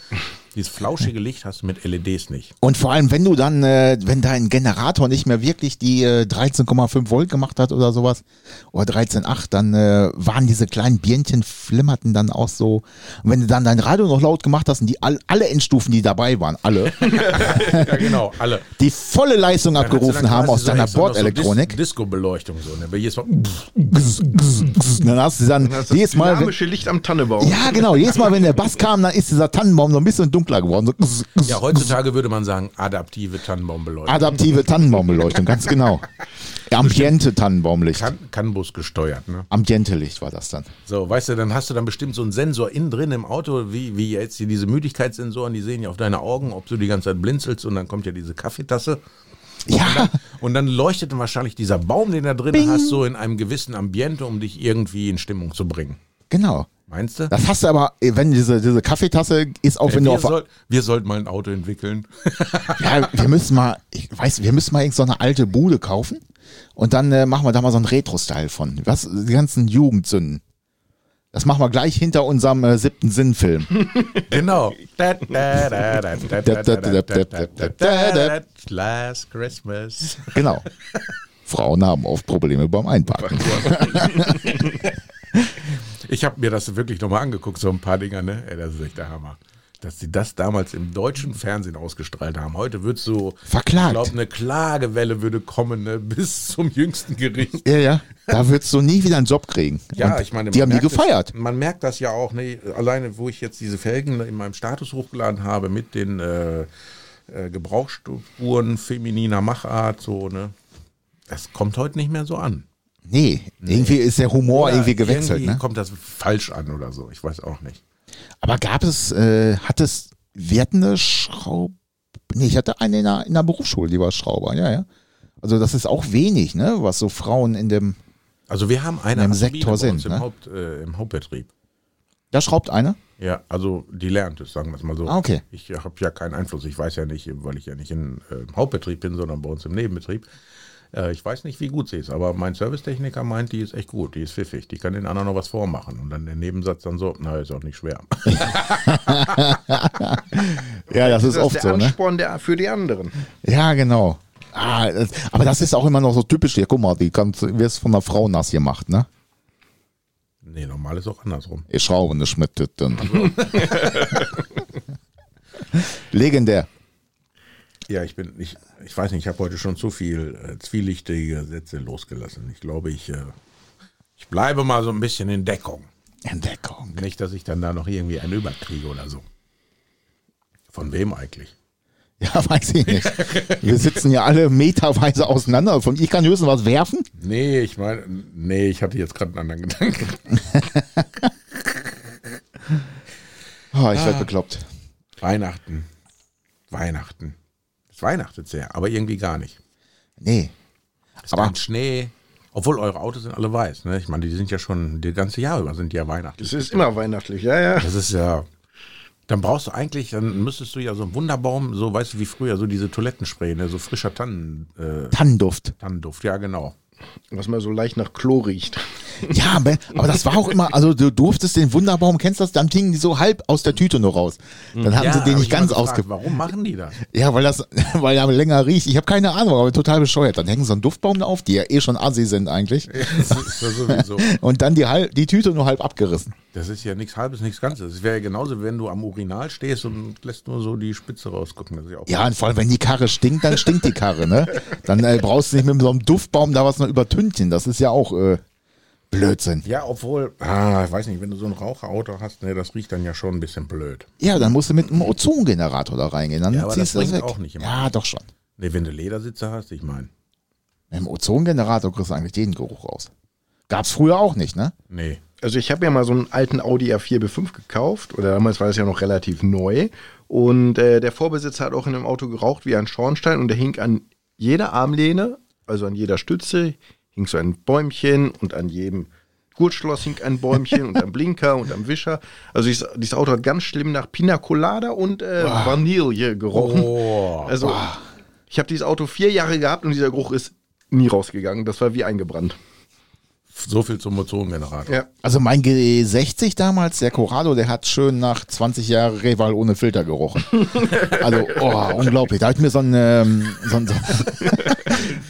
Speaker 2: Dieses flauschige Licht hast du mit LEDs nicht.
Speaker 3: Und vor allem, wenn du dann, äh, wenn dein Generator nicht mehr wirklich die äh, 13,5 Volt gemacht hat oder sowas, oder 13,8, dann äh, waren diese kleinen Birnchen flimmerten dann auch so. Und wenn du dann dein Radio noch laut gemacht hast und die all, alle Endstufen, die dabei waren, alle,
Speaker 2: ja, genau, alle.
Speaker 3: die volle Leistung
Speaker 2: Dann hast du
Speaker 3: abgerufen
Speaker 2: dann
Speaker 3: haben
Speaker 2: quasi Also
Speaker 3: aus
Speaker 2: so
Speaker 3: deiner
Speaker 2: extra noch So
Speaker 3: Bordelektronik,
Speaker 2: Dis Disco-Beleuchtung, so, ne, weil jedes Mal,
Speaker 3: dann hast du dann
Speaker 4: Das ist das
Speaker 3: jedes Mal, wenn,
Speaker 4: dynamische Licht am Tannebaum.
Speaker 3: ja genau, jedes Mal, wenn der Bass kam, dann ist dieser Tannenbaum so ein bisschen dunkler geworden. So,
Speaker 2: ja, heutzutage würde man sagen, adaptive Tannenbaumbeleuchtung.
Speaker 3: Adaptive Tannenbaumbeleuchtung, ganz genau. Ambiente Tannenbaumlicht.
Speaker 2: Kan Canbus gesteuert, ne?
Speaker 3: Ambiente-Licht war das dann.
Speaker 2: So, weißt du, dann hast du dann bestimmt so einen Sensor innen drin im Auto, wie, wie jetzt hier diese Müdigkeitssensoren, die sehen ja auf deine Augen, ob du die ganze Zeit blinzelst und dann kommt ja diese Kaffeetasse.
Speaker 3: Ja,
Speaker 2: Und dann leuchtet dann wahrscheinlich dieser Baum, den du da drin hast, so in einem gewissen Ambiente, um dich irgendwie in Stimmung zu bringen.
Speaker 3: genau.
Speaker 2: Meinst du?
Speaker 3: Das hast du aber, eh, wenn diese, diese Kaffeetasse ist auch, wenn du
Speaker 2: wir,
Speaker 3: auf.
Speaker 2: soll, wir sollten mal ein Auto entwickeln.
Speaker 3: ja, wir müssen mal, ich weiß, wir müssen mal irgend so eine alte Bude kaufen und dann äh, machen wir da mal so einen Retro-Style von. Was, die ganzen Jugendsünden. Das machen wir gleich hinter unserem äh, siebten Sinnfilm.
Speaker 2: genau. Last Christmas.
Speaker 3: genau. Frauen haben oft Probleme beim Einparken.
Speaker 2: Ich habe mir das wirklich nochmal angeguckt, so ein paar Dinger, ne? Ey, das ist echt der Hammer. Dass sie das damals im deutschen Fernsehen ausgestrahlt haben. Heute wird so.
Speaker 3: Verklagt.
Speaker 2: Ich glaube, eine Klagewelle würde kommen, ne? Bis zum jüngsten Gericht.
Speaker 3: Ja, ja. Da würdest du nie wieder einen Job kriegen.
Speaker 2: Ja,
Speaker 3: Und
Speaker 2: ich meine,
Speaker 3: Die
Speaker 2: man
Speaker 3: haben die
Speaker 2: merkt
Speaker 3: gefeiert.
Speaker 2: Das, man merkt das ja auch, ne, alleine wo ich jetzt diese Felgen in meinem Status hochgeladen habe mit den äh, äh, Gebrauchsspuren femininer Machart, so, ne? Das kommt heute nicht mehr so an.
Speaker 3: Nee, irgendwie ist der Humor
Speaker 2: Oder
Speaker 3: irgendwie gewechselt.
Speaker 2: irgendwie
Speaker 3: ne?
Speaker 2: kommt das falsch an oder so, ich weiß auch nicht.
Speaker 3: Aber gab es, äh, hat es, wir hatten eine Schraube, nee, ich hatte eine in der, in der Berufsschule, die war Schrauber, ja, ja. Also das ist auch wenig, ne, was so Frauen in dem,
Speaker 2: Also wir haben eine
Speaker 3: einem
Speaker 2: Azubine
Speaker 3: Sektor
Speaker 2: bei uns
Speaker 3: sind,
Speaker 2: im,
Speaker 3: ne?
Speaker 2: Haupt, äh, im Hauptbetrieb.
Speaker 3: da schraubt einer.
Speaker 2: Ja, also die lernt es, sagen wir es mal so.
Speaker 3: Ah, okay.
Speaker 2: Ich habe ja keinen Einfluss. Ich weiß ja nicht, weil ich ja nicht in, äh, im Hauptbetrieb bin, sondern bei uns im Nebenbetrieb. Äh, ich weiß nicht, wie gut sie ist, aber mein Servicetechniker meint, die ist echt gut, die ist pfiffig, die kann den anderen noch was vormachen. Und dann der Nebensatz dann so, na, ist auch nicht schwer.
Speaker 3: Ja, das ist
Speaker 4: Das ist
Speaker 3: oft
Speaker 4: der
Speaker 3: so, ne?
Speaker 4: Ansporn der, für die anderen.
Speaker 3: Ja, genau. Ah, das, aber das ist auch immer noch so typisch, ja, guck mal, die kannst, wirst von einer Frau nass gemacht, ne?
Speaker 2: nee, normal ist auch andersrum.
Speaker 3: Ich schraube nicht mit Titten. Legendär.
Speaker 2: Ja, ich bin, ich, ich weiß nicht, ich habe heute schon zu viel äh, zwielichtige Sätze losgelassen. Ich glaube, ich, äh, ich bleibe mal so ein bisschen in Deckung.
Speaker 3: Entdeckung.
Speaker 2: Nicht, dass ich dann da noch irgendwie einen überkriege oder so. Von wem eigentlich?
Speaker 3: Ja, weiß ich nicht. Wir sitzen ja alle meterweise auseinander. Von ich kann höchstens was werfen.
Speaker 2: Nee, ich meine, nee, ich hatte jetzt gerade einen anderen Gedanken.
Speaker 3: Ah, ich werde bekloppt.
Speaker 2: Weihnachten. Weihnachten. Es weihnachtet sehr, aber irgendwie gar nicht.
Speaker 3: Nee.
Speaker 2: Es aber Schnee. Obwohl eure Autos sind alle weiß, ne? Ich meine, die sind ja schon, das ganze Jahr über sind die ja weihnachtlich.
Speaker 4: Es ist immer weihnachtlich, ja, ja.
Speaker 2: Das ist ja. Dann brauchst du eigentlich, dann müsstest du ja so einen Wunderbaum, so weißt du wie früher, so diese Toilettenspray, ne? so frischer Tannen, äh,
Speaker 3: Tannenduft.
Speaker 2: Tannenduft, ja genau.
Speaker 4: Was mal so leicht nach Klo riecht.
Speaker 3: Ja, aber aber das war auch immer, also du durftest den Wunderbaum, kennst das, dann hingen die so halb aus der Tüte nur raus. Dann haben
Speaker 2: Hm. ja,
Speaker 3: sie den
Speaker 2: hab
Speaker 3: nicht
Speaker 2: ich mal
Speaker 3: ganz
Speaker 2: gefragt,
Speaker 3: ausgepackt.
Speaker 2: Warum machen die das?
Speaker 3: Ja, weil das, weil er länger riecht. Ich habe keine Ahnung, aber total bescheuert. Dann hängen so einen Duftbaum da auf, die ja eh schon assi sind eigentlich.
Speaker 2: Das ist ja sowieso.
Speaker 3: Und dann die, halb, die Tüte nur halb abgerissen.
Speaker 2: Das ist ja nichts halbes, nichts Ganzes. Es wäre ja genauso, wenn du am Urinal stehst und lässt nur so die Spitze rausgucken. Das ist ja, auch
Speaker 3: Ja, und vor allem, wenn die Karre stinkt, dann stinkt die Karre, ne? Dann äh, brauchst du nicht mit so einem Duftbaum da was noch übertünchen. Das ist ja auch äh, Blödsinn.
Speaker 2: ja obwohl, ah, ich weiß nicht, wenn du so ein Raucherauto hast, ne, das riecht dann ja schon ein bisschen blöd.
Speaker 3: Ja, dann musst du mit einem Ozongenerator da reingehen. Dann
Speaker 2: Ja, aber das
Speaker 3: ziehst du das
Speaker 2: bringt
Speaker 3: weg.
Speaker 2: auch nicht immer.
Speaker 3: ja, doch schon.
Speaker 2: Ne, wenn du Ledersitze hast, ich meine,
Speaker 3: Mit dem Ozongenerator kriegst du eigentlich jeden Geruch raus. Gab's früher auch nicht, ne?
Speaker 2: nee.
Speaker 4: Also ich habe ja mal so einen alten Audi A4 B5 gekauft oder damals war das ja noch relativ neu und äh, der Vorbesitzer hat auch in dem Auto geraucht wie ein Schornstein und der hing an jeder Armlehne, also an jeder Stütze, hing so ein Bäumchen und an jedem Gurtschloss hing ein Bäumchen und am Blinker und am Wischer. Also dieses, dieses Auto hat ganz schlimm nach Pina Colada und äh, Vanille gerochen. also ich habe dieses Auto vier Jahre gehabt und dieser Geruch ist nie rausgegangen. Das war wie eingebrannt.
Speaker 2: So viel zum Ozongenerator.
Speaker 4: Ja.
Speaker 3: Also mein G60 damals, der Corrado, der hat schön nach 20 Jahren Reval ohne Filter gerochen. Also, oh, unglaublich. Da hat mir so ein, ähm, so ein,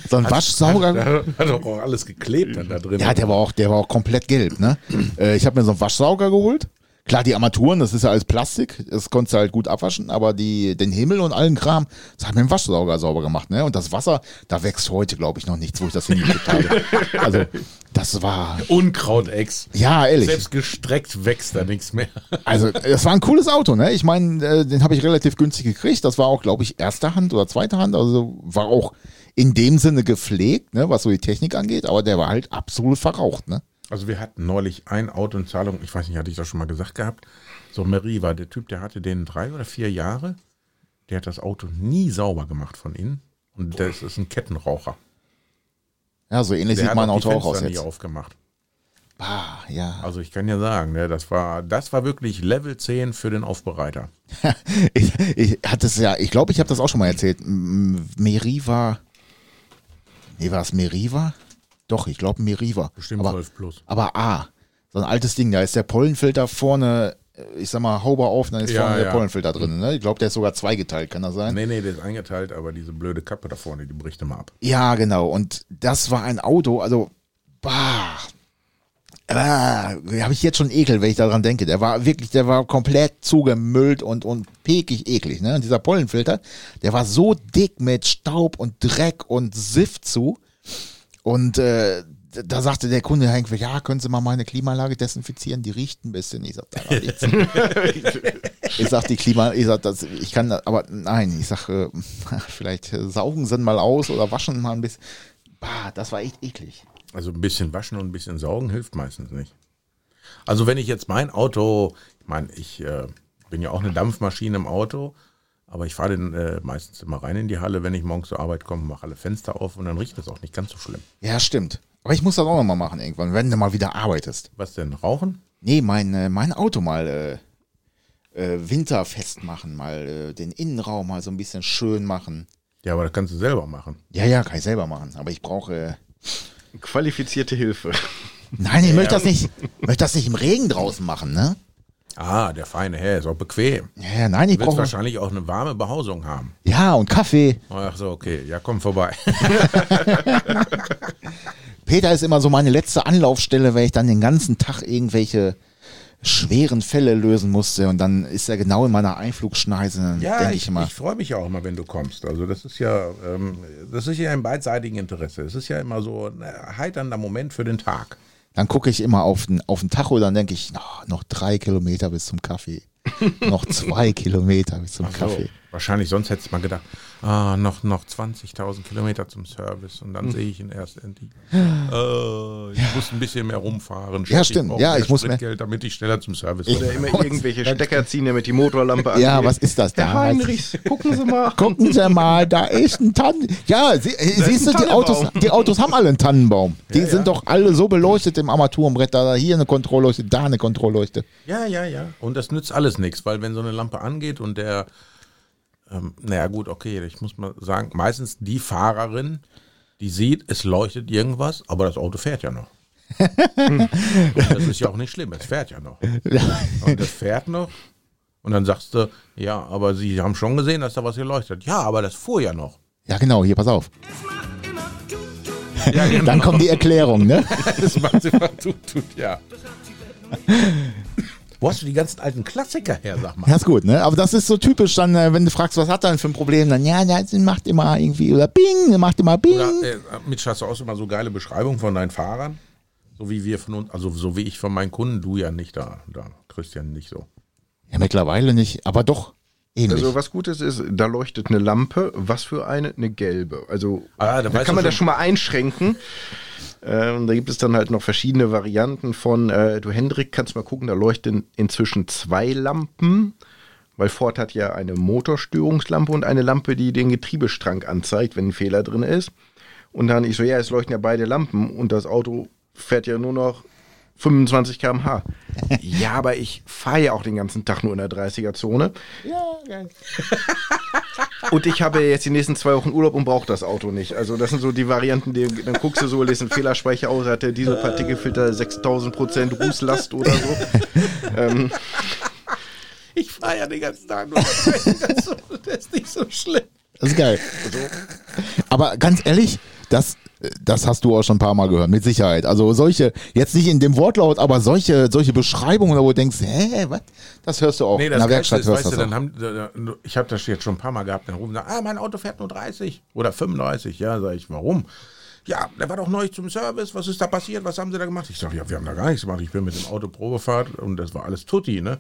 Speaker 3: so ein Waschsauger.
Speaker 2: Da hat doch auch alles geklebt dann da drin.
Speaker 3: Ja, der war auch, der war auch komplett gelb, ne? Äh, Ich habe mir so einen Waschsauger geholt. Klar, die Armaturen, das ist ja alles Plastik, das konntest du halt gut abwaschen, aber die, den Himmel und allen Kram, das hat mir ein Waschsauger sauber gemacht, ne? Und das Wasser, da wächst heute, glaube ich, noch nichts, wo ich das hingekippt habe. Also, das war,
Speaker 2: Unkrautex.
Speaker 3: ja, ehrlich.
Speaker 2: Selbst gestreckt wächst da nichts mehr.
Speaker 3: Also, das war ein cooles Auto, ne? Ich meine, äh, den habe ich relativ günstig gekriegt. Das war auch, glaube ich, erste Hand oder zweite Hand. Also war auch in dem Sinne gepflegt, ne, was so die Technik angeht, aber der war halt absolut verraucht, ne?
Speaker 2: Also wir hatten neulich ein Auto in Zahlung, ich weiß nicht, hatte ich das schon mal gesagt gehabt, so Marie war der Typ, der hatte den drei oder vier Jahre, der hat das Auto nie sauber gemacht von innen und das ist ein Kettenraucher.
Speaker 3: Ja, so ähnlich
Speaker 2: Der
Speaker 3: sieht
Speaker 2: hat
Speaker 3: mein
Speaker 2: auch
Speaker 3: Auto
Speaker 2: die
Speaker 3: auch aus
Speaker 2: Fenster nie
Speaker 3: jetzt.
Speaker 2: aufgemacht.
Speaker 3: Bah, ja.
Speaker 2: Also ich kann ja sagen, ne, das war das war wirklich Level 10 für den Aufbereiter.
Speaker 3: Ich, ich hatte es ja, ich glaube, ich habe das auch schon mal erzählt. M- Meriva. Nee, war es Meriva? Doch, ich glaube Meriva.
Speaker 2: Bestimmt
Speaker 3: aber,
Speaker 2: 12 plus.
Speaker 3: Aber A, so ein altes Ding, da ist der Pollenfilter vorne, äh, ich sag mal, Haube auf, dann ist
Speaker 2: Ja,
Speaker 3: vorne der
Speaker 2: ja.
Speaker 3: Pollenfilter drin. Ne? Ich glaube, der ist sogar zweigeteilt, kann das sein?
Speaker 2: Nee, nee, der ist eingeteilt, aber diese blöde Kappe da vorne, die bricht immer ab.
Speaker 3: Ja, genau. Und das war ein Auto, also, bah. Ah, habe ich jetzt schon Ekel, wenn ich daran denke. Der war wirklich, der war komplett zugemüllt und, und pekig eklig. Ne? Und dieser Pollenfilter, der war so dick mit Staub und Dreck und Siff zu. Und äh, da sagte der Kunde, Henk, ja, können Sie mal meine Klimaanlage desinfizieren? Die riecht ein bisschen. Ich sag, daran liegt's. ich sag, die Klima, ich sag, das, ich kann, das- aber nein, ich sag, äh, vielleicht äh, saugen Sie ihn mal aus oder waschen mal ein bisschen. Bah, das war echt eklig.
Speaker 2: Also ein bisschen waschen und ein bisschen saugen hilft meistens nicht. Also wenn ich jetzt mein Auto, ich meine, ich äh, bin ja auch eine Dampfmaschine im Auto, aber ich fahre den äh, meistens immer rein in die Halle, wenn ich morgens zur Arbeit komme, mache alle Fenster auf und dann riecht es auch nicht ganz so schlimm.
Speaker 3: Ja, stimmt. Aber ich muss das auch nochmal machen irgendwann, wenn du mal wieder arbeitest.
Speaker 2: Was denn, rauchen?
Speaker 3: Nee, mein, äh, mein Auto mal äh, äh, winterfest machen, mal äh, den Innenraum mal so ein bisschen schön machen.
Speaker 2: Ja, aber das kannst du selber machen.
Speaker 3: Ja, ja, kann ich selber machen. Aber ich brauche. Äh,
Speaker 4: Qualifizierte Hilfe.
Speaker 3: nein, ich möchte das nicht. möchte das nicht im Regen draußen machen, ne?
Speaker 2: Ah, der feine Herr ist auch bequem.
Speaker 3: Ja, ja, nein, ich
Speaker 2: Du willst
Speaker 3: brauche.
Speaker 2: wahrscheinlich auch eine warme Behausung haben.
Speaker 3: Ja, und Kaffee.
Speaker 2: Ach so, okay, ja, komm vorbei.
Speaker 3: Peter ist immer so meine letzte Anlaufstelle, weil ich dann den ganzen Tag irgendwelche schweren Fälle lösen musste. Und dann ist er genau in meiner Einflugschneise,
Speaker 2: Ja,
Speaker 3: denke
Speaker 2: ich,
Speaker 3: ich
Speaker 2: ich,
Speaker 3: immer.
Speaker 2: freue mich ja auch immer, wenn du kommst. Also das ist ja, ähm, das ist ja ein beidseitigen Interesse. Es ist ja immer so ein äh, heiternder Moment für den Tag.
Speaker 3: dann gucke ich immer auf den, auf den Tacho, dann denke ich, na, noch drei Kilometer bis zum Kaffee. noch zwei Kilometer bis zum Kaffee.
Speaker 2: Wahrscheinlich, sonst hättest du mal gedacht, ah, noch, noch 20.000 Kilometer zum Service und
Speaker 3: Hm.
Speaker 2: dann sehe ich ihn erst endlich. Äh, ich muss ein bisschen mehr rumfahren.
Speaker 3: Ah. Ja,
Speaker 2: Shit,
Speaker 3: stimmt.
Speaker 2: brauche
Speaker 3: Ja,
Speaker 2: mehr
Speaker 3: ich muss mehr-
Speaker 2: Spritgeld, damit ich schneller zum Service
Speaker 3: Ich-
Speaker 2: komme.
Speaker 4: Oder immer irgendwelche Stecker ziehen, damit die Motorlampe angeht.
Speaker 3: Ja, was ist das
Speaker 4: Herr
Speaker 3: da?
Speaker 4: Heinrichs, gucken Sie mal.
Speaker 3: Gucken Sie mal, da ist ein Tannen. Ja, sie, äh, siehst du, die
Speaker 4: Tannenbaum.
Speaker 3: Autos, die Autos haben alle einen Tannenbaum. Die sind doch alle so beleuchtet im Armaturenbrett. Da hier eine Kontrollleuchte, da eine Kontrollleuchte.
Speaker 2: Ja, ja, ja. Und das nützt alles nichts, weil wenn so eine Lampe angeht und der, ähm, naja gut, okay, ich muss mal sagen, meistens die Fahrerin, die sieht, es leuchtet irgendwas, aber das Auto fährt ja noch. und das ist ja auch nicht schlimm, es fährt ja noch. Und es fährt noch. Und dann sagst du, ja, aber sie haben schon gesehen, dass da was geleuchtet. Ja, aber das fuhr ja noch.
Speaker 3: Ja, genau, hier, pass auf.
Speaker 2: Ja, genau.
Speaker 3: Dann kommt die Erklärung, ne?
Speaker 2: das macht sie mal tut, tut, ja. Wo hast du die ganzen alten Klassiker her, sag mal?
Speaker 3: Ja, ist gut, ne? Aber das ist so typisch dann, äh, wenn du fragst, was hat er denn für ein Problem, dann, ja, der macht immer irgendwie, oder bing, der macht immer bing.
Speaker 2: Oder, äh, Mitch, hast du auch immer so geile Beschreibungen von deinen Fahrern? So wie wir von uns, also so wie ich von meinen Kunden, du ja nicht da, da Christian nicht so.
Speaker 3: Ja, mittlerweile nicht, aber doch ähnlich.
Speaker 4: Also was Gutes ist, da leuchtet eine Lampe. Was für eine? Eine gelbe. Also
Speaker 2: Ah, da
Speaker 4: da
Speaker 2: weißt du
Speaker 4: kann man das
Speaker 2: schon-
Speaker 4: schon mal einschränken. Ähm, da gibt es dann halt noch verschiedene Varianten von, äh, du Hendrik, kannst mal gucken, da leuchten inzwischen zwei Lampen, weil Ford hat ja eine Motorstörungslampe und eine Lampe, die den Getriebestrang anzeigt, wenn ein Fehler drin ist. Und dann ich so, ja, es leuchten ja beide Lampen und das Auto fährt ja nur noch 25 km/h. ja, aber ich fahre ja auch den ganzen Tag nur in der 30er-Zone. Und ich habe jetzt die nächsten zwei Wochen Urlaub und brauche das Auto nicht. Also das sind so die Varianten, die, dann guckst du so, lest den Fehlerspeicher aus, hat der Dieselpartikelfilter 6000% Rußlast oder so.
Speaker 2: Ich fahre ja den ganzen Tag nur. das ist nicht so schlimm.
Speaker 3: Das ist geil.
Speaker 2: Also-
Speaker 3: Aber ganz ehrlich, das, äh, das hast du auch schon ein paar Mal gehört, mit Sicherheit. Also solche, jetzt nicht in dem Wortlaut, aber solche, solche Beschreibungen, wo du denkst, hä, was? Das hörst du auch.
Speaker 2: Nee,
Speaker 3: in
Speaker 2: das
Speaker 3: der
Speaker 2: Geilste
Speaker 3: Werkstatt
Speaker 2: ist,
Speaker 3: hörst
Speaker 2: weißt du,
Speaker 3: du das
Speaker 2: dann
Speaker 3: auch.
Speaker 2: haben, da- da- ich habe das jetzt schon ein paar Mal gehabt, dann rufen sie, ah, mein Auto fährt nur 30 oder 35. Ja, sage ich, warum? Ja, der war doch neu zum Service, was ist da passiert, was haben sie da gemacht? Ich sage, ja, wir haben da gar nichts gemacht, ich bin mit dem Auto Probefahrt und das war alles Tutti, ne?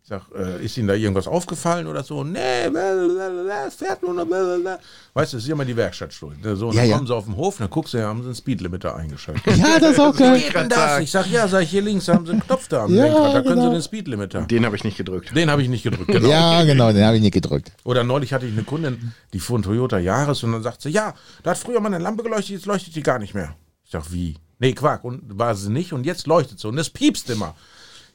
Speaker 2: Ich sage, äh, ist Ihnen da irgendwas aufgefallen oder so? Nee, blablabla, es fährt nur noch. blablabla. Weißt du, das ist immer die Werkstattstunde. ne? So, und
Speaker 3: Ja,
Speaker 2: dann
Speaker 3: ja.
Speaker 2: kommen sie auf den Hof, dann guckst du, ja, haben sie einen Speedlimiter eingeschaltet.
Speaker 3: Ja, das ist auch geil.
Speaker 2: Wie denn das? Ich sag, ja, sag ich, hier links haben sie einen Knopf da am
Speaker 3: Ja,
Speaker 2: Lenkrad, da können
Speaker 3: genau.
Speaker 2: sie den Speedlimiter.
Speaker 4: Den habe ich nicht gedrückt.
Speaker 2: Den habe ich nicht gedrückt, genau.
Speaker 3: Ja, genau, den habe ich nicht gedrückt.
Speaker 2: Oder neulich hatte ich eine Kundin, die fuhr einen Toyota Jahres und dann sagt sie, ja, da hat früher mal eine Lampe geleuchtet, jetzt leuchtet die gar nicht mehr. Ich sag, wie? Nee, Quark, und war sie nicht und jetzt leuchtet sie und es piepst immer.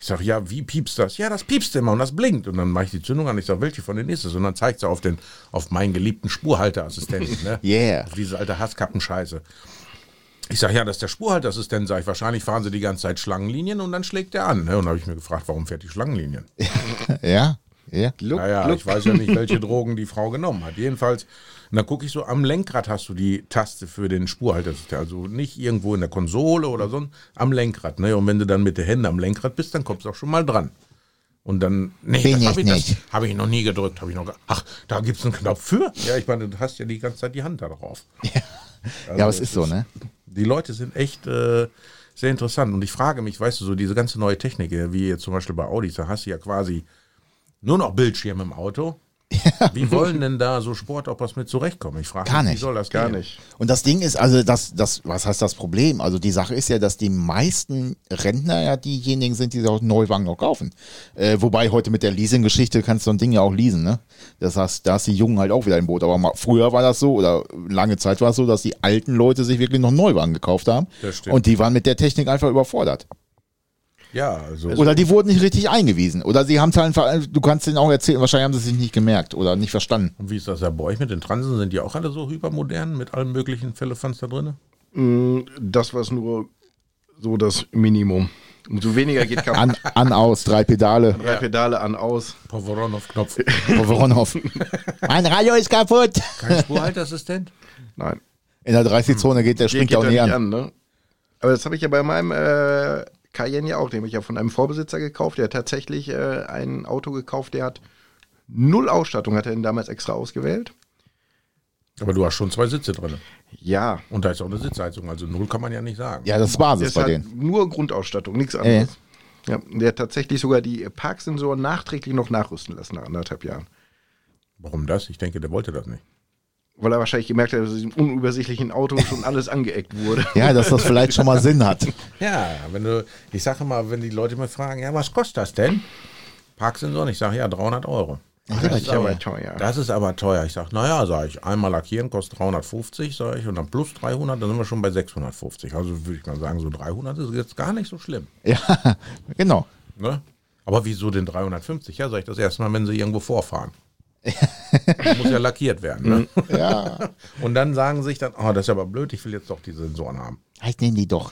Speaker 2: Ich sag, ja, wie piepst das? Ja, das piepst immer und das blinkt. Und dann mache ich die Zündung an, ich sag, welche von denen ist es? Und dann zeigt sie auf den, auf meinen geliebten Spurhalteassistenten, ne?
Speaker 3: Yeah.
Speaker 2: Auf diese alte Hasskappenscheiße. Ich sag, ja, das ist der Spurhalteassistent, sag ich, wahrscheinlich fahren sie die ganze Zeit Schlangenlinien und dann schlägt der an, ne? Und da habe ich mir gefragt, warum fährt die Schlangenlinien?
Speaker 3: Ja, ja.
Speaker 4: Look,
Speaker 2: Naja, ich weiß ja nicht, welche Drogen die Frau genommen hat. Jedenfalls, und dann gucke ich so, am Lenkrad hast du die Taste für den Spurhalter. Das ist ja Also nicht irgendwo in der Konsole oder so, am Lenkrad. Ne? Und wenn du dann mit den Händen am Lenkrad bist, dann kommst du auch schon mal dran. Und dann, nee,
Speaker 3: Bin
Speaker 2: das habe
Speaker 3: ich
Speaker 2: ich, das
Speaker 3: nicht.
Speaker 2: hab ich noch nie gedrückt. Hab ich noch ge Ach, da gibt es einen Knopf für? Ja, ich meine, du hast ja die ganze Zeit die Hand da drauf.
Speaker 3: ja, aber es ist so, ne?
Speaker 2: Die Leute sind echt äh, sehr interessant. Und ich frage mich, weißt du, so diese ganze neue Technik, äh, wie jetzt zum Beispiel bei Audis, da hast du ja quasi nur noch Bildschirm im Auto. Wie wollen denn da so Sportoppers mit zurechtkommen? Ich frage
Speaker 3: Gar
Speaker 2: mich,
Speaker 3: nicht.
Speaker 2: wie soll das
Speaker 4: Gar
Speaker 2: gehen?
Speaker 4: nicht.
Speaker 3: Und das Ding ist, also das, das, was heißt das Problem? Also die Sache ist ja, dass die meisten Rentner ja diejenigen sind, die sich auch einen Neuwagen noch kaufen. Äh, wobei heute mit der Leasing-Geschichte kannst du so ein Ding ja auch leasen, ne? Das heißt, da ist die Jungen halt auch wieder im Boot. Aber mal, früher war das so, oder lange Zeit war es so, dass die alten Leute sich wirklich noch einen Neuwagen gekauft haben.
Speaker 2: Das stimmt.
Speaker 3: Und die waren mit der Technik einfach überfordert.
Speaker 2: Ja, also,
Speaker 3: Oder die wurden nicht richtig eingewiesen. Oder sie haben es halt einfach, du kannst denen auch erzählen, wahrscheinlich haben sie es sich nicht gemerkt oder nicht verstanden.
Speaker 2: und wie ist das ja bei euch mit den Transen? Sind die auch alle so hypermodern mit allen möglichen Fällefans da drin?
Speaker 4: Mm, Das war nur so das Minimum. Umso weniger geht kaputt.
Speaker 3: An, an, aus, drei Pedale.
Speaker 4: Drei Pedale an, aus.
Speaker 2: Povoronov-Knopf.
Speaker 3: Voronov.
Speaker 5: Mein Radio ist kaputt.
Speaker 2: Kein Spurhalteassistent?
Speaker 4: Nein.
Speaker 3: In der 30-Zone geht der,
Speaker 4: Geht
Speaker 3: springt
Speaker 4: geht
Speaker 3: auch
Speaker 4: doch
Speaker 3: nie
Speaker 4: nicht
Speaker 3: an.
Speaker 4: an, ne? Aber das habe ich ja bei meinem äh, Cayenne ja auch, den habe ich ja von einem Vorbesitzer gekauft. Der hat tatsächlich äh, ein Auto gekauft, der hat null Ausstattung, hat er ihn damals extra ausgewählt.
Speaker 2: Aber du hast schon zwei Sitze drin.
Speaker 4: Ja,
Speaker 2: Und da ist auch eine Sitzheizung, also null kann man ja nicht sagen.
Speaker 3: Ja, das ist Basis
Speaker 4: das Äh.
Speaker 3: bei
Speaker 4: hat
Speaker 3: denen.
Speaker 4: nur Grundausstattung, nichts anderes. Ja, der hat tatsächlich sogar die Parksensoren nachträglich noch nachrüsten lassen nach anderthalb Jahren.
Speaker 2: Warum das? Ich denke, der wollte das nicht.
Speaker 4: Weil er wahrscheinlich gemerkt hat, dass diesem unübersichtlichen Auto schon alles angeeckt wurde.
Speaker 3: Ja, dass das vielleicht schon mal Sinn hat.
Speaker 2: Ja, wenn du, ich sage mal, wenn die Leute mal fragen, ja, was kostet das denn? Parksensoren, ich sage, ja, 300 Euro.
Speaker 4: Das ist aber teuer.
Speaker 2: Das ist aber teuer. Ich sage, naja, sage ich, einmal lackieren kostet 350, sage ich, und dann plus 300, dann sind wir schon bei 650. Also würde ich mal sagen, so 300 ist jetzt gar nicht so schlimm.
Speaker 3: Ja, genau.
Speaker 2: Ne? Aber wieso denn 350? Ja, sage ich das erstmal, wenn sie irgendwo vorfahren. Muss ja lackiert werden. Ne?
Speaker 3: Ja.
Speaker 2: Und dann sagen sie sich dann, oh, das ist aber blöd, ich will jetzt doch die Sensoren haben.
Speaker 3: Ich nehme die doch.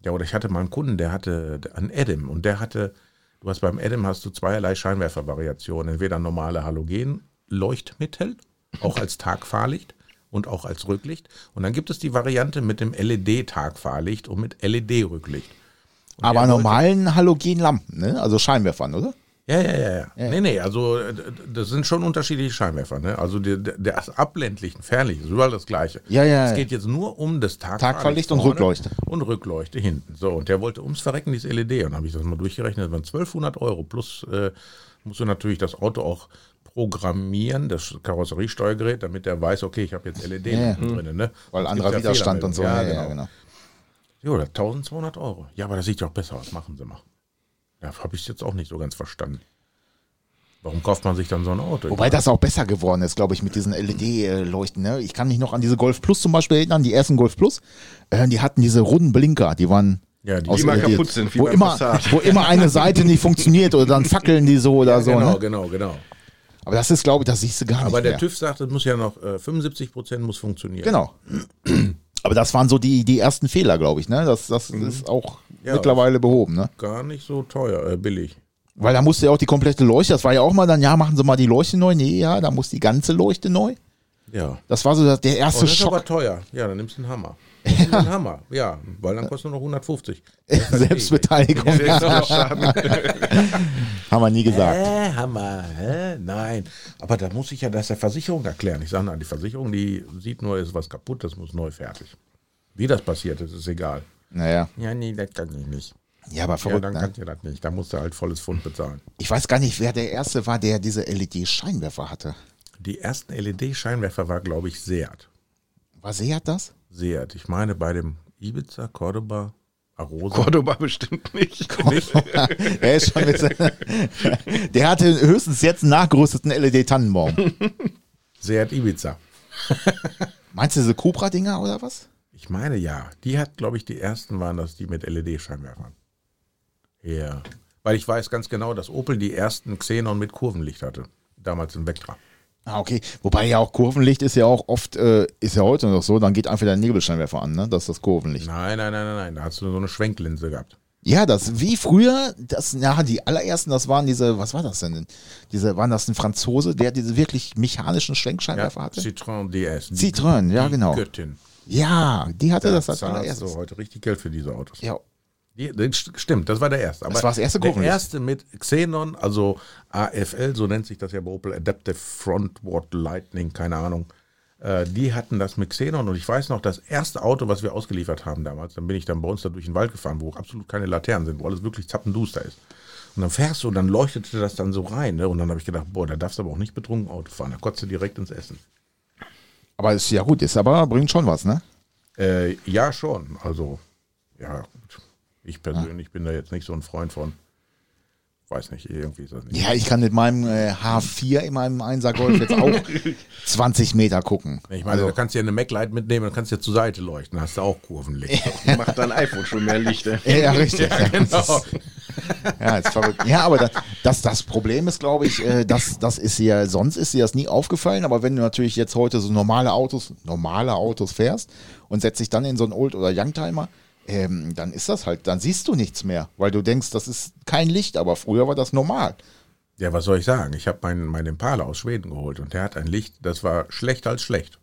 Speaker 2: Ja, oder ich hatte mal einen Kunden, der hatte einen Adam und der hatte, du hast beim Adam hast du zweierlei Scheinwerfervariationen, entweder normale Halogenleuchtmittel, auch als Tagfahrlicht und auch als Rücklicht. Und dann gibt es die Variante mit dem LED-Tagfahrlicht und mit E LED-Rücklicht. der
Speaker 3: Aber
Speaker 2: wollte-
Speaker 3: normalen Halogenlampen, ne? Also Scheinwerfern, oder?
Speaker 2: Ja, ja, ja, ja. Nee, nee, also äh, d- das sind schon unterschiedliche Scheinwerfer. Ne? Also der, der, das Abblendlicht, und Fernlicht ist überall das Gleiche.
Speaker 3: Ja, ja,
Speaker 2: Es
Speaker 3: ja.
Speaker 2: geht jetzt nur um das Tagfahrlicht,
Speaker 3: Tagfahrlicht und
Speaker 2: vorne
Speaker 3: Rückleuchte.
Speaker 2: Und Rückleuchte hinten. So, und der wollte ums Verrecken dieses LED. Und dann habe ich das mal durchgerechnet. Das waren 1200 Euro. Plus äh, musst du natürlich das Auto auch programmieren, das Karosseriesteuergerät, damit der weiß, okay, ich habe jetzt E LED
Speaker 3: ja.
Speaker 2: drin. Ne?
Speaker 3: Weil
Speaker 2: Sonst
Speaker 3: anderer
Speaker 2: gibt's ja
Speaker 3: Widerstand und so.
Speaker 2: Fehlermeldungen.
Speaker 3: Ja, ja, genau.
Speaker 2: Jo, das 1200 Euro. Ja, aber das sieht doch besser aus. Machen Sie mal. Da habe ich es jetzt auch nicht so ganz verstanden. Warum kauft man sich dann so ein Auto?
Speaker 3: Wobei das auch besser geworden ist, glaube ich, mit diesen LED-Leuchten. Ne? Ich kann mich noch an diese Golf Plus zum Beispiel erinnern, die ersten Golf Plus. Äh, die hatten diese runden Blinker, die waren
Speaker 2: Ja, die
Speaker 4: immer
Speaker 3: LED.
Speaker 4: kaputt sind, wie
Speaker 3: wo
Speaker 4: beim
Speaker 3: immer,
Speaker 4: Passat.
Speaker 3: wo immer eine Seite nicht funktioniert oder dann fackeln die so oder so.
Speaker 2: genau,
Speaker 3: Ne?
Speaker 2: genau, genau.
Speaker 3: Aber das ist, glaube ich, das siehst du gar nicht
Speaker 2: Aber der
Speaker 3: mehr.
Speaker 2: TÜV sagt, es muss ja noch äh, 75 Prozent muss funktionieren.
Speaker 3: Genau. Aber das waren so die, die ersten Fehler, glaube ich. Ne? Das, das ist auch
Speaker 2: Mhm. Ja.
Speaker 3: mittlerweile behoben. Ne?
Speaker 2: Gar nicht so teuer, äh, billig.
Speaker 3: Weil da musste ja auch die komplette Leuchte, das war ja auch mal dann, ja, machen Sie mal die Leuchte neu. Nee, ja, da muss die ganze Leuchte neu.
Speaker 2: Ja.
Speaker 3: Das war so das- der
Speaker 2: Oh,
Speaker 3: erste
Speaker 2: das ist
Speaker 3: Schock.
Speaker 2: aber teuer. Ja, dann nimmst du einen Hammer. Nimm den Hammer, ja, weil dann kostet nur noch 150.
Speaker 3: Selbstbeteiligung,
Speaker 2: Ja, das ist doch-
Speaker 3: haben wir nie gesagt.
Speaker 2: Äh, Hammer, hä? nein. Aber da muss ich ja das der Versicherung erklären. Ich sage, nein, die Versicherung, die sieht nur, ist was kaputt, das muss neu fertig. Wie das passiert ist, ist egal.
Speaker 3: Naja,
Speaker 2: Ja, nee, das kann ich nicht.
Speaker 3: ja, aber
Speaker 2: Ja,
Speaker 3: verrückt.
Speaker 2: dann
Speaker 3: ne?
Speaker 2: kannst du das nicht. Da musst du halt volles Pfund bezahlen.
Speaker 3: Ich weiß gar nicht, wer der Erste war, der diese LED-Scheinwerfer hatte.
Speaker 2: Die ersten LED-Scheinwerfer war, glaube ich, Seat.
Speaker 3: War Seat das?
Speaker 2: Seat. Ich meine, bei dem Ibiza, Cordoba, Arosa.
Speaker 4: Cordoba bestimmt nicht.
Speaker 3: Er ist schon mit, der hatte höchstens jetzt einen nachgerüsteten E LED-Tannenbaum.
Speaker 2: Seat Ibiza.
Speaker 3: Meinst du diese Cobra-Dinger oder was?
Speaker 2: Ich meine, ja. Die hat, glaube ich, die ersten waren das, die mit LED-Scheinwerfern. Ja. Weil ich weiß ganz genau, dass Opel die ersten Xenon mit Kurvenlicht hatte. Damals in Vectra.
Speaker 3: Ah, okay. Wobei ja auch Kurvenlicht ist ja auch oft, äh, ist ja heute noch so, dann geht einfach der Nebelscheinwerfer an, ne? Das ist das Kurvenlicht.
Speaker 2: Nein, nein, nein, nein, nein. Da hast du so eine Schwenklinse gehabt.
Speaker 3: Ja, das wie früher, das, ja, die allerersten, das waren diese, was war das denn? Diese, waren das ein Franzose, der diese wirklich mechanischen
Speaker 2: Ja,
Speaker 3: Schwenkscheinwerfer hatte?
Speaker 2: Citroën DS. Die
Speaker 3: Citroën, ja, genau.
Speaker 2: Göttin.
Speaker 3: Ja, die hatte das als
Speaker 2: zahlst
Speaker 3: allererstes.
Speaker 2: du heute richtig Geld für diese Autos.
Speaker 3: Ja,
Speaker 2: Die, das st- stimmt, das war der erste. Aber
Speaker 3: Das war das erste
Speaker 2: Der
Speaker 3: Kurvenlicht.
Speaker 2: erste mit Xenon, also AFL, so nennt sich das ja bei Opel, Adaptive Frontward Lightning, keine Ahnung. Äh, die hatten das mit Xenon und ich weiß noch, das erste Auto, was wir ausgeliefert haben damals, dann bin ich dann bei uns da durch den Wald gefahren, wo absolut keine Laternen sind, wo alles wirklich zappenduster ist. Und dann fährst du und dann leuchtete das dann so rein. Ne? Und dann habe ich gedacht, boah, da darfst du aber auch nicht betrunken Auto fahren, da kotzt du direkt ins Essen.
Speaker 3: aber ist ja gut, ist aber bringt schon was, ne?
Speaker 2: Äh, ja, schon. Also, ja, gut. ich persönlich bin da jetzt nicht so ein Freund von. Weiß nicht, irgendwie ist das nicht.
Speaker 3: Ja, ich kann mit meinem äh, H4 in meinem 1er Golf jetzt auch 20 Meter gucken. Also,
Speaker 2: Ich meine, da kannst du ja eine MacLight mitnehmen, dann kannst du ja zur Seite leuchten, hast du auch Kurvenlicht.
Speaker 4: Macht dein iPhone schon mehr Lichter.
Speaker 3: Ja, ja, richtig. Ja, das
Speaker 2: genau.
Speaker 3: ist- ja, ist verrückt. Ja, aber da- das, das Problem ist, glaube ich, äh, das, das ist ja, sonst ist dir das nie aufgefallen, aber wenn du natürlich jetzt heute so normale Autos, normale Autos fährst und setzt dich dann in so einen Old- oder Youngtimer, ähm, dann ist das halt, dann siehst du nichts mehr, weil du denkst, das ist kein Licht, aber früher war das normal.
Speaker 2: Ja, was soll ich sagen? Ich habe meinen, meinen Impala aus Schweden geholt und der hat ein Licht, das war schlechter als schlecht.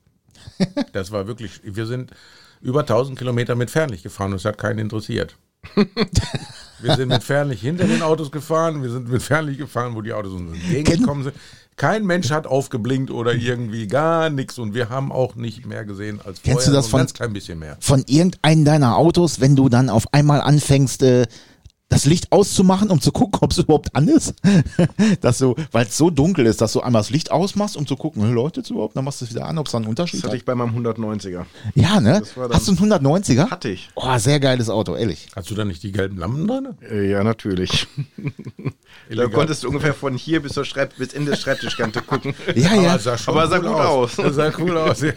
Speaker 2: Das war wirklich, wir sind über 1000 Kilometer mit Fernlicht gefahren und es hat keinen interessiert. Wir sind mit Fernlicht hinter den Autos gefahren. Wir sind mit Fernlicht gefahren, wo die Autos uns entgegengekommen sind. Kein Mensch hat aufgeblinkt oder irgendwie gar nichts. Und wir haben auch nicht mehr gesehen als vorher.
Speaker 3: Kennst du das
Speaker 2: und
Speaker 3: von-
Speaker 2: ganz klein bisschen mehr.
Speaker 3: von irgendeinem deiner Autos, wenn du dann auf einmal anfängst, äh, das Licht auszumachen, um zu gucken, ob es überhaupt an ist. dass du, weil es so dunkel ist, dass du einmal das Licht ausmachst, um zu gucken, leuchtet es überhaupt, dann machst du es wieder an, ob es da einen Unterschied
Speaker 4: Das hatte
Speaker 3: hat.
Speaker 4: ich bei meinem 190er.
Speaker 3: Ja, ne?
Speaker 4: Das war dann-
Speaker 3: Hast du einen 190er?
Speaker 4: Hatte ich.
Speaker 3: Oh, sehr geiles Auto, ehrlich.
Speaker 2: Hast du da nicht die gelben Lampen drin?
Speaker 4: Äh, Ja, natürlich. da
Speaker 2: Illegal.
Speaker 4: konntest du ungefähr von hier bis, zur Schreib bis in der Schreibtischkante gucken.
Speaker 3: Ja, ja.
Speaker 2: es schon
Speaker 4: Aber es sah gut aus.
Speaker 2: Das sah cool aus. Ja.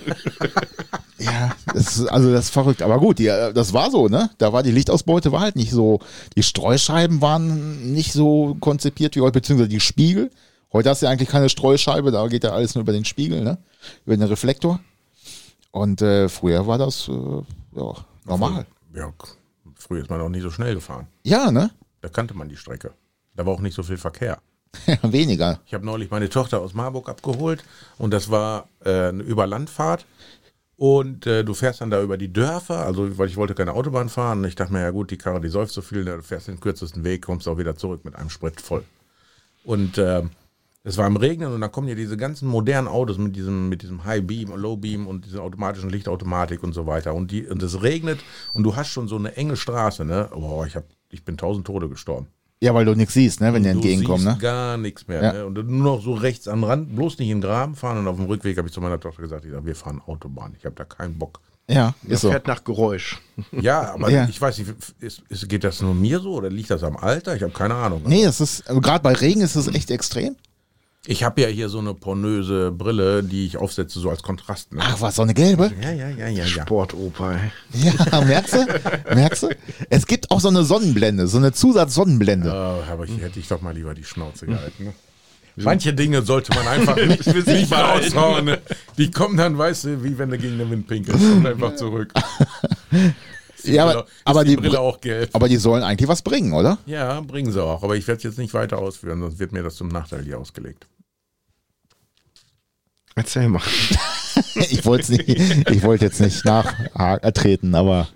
Speaker 3: Ja, das ist, also das ist verrückt. Aber gut, die, äh, das war so, ne? Da war die Lichtausbeute war halt nicht so. Die Streuscheiben waren nicht so konzipiert wie heute, beziehungsweise die Spiegel. Heute hast du ja eigentlich keine Streuscheibe, da geht ja alles nur über den Spiegel, ne? Über den Reflektor. Und äh, früher war das äh, ja, normal.
Speaker 2: ja, früher ist man auch nicht so schnell gefahren.
Speaker 3: Ja, ne?
Speaker 2: Da kannte man die Strecke. Da war auch nicht so viel Verkehr.
Speaker 3: Ja, Weniger.
Speaker 2: Ich habe neulich meine Tochter aus Marburg abgeholt und das war äh, eine Überlandfahrt. Und äh, du fährst dann da über die Dörfer, also weil ich wollte keine Autobahn fahren. Und ich dachte mir, ja gut, die Karre, die säuft so viel, ne, du fährst den kürzesten Weg, kommst auch wieder zurück mit einem Sprit voll. Und ähm, es war im Regnen und dann kommen ja diese ganzen modernen Autos mit diesem, mit diesem High Beam, Low Beam und dieser automatischen Lichtautomatik und so weiter. Und, die, und es regnet und du hast schon so eine enge Straße, ne? Boah, ich, hab, ich bin tausend Tode gestorben.
Speaker 3: Ja, weil du nichts siehst, ne? Wenn dir
Speaker 2: Du
Speaker 3: entgegenkommen,
Speaker 2: siehst
Speaker 3: ne?
Speaker 2: gar nichts mehr.
Speaker 3: Ja.
Speaker 2: Ne? Und nur noch so rechts an den Rand, bloß nicht in den Graben fahren. Und auf dem Rückweg habe ich zu meiner Tochter gesagt, ich sag, wir fahren Autobahn. Ich habe da keinen Bock.
Speaker 3: Ja, ist so.
Speaker 4: Fährt nach Geräusch.
Speaker 2: Ja, aber
Speaker 3: Ja.
Speaker 2: ich weiß nicht, ist, ist, geht das nur mir so oder liegt das am Alter? Ich habe keine Ahnung.
Speaker 3: Nee, es ist, also gerade bei Regen ist es echt extrem.
Speaker 2: Ich habe ja hier so eine pornöse Brille, die ich aufsetze, so als Kontrast. Ne?
Speaker 3: Ach, was, so eine gelbe?
Speaker 2: Ja, ja, ja, ja, ja.
Speaker 4: Sportoper. ey.
Speaker 3: Ja, merkst du? Merkst du? Es gibt auch so eine Sonnenblende, so eine Zusatzsonnenblende.
Speaker 2: Oh, aber ich, hätte ich doch mal lieber die Schnauze gehalten. Ne? Manche Dinge sollte man einfach nicht, nicht mal aushauen. Ne? Die kommen dann, weißt du, wie wenn du gegen den Wind pinkelst. Kommt einfach zurück.
Speaker 3: ja, aber,
Speaker 2: Brille- ist
Speaker 3: aber,
Speaker 2: die,
Speaker 3: die
Speaker 2: Brille
Speaker 3: Bri-
Speaker 2: auch gelb.
Speaker 3: aber die sollen eigentlich was bringen, oder?
Speaker 2: Ja, bringen sie auch. Aber ich werde es jetzt nicht weiter ausführen, sonst wird mir das zum Nachteil hier ausgelegt.
Speaker 4: Erzähl mal.
Speaker 3: Ich wollte wollt jetzt nicht nachtreten, aber.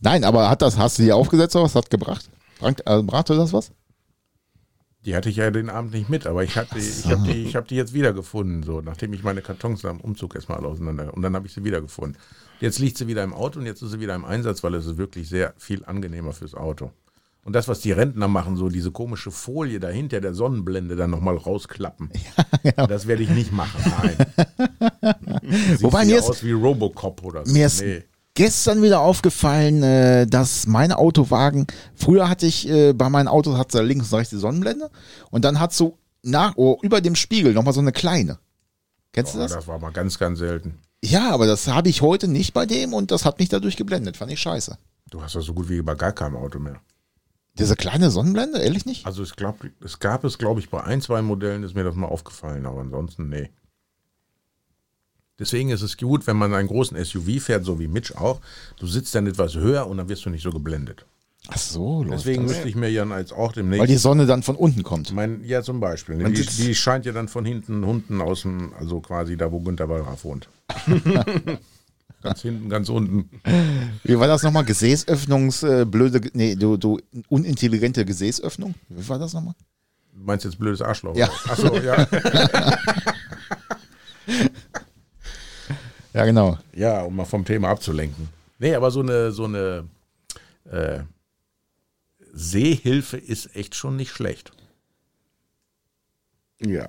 Speaker 3: Nein, aber hat das, hast du die aufgesetzt oder was hat gebracht? Frank, äh, brachte das was?
Speaker 2: Die hatte ich ja den Abend nicht mit, aber ich habe die, ich hab die, ich hab die jetzt wiedergefunden, so, nachdem ich meine Kartons am Umzug erstmal alle auseinander. Und dann habe ich sie wiedergefunden. Jetzt liegt sie wieder im Auto und jetzt ist sie wieder im Einsatz, weil es ist wirklich sehr viel angenehmer fürs Auto. Und das, was die Rentner machen, so diese komische Folie dahinter der Sonnenblende dann nochmal rausklappen.
Speaker 3: genau.
Speaker 2: Das werde ich nicht machen, nein. Sieht
Speaker 3: Wobei mir
Speaker 2: wieder
Speaker 3: ist-
Speaker 2: aus wie Robocop oder so.
Speaker 3: Mir ist gestern wieder aufgefallen, äh, dass meine Autowagen, früher hatte ich, äh, bei meinen Autos hat da links und rechts die Sonnenblende und dann hat so nach, oh, über dem Spiegel nochmal so eine kleine. Kennst
Speaker 2: oh,
Speaker 3: du das?
Speaker 2: das war mal ganz, ganz selten.
Speaker 3: Ja, aber das habe ich heute nicht bei dem und das hat mich dadurch geblendet. Fand ich scheiße.
Speaker 2: Du hast das so gut wie bei gar keinem Auto mehr.
Speaker 3: Diese kleine Sonnenblende, ehrlich nicht?
Speaker 2: Also ich glaub, es gab es, glaube ich, bei ein, zwei Modellen ist mir das mal aufgefallen, aber ansonsten, nee. Deswegen ist es gut, wenn man einen großen SUV fährt, so wie Mitch auch, du sitzt dann etwas höher und dann wirst du nicht so geblendet.
Speaker 3: Ach so, läuft
Speaker 2: Deswegen Mhm.
Speaker 3: das.
Speaker 2: müsste ich mir ja als auch
Speaker 3: Weil
Speaker 2: demnächst.
Speaker 3: die Sonne dann von unten kommt.
Speaker 2: Mein, ja, zum Beispiel. ne?
Speaker 4: Man
Speaker 2: Die,
Speaker 4: sitzt-
Speaker 2: die scheint ja dann von hinten, unten aus dem, also quasi da, wo Günther Wallraff wohnt. ganz hinten, ganz unten.
Speaker 3: Wie war das nochmal? Gesäßöffnungs, äh, blöde, Ge- nee, du, du, unintelligente Gesäßöffnung? Wie war das nochmal?
Speaker 2: Du meinst jetzt blödes Arschloch?
Speaker 3: Ja.
Speaker 2: Achso, ja.
Speaker 3: Ja, genau.
Speaker 2: Ja, um mal vom Thema abzulenken. Nee, aber so eine, so eine äh, Seehilfe ist echt schon nicht schlecht.
Speaker 4: Ja.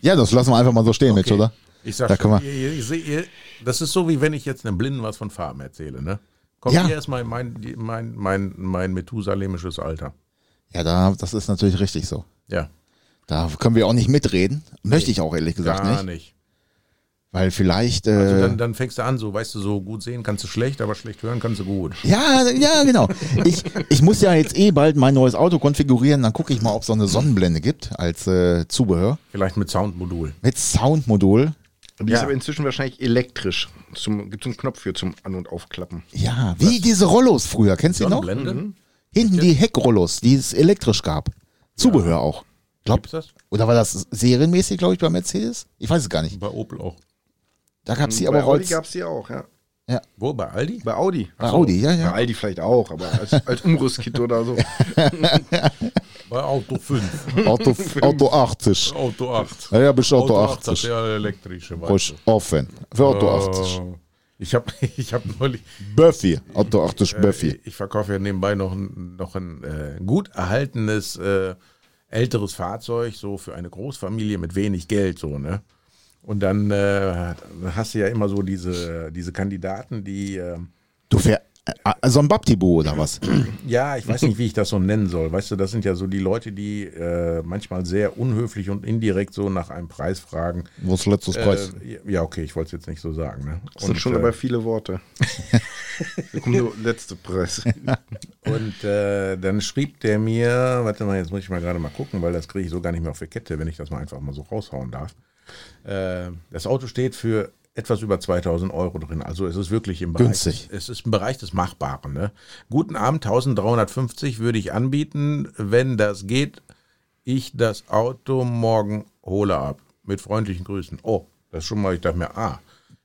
Speaker 3: Ja, das lassen wir einfach mal so stehen, Mitch, oder?
Speaker 2: Ich sag
Speaker 3: Da
Speaker 2: schon,
Speaker 3: kann man-
Speaker 2: ihr, ihr, ich seh- ihr, das ist so, wie wenn ich jetzt einem Blinden was von Farben erzähle, ne? Kommt
Speaker 3: Ja.
Speaker 2: ja. erstmal in mein, die- mein, mein, mein methusalemisches Alter.
Speaker 3: Ja, da, das ist natürlich richtig so.
Speaker 2: Ja,
Speaker 3: Da können wir auch nicht mitreden. Möchte ich auch ehrlich gesagt
Speaker 2: gar
Speaker 3: nicht.
Speaker 2: nicht.
Speaker 3: Weil vielleicht. Äh,
Speaker 2: Also dann, dann fängst du an, so, weißt du, so gut sehen kannst du schlecht, aber schlecht hören kannst du gut.
Speaker 3: ja, ja, genau. Ich, ich muss ja jetzt eh bald mein neues Auto konfigurieren. Dann gucke ich mal, ob es so eine Sonnenblende gibt als äh, Zubehör.
Speaker 2: Vielleicht mit Soundmodul.
Speaker 3: Mit Soundmodul.
Speaker 4: Die
Speaker 2: Ja.
Speaker 4: ist aber inzwischen wahrscheinlich elektrisch. Zum, gibt es einen Knopf für zum An- und Aufklappen.
Speaker 3: Ja, wie diese Rollos früher. Kennst du die noch?
Speaker 2: Sonnenblende?
Speaker 3: Mhm. Hinten die Heckrollos, die es elektrisch gab. Zubehör auch. Glaub,
Speaker 2: Gibt's das?
Speaker 3: oder war das serienmäßig, glaube ich, bei Mercedes? Ich weiß es gar nicht.
Speaker 2: Hm, Bei Opel auch.
Speaker 3: Da gab es die aber auch
Speaker 4: Audi
Speaker 3: als,
Speaker 4: gab es die auch, ja.
Speaker 2: Wo, bei Aldi?
Speaker 4: Bei Audi.
Speaker 3: Bei Audi, ja, ja.
Speaker 4: Bei Aldi vielleicht auch, aber als, als Umrüstkit oder so.
Speaker 2: Bei Auto 5.
Speaker 3: Auto, Auto 80.
Speaker 2: Auto 8.
Speaker 3: Ja, ja, bist Auto 80.
Speaker 2: hat ja elektrische. weißt
Speaker 3: Ruhig offen. Für Auto 80.
Speaker 2: Äh, Ich habe ich hab neulich, äh,
Speaker 3: Buffy. Auto 80 Buffy.
Speaker 2: ich verkaufe ja nebenbei noch ein, noch ein äh, gut erhaltenes äh, älteres Fahrzeug, so für eine Großfamilie mit wenig Geld, so, ne? Und dann äh, hast du ja immer so diese, diese Kandidaten, die, äh,
Speaker 3: Du fährst. So ein Babtibu oder was?
Speaker 2: ja, ich weiß nicht, wie ich das so nennen soll. Weißt du, das sind ja so die Leute, die äh, manchmal sehr unhöflich und indirekt so nach einem Preis fragen.
Speaker 3: Wo ist letztes Preis?
Speaker 2: Äh, ja, okay, ich wollte es jetzt nicht so sagen. Ne?
Speaker 4: Das sind schon
Speaker 2: äh,
Speaker 4: aber viele Worte. da kommt nur letzte Preis.
Speaker 2: Und äh, dann schrieb der mir, warte mal, jetzt muss ich mal gerade mal gucken, weil das kriege ich so gar nicht mehr auf die Kette, wenn ich das mal einfach mal so raushauen darf. Äh, das Auto steht für etwas über 2000 Euro drin. Also es ist wirklich im Bereich.
Speaker 3: Günstig.
Speaker 2: Es ist im Bereich des Machbaren. Ne? Guten Abend, 1350 würde ich anbieten, wenn das geht. Ich das Auto morgen hole ab. Mit freundlichen Grüßen. Oh, das ist schon mal, ich dachte mir, ah,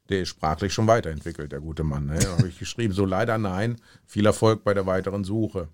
Speaker 2: der ist sprachlich schon weiterentwickelt, der gute Mann. Ne? Da habe ich geschrieben, so leider nein, viel Erfolg bei der weiteren Suche.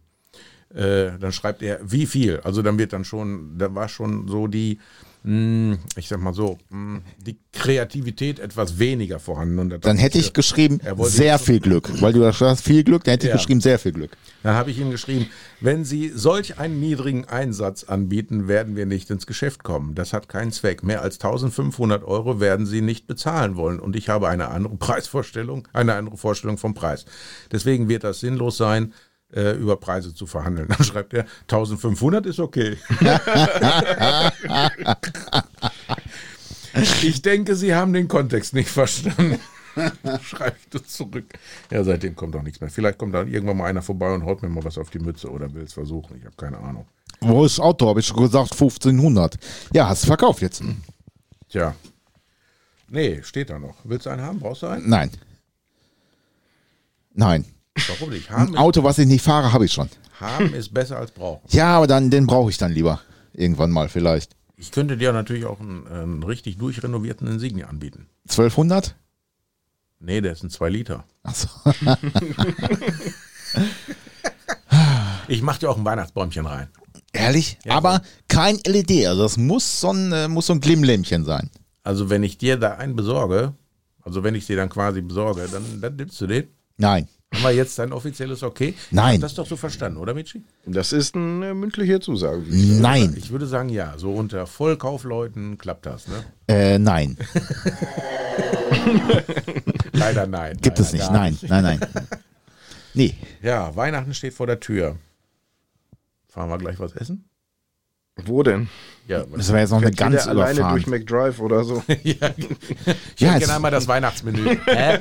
Speaker 2: Äh, dann schreibt er, wie viel? Also dann wird dann schon, da war schon so die, mh, ich sag mal so, mh, die Kreativität etwas weniger vorhanden. Und da
Speaker 3: Dann
Speaker 2: dachte
Speaker 3: hätte ich geschrieben,
Speaker 2: Er wollte
Speaker 3: sehr
Speaker 2: jetzt-
Speaker 3: viel Glück. Weil du da hast viel Glück, dann hätte ich
Speaker 2: Ja.
Speaker 3: geschrieben, sehr viel Glück.
Speaker 2: Dann habe ich ihm geschrieben, wenn Sie solch einen niedrigen Einsatz anbieten, werden wir nicht ins Geschäft kommen. Das hat keinen Zweck. Mehr als 1500 Euro werden Sie nicht bezahlen wollen. Und ich habe eine andere Preisvorstellung, eine andere Vorstellung vom Preis. Deswegen wird das sinnlos sein, äh, über Preise zu verhandeln. Dann schreibt er, 1500 ist okay. ich denke, Sie haben den Kontext nicht verstanden. Schreibe ich das zurück. Ja, seitdem kommt auch nichts mehr. Vielleicht kommt dann irgendwann mal einer vorbei und haut mir mal was auf die Mütze oder will es versuchen. Ich habe keine Ahnung.
Speaker 3: Wo ist Auto? Habe ich schon gesagt, 1500. Ja, hast du verkauft jetzt.
Speaker 2: Tja. Nee, steht da noch. Willst du einen haben? Brauchst du einen?
Speaker 3: Nein. Nein.
Speaker 2: Warum nicht? Haben,
Speaker 3: Ein Auto, was ich nicht fahre, habe ich schon.
Speaker 2: haben ist besser als brauchen.
Speaker 3: Ja, aber dann, den brauche ich dann lieber. Irgendwann mal vielleicht.
Speaker 2: Ich könnte dir natürlich auch einen, äh, einen richtig durchrenovierten Insignia anbieten.
Speaker 3: 1200?
Speaker 2: Nee, der ist ein 2 Liter.
Speaker 3: Achso.
Speaker 2: Ich mache dir auch ein Weihnachtsbäumchen rein.
Speaker 3: Ehrlich? aber kein LED. Also das muss so ein, äh, muss so ein Glimmlämmchen sein.
Speaker 2: Also wenn ich dir da einen besorge, also wenn ich sie dann quasi besorge, dann, dann nimmst du den.
Speaker 3: Nein.
Speaker 2: Haben wir jetzt dein offizielles Okay? Ich
Speaker 3: Nein.
Speaker 2: hab Das doch so verstanden, oder Michi?
Speaker 4: Das ist eine mündliche Zusage. wie gesagt.
Speaker 3: Nein.
Speaker 2: Ich würde sagen, ja. So unter Vollkaufleuten klappt das, ne?
Speaker 3: Äh, nein.
Speaker 2: Leider nein.
Speaker 3: Gibt
Speaker 2: Leider
Speaker 3: es nicht.
Speaker 2: gar
Speaker 3: Nein, nein, nein. Nee.
Speaker 2: Ja, Weihnachten steht vor der Tür. Fahren wir gleich was essen?
Speaker 4: Wo denn?
Speaker 2: Ja,
Speaker 3: Das war jetzt noch eine
Speaker 4: Fährt
Speaker 3: ganz
Speaker 4: jeder alleine
Speaker 3: überfahren.
Speaker 4: durch McDrive oder so.
Speaker 2: ja. Ich
Speaker 3: Ja,
Speaker 2: hätte
Speaker 3: es-
Speaker 2: gerne einmal das Weihnachtsmenü. Hä?